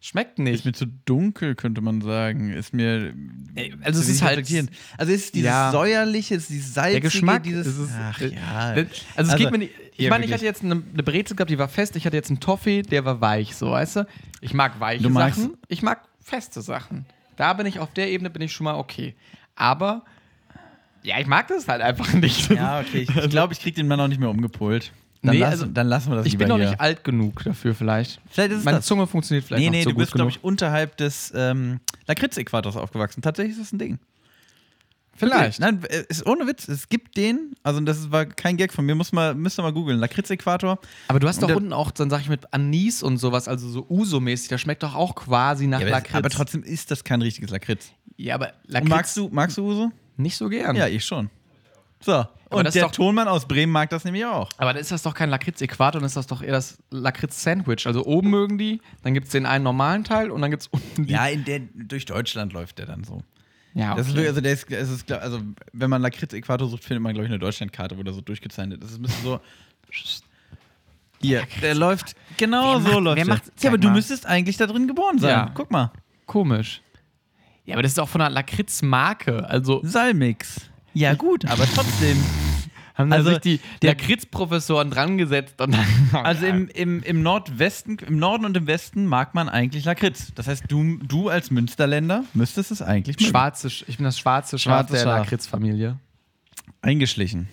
[SPEAKER 2] Schmeckt nicht.
[SPEAKER 1] Ist mir zu dunkel, könnte man sagen. Ist mir.
[SPEAKER 2] Ey, also es
[SPEAKER 1] nicht
[SPEAKER 2] ist halt-
[SPEAKER 1] reflektierend. Also es ist dieses
[SPEAKER 2] Ja.
[SPEAKER 1] säuerliche, es ist dieses salzige,
[SPEAKER 2] Der Geschmack,
[SPEAKER 1] dieses.
[SPEAKER 2] es ist-
[SPEAKER 1] ach
[SPEAKER 2] äh,
[SPEAKER 1] ja.
[SPEAKER 2] Also es geht mir nicht. Ich
[SPEAKER 1] hier
[SPEAKER 2] meine, ich
[SPEAKER 1] wirklich.
[SPEAKER 2] hatte jetzt eine, eine Brezel gehabt, die war fest. Ich hatte jetzt einen Toffee, der war weich, so weißt du. Ich mag weiche
[SPEAKER 1] Du magst-
[SPEAKER 2] Sachen. Ich mag feste Sachen. Da bin ich auf der Ebene bin ich schon mal okay. Aber ja, ich mag das halt einfach nicht.
[SPEAKER 1] Ja, okay. Ich, ich glaube, ich kriege den Mann noch nicht mehr umgepolt. Dann,
[SPEAKER 2] Nee,
[SPEAKER 1] lass,
[SPEAKER 2] also,
[SPEAKER 1] dann lassen wir das
[SPEAKER 2] ich
[SPEAKER 1] lieber
[SPEAKER 2] bin noch
[SPEAKER 1] hier.
[SPEAKER 2] nicht alt genug dafür vielleicht.
[SPEAKER 1] Vielleicht ist es
[SPEAKER 2] Meine
[SPEAKER 1] das.
[SPEAKER 2] Zunge funktioniert vielleicht
[SPEAKER 1] Nee,
[SPEAKER 2] noch
[SPEAKER 1] nee,
[SPEAKER 2] so
[SPEAKER 1] du
[SPEAKER 2] gut
[SPEAKER 1] bist, glaube
[SPEAKER 2] genug.
[SPEAKER 1] ich, unterhalb des ähm, Lakritz-Äquators aufgewachsen. Tatsächlich ist das ein Ding.
[SPEAKER 2] vielleicht.
[SPEAKER 1] Nein, äh, ist ohne Witz. Es gibt den, also das ist- war kein Gag von mir, muss mal, müsst ihr mal googeln. Lakritz-Äquator.
[SPEAKER 2] Aber du hast doch
[SPEAKER 1] Und der-
[SPEAKER 2] unten auch, dann sag ich mit Anis und sowas, also so Uso-mäßig, das schmeckt doch auch quasi nach
[SPEAKER 1] aber,
[SPEAKER 2] Lakritz.
[SPEAKER 1] aber trotzdem ist das kein richtiges Lakritz.
[SPEAKER 2] ja, aber
[SPEAKER 1] Und
[SPEAKER 2] Lakritz
[SPEAKER 1] magst du, magst du Uso?
[SPEAKER 2] nicht so gern.
[SPEAKER 1] Ja, ich schon. So.
[SPEAKER 2] das
[SPEAKER 1] Und
[SPEAKER 2] ist
[SPEAKER 1] der
[SPEAKER 2] doch-
[SPEAKER 1] Tonmann aus Bremen mag das nämlich auch.
[SPEAKER 2] Aber dann ist das doch kein Lakritz-Äquator, dann ist das doch eher das Lakritz-Sandwich. Also oben mögen die, dann gibt es den einen normalen Teil und dann gibt es unten die.
[SPEAKER 1] in der, durch Deutschland läuft der dann so.
[SPEAKER 2] ja
[SPEAKER 1] Das ist,
[SPEAKER 2] okay.
[SPEAKER 1] wirklich- also, der ist, es ist, klar- also, wenn man Lakritz-Äquator sucht, findet man, glaube ich, eine Deutschlandkarte, wo der so durchgezeichnet ist. Es müsste so. Hier, der läuft. Genau so
[SPEAKER 2] Wer macht-
[SPEAKER 1] läuft
[SPEAKER 2] wer
[SPEAKER 1] der.
[SPEAKER 2] macht-
[SPEAKER 1] ja,
[SPEAKER 2] zeig
[SPEAKER 1] aber du
[SPEAKER 2] mal.
[SPEAKER 1] müsstest eigentlich da drin geboren sein.
[SPEAKER 2] Ja.
[SPEAKER 1] Guck mal.
[SPEAKER 2] komisch. Ja, aber das ist auch von einer Lakritz-Marke. Also
[SPEAKER 1] Salmix. Ja, gut, aber trotzdem.
[SPEAKER 2] haben da
[SPEAKER 1] Also,
[SPEAKER 2] sich die
[SPEAKER 1] der-
[SPEAKER 2] Lakritz-Professoren dran gesetzt und
[SPEAKER 1] Also im, im, im Nordwesten, im Norden und im Westen mag man eigentlich Lakritz. Das heißt, du, du als Münsterländer müsstest es eigentlich mögen.
[SPEAKER 2] Schwarze, Sch- ich bin das schwarze Schaf
[SPEAKER 1] Schwarze
[SPEAKER 2] der
[SPEAKER 1] Schaf.
[SPEAKER 2] Lakritz-Familie.
[SPEAKER 1] eingeschlichen.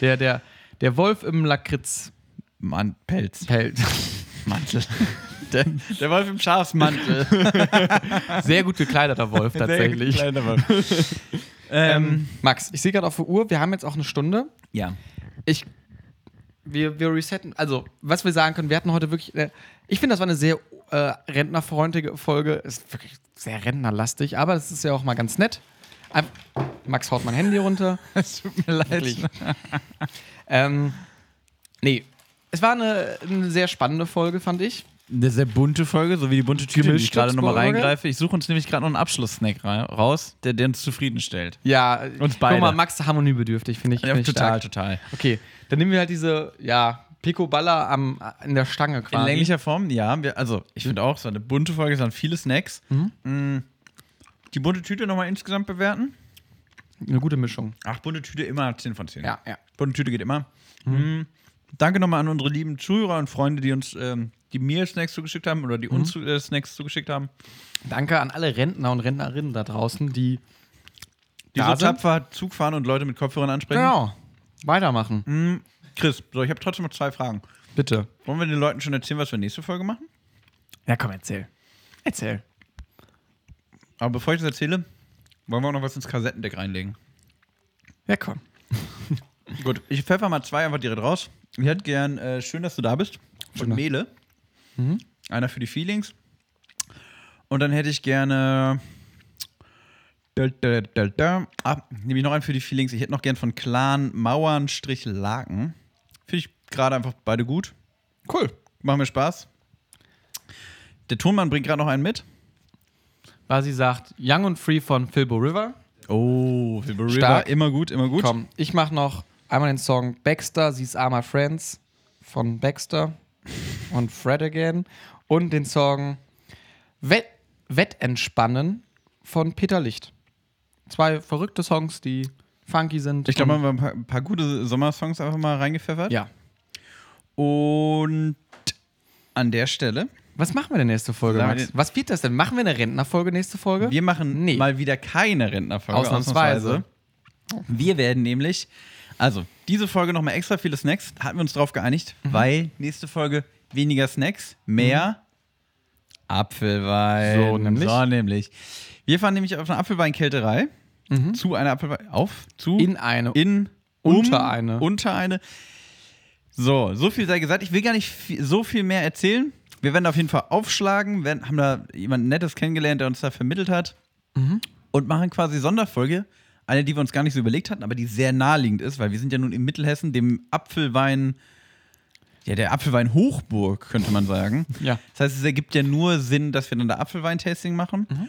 [SPEAKER 2] Der, der, der Wolf im Lakritz-Pelz.
[SPEAKER 1] Mann, Pelz. Mantel. Der, der Wolf im Schafsmantel.
[SPEAKER 2] Sehr gut gekleideter Wolf tatsächlich.
[SPEAKER 1] Sehr kleiner Wolf. ähm,
[SPEAKER 2] Ähm, Max, ich sehe gerade auf der Uhr, wir haben jetzt auch eine Stunde.
[SPEAKER 1] ja.
[SPEAKER 2] Ich. Wir, wir resetten. Also, was wir sagen können, wir hatten heute wirklich. Äh, ich finde, das war eine sehr äh, rentnerfreundliche Folge. Ist wirklich sehr rentnerlastig, aber das ist ja auch mal ganz nett. Ein- Max haut mein Handy runter.
[SPEAKER 1] Es tut mir
[SPEAKER 2] Wirklich. ähm, nee. Es war eine, eine sehr spannende Folge, fand ich.
[SPEAKER 1] Eine sehr bunte Folge, so wie die bunte Tüte, in die ich gerade nochmal
[SPEAKER 2] Gemüsstücksburger.
[SPEAKER 1] reingreife. Ich suche uns nämlich gerade noch einen Abschlusssnack ra- raus, der, der uns zufriedenstellt.
[SPEAKER 2] Ja,
[SPEAKER 1] Uns beide.
[SPEAKER 2] Guck mal, Max harmoniebedürftig, finde ich.
[SPEAKER 1] Ja,
[SPEAKER 2] find ich
[SPEAKER 1] total,
[SPEAKER 2] stark.
[SPEAKER 1] total.
[SPEAKER 2] Okay, dann nehmen wir halt diese, ja, Pico-Baller am, in der Stange
[SPEAKER 1] In
[SPEAKER 2] quasi.
[SPEAKER 1] länglicher Form, ja. Wir, also, ich finde auch, es war eine bunte Folge, es waren viele Snacks. Mm, Die bunte Tüte nochmal insgesamt bewerten.
[SPEAKER 2] Eine gute Mischung.
[SPEAKER 1] Ach, bunte Tüte immer 10 von 10.
[SPEAKER 2] Ja, ja.
[SPEAKER 1] Bunte Tüte geht immer. Mm, Danke nochmal an unsere lieben Zuhörer und Freunde, die uns, ähm, die mir Snacks zugeschickt haben oder die uns zu- äh, Snacks zugeschickt haben.
[SPEAKER 2] Danke an alle Rentner und Rentnerinnen da draußen, die
[SPEAKER 1] Die
[SPEAKER 2] Da
[SPEAKER 1] so
[SPEAKER 2] sind-
[SPEAKER 1] tapfer Zug fahren und Leute mit Kopfhörern ansprechen.
[SPEAKER 2] genau Mhm. weitermachen.
[SPEAKER 1] Chris, so, ich habe trotzdem noch zwei Fragen.
[SPEAKER 2] Bitte.
[SPEAKER 1] Wollen wir den Leuten schon erzählen, was wir nächste Folge machen?
[SPEAKER 2] Ja, komm, erzähl. Erzähl.
[SPEAKER 1] Aber bevor ich das erzähle, wollen wir auch noch was ins Kassettendeck reinlegen.
[SPEAKER 2] Ja, komm.
[SPEAKER 1] Gut, ich pfeffer mal zwei einfach direkt raus. Ich hätte gern, äh, schön, dass du da bist.
[SPEAKER 2] Schön,
[SPEAKER 1] Und
[SPEAKER 2] dass-
[SPEAKER 1] Mele.
[SPEAKER 2] Mhm.
[SPEAKER 1] Einer für die Feelings. Und dann hätte ich gerne. Da, da, da, da. Ah, nehme ich noch einen für die Feelings. Ich hätte noch gern von Clan Mauern Strich Laken. Finde ich gerade einfach beide gut.
[SPEAKER 2] Cool.
[SPEAKER 1] Machen mir Spaß. Der Tonmann bringt gerade noch einen mit.
[SPEAKER 2] Was sie sagt, Young and Free von Philbo River.
[SPEAKER 1] Oh, Phil River,
[SPEAKER 2] Stark.
[SPEAKER 1] immer gut, immer gut.
[SPEAKER 2] Komm, ich mach noch einmal den Song Baxter, These Are My Friends von Baxter und Fred Again. Und den Song Wett, Wettentspannen von Peter Licht. Zwei verrückte Songs, die funky sind.
[SPEAKER 1] Ich glaube,
[SPEAKER 2] Und-
[SPEAKER 1] haben wir ein paar, ein paar gute Sommersongs einfach mal reingepfeffert.
[SPEAKER 2] ja.
[SPEAKER 1] Und an der Stelle,
[SPEAKER 2] Was machen wir denn nächste Folge,
[SPEAKER 1] Sagen wir
[SPEAKER 2] Max?
[SPEAKER 1] den-
[SPEAKER 2] Was wird das denn? Machen wir eine Rentnerfolge nächste Folge?
[SPEAKER 1] wir machen
[SPEAKER 2] Nee.
[SPEAKER 1] mal wieder keine Rentnerfolge.
[SPEAKER 2] Ausnahmsweise.
[SPEAKER 1] Wir werden nämlich, also diese Folge nochmal extra viele Snacks, hatten wir uns drauf geeinigt,
[SPEAKER 2] Mhm.
[SPEAKER 1] weil nächste Folge weniger Snacks, mehr Apfelwein.
[SPEAKER 2] Mhm. So nämlich.
[SPEAKER 1] So nämlich. Wir fahren nämlich auf eine Apfelweinkälterei. Zu einer Apfelwein. Auf? Zu?
[SPEAKER 2] Mhm. in eine.
[SPEAKER 1] in um,
[SPEAKER 2] Unter eine.
[SPEAKER 1] unter eine. So, so viel sei gesagt. Ich will gar nicht viel, so viel mehr erzählen. Wir werden auf jeden Fall aufschlagen, werden, haben da jemanden Nettes kennengelernt, der uns da vermittelt hat.
[SPEAKER 2] Mhm.
[SPEAKER 1] Und machen quasi Sonderfolge, eine, die wir uns gar nicht so überlegt hatten, aber die sehr naheliegend ist, weil wir sind ja nun in Mittelhessen, dem Apfelwein, ja, der Apfelwein Hochburg, könnte man sagen.
[SPEAKER 2] ja.
[SPEAKER 1] Das heißt, es ergibt ja nur Sinn, dass wir dann da Apfelwein-Tasting machen.
[SPEAKER 2] Mhm.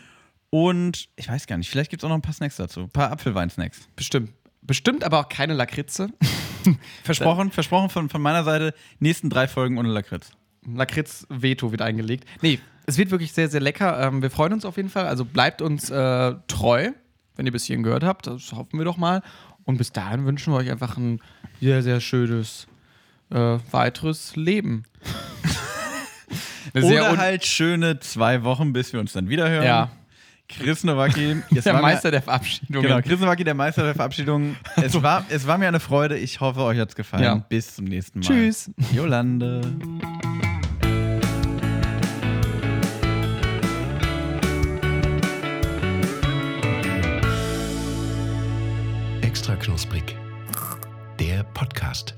[SPEAKER 1] Und ich weiß gar nicht, vielleicht gibt es auch noch ein paar Snacks dazu. Ein paar Apfelwein-Snacks.
[SPEAKER 2] Bestimmt. Bestimmt aber auch keine Lakritze.
[SPEAKER 1] Versprochen, versprochen von, von meiner Seite, nächsten drei Folgen ohne Lakritz.
[SPEAKER 2] Lakritz-Veto wird eingelegt. Nee, es wird wirklich sehr, sehr lecker. Ähm, wir freuen uns auf jeden Fall. Also bleibt uns äh, treu, wenn ihr bis hierhin gehört habt. Das hoffen wir doch mal. Und bis dahin wünschen wir euch einfach ein sehr, sehr schönes äh, weiteres Leben. sehr
[SPEAKER 1] Oder
[SPEAKER 2] un-
[SPEAKER 1] halt ähm, schöne zwei Wochen, bis wir uns dann wiederhören.
[SPEAKER 2] Ja.
[SPEAKER 1] Chris Nowacki, es
[SPEAKER 2] der
[SPEAKER 1] war mir-
[SPEAKER 2] Meister der Verabschiedung.
[SPEAKER 1] Genau, Chris Nowacki, der Meister der Verabschiedung. Es war, es war mir eine Freude. Ich hoffe, euch hat's gefallen.
[SPEAKER 2] Ja.
[SPEAKER 1] Bis zum nächsten Mal.
[SPEAKER 2] Tschüss.
[SPEAKER 1] Jolande.
[SPEAKER 3] Extra knusprig. Der Podcast.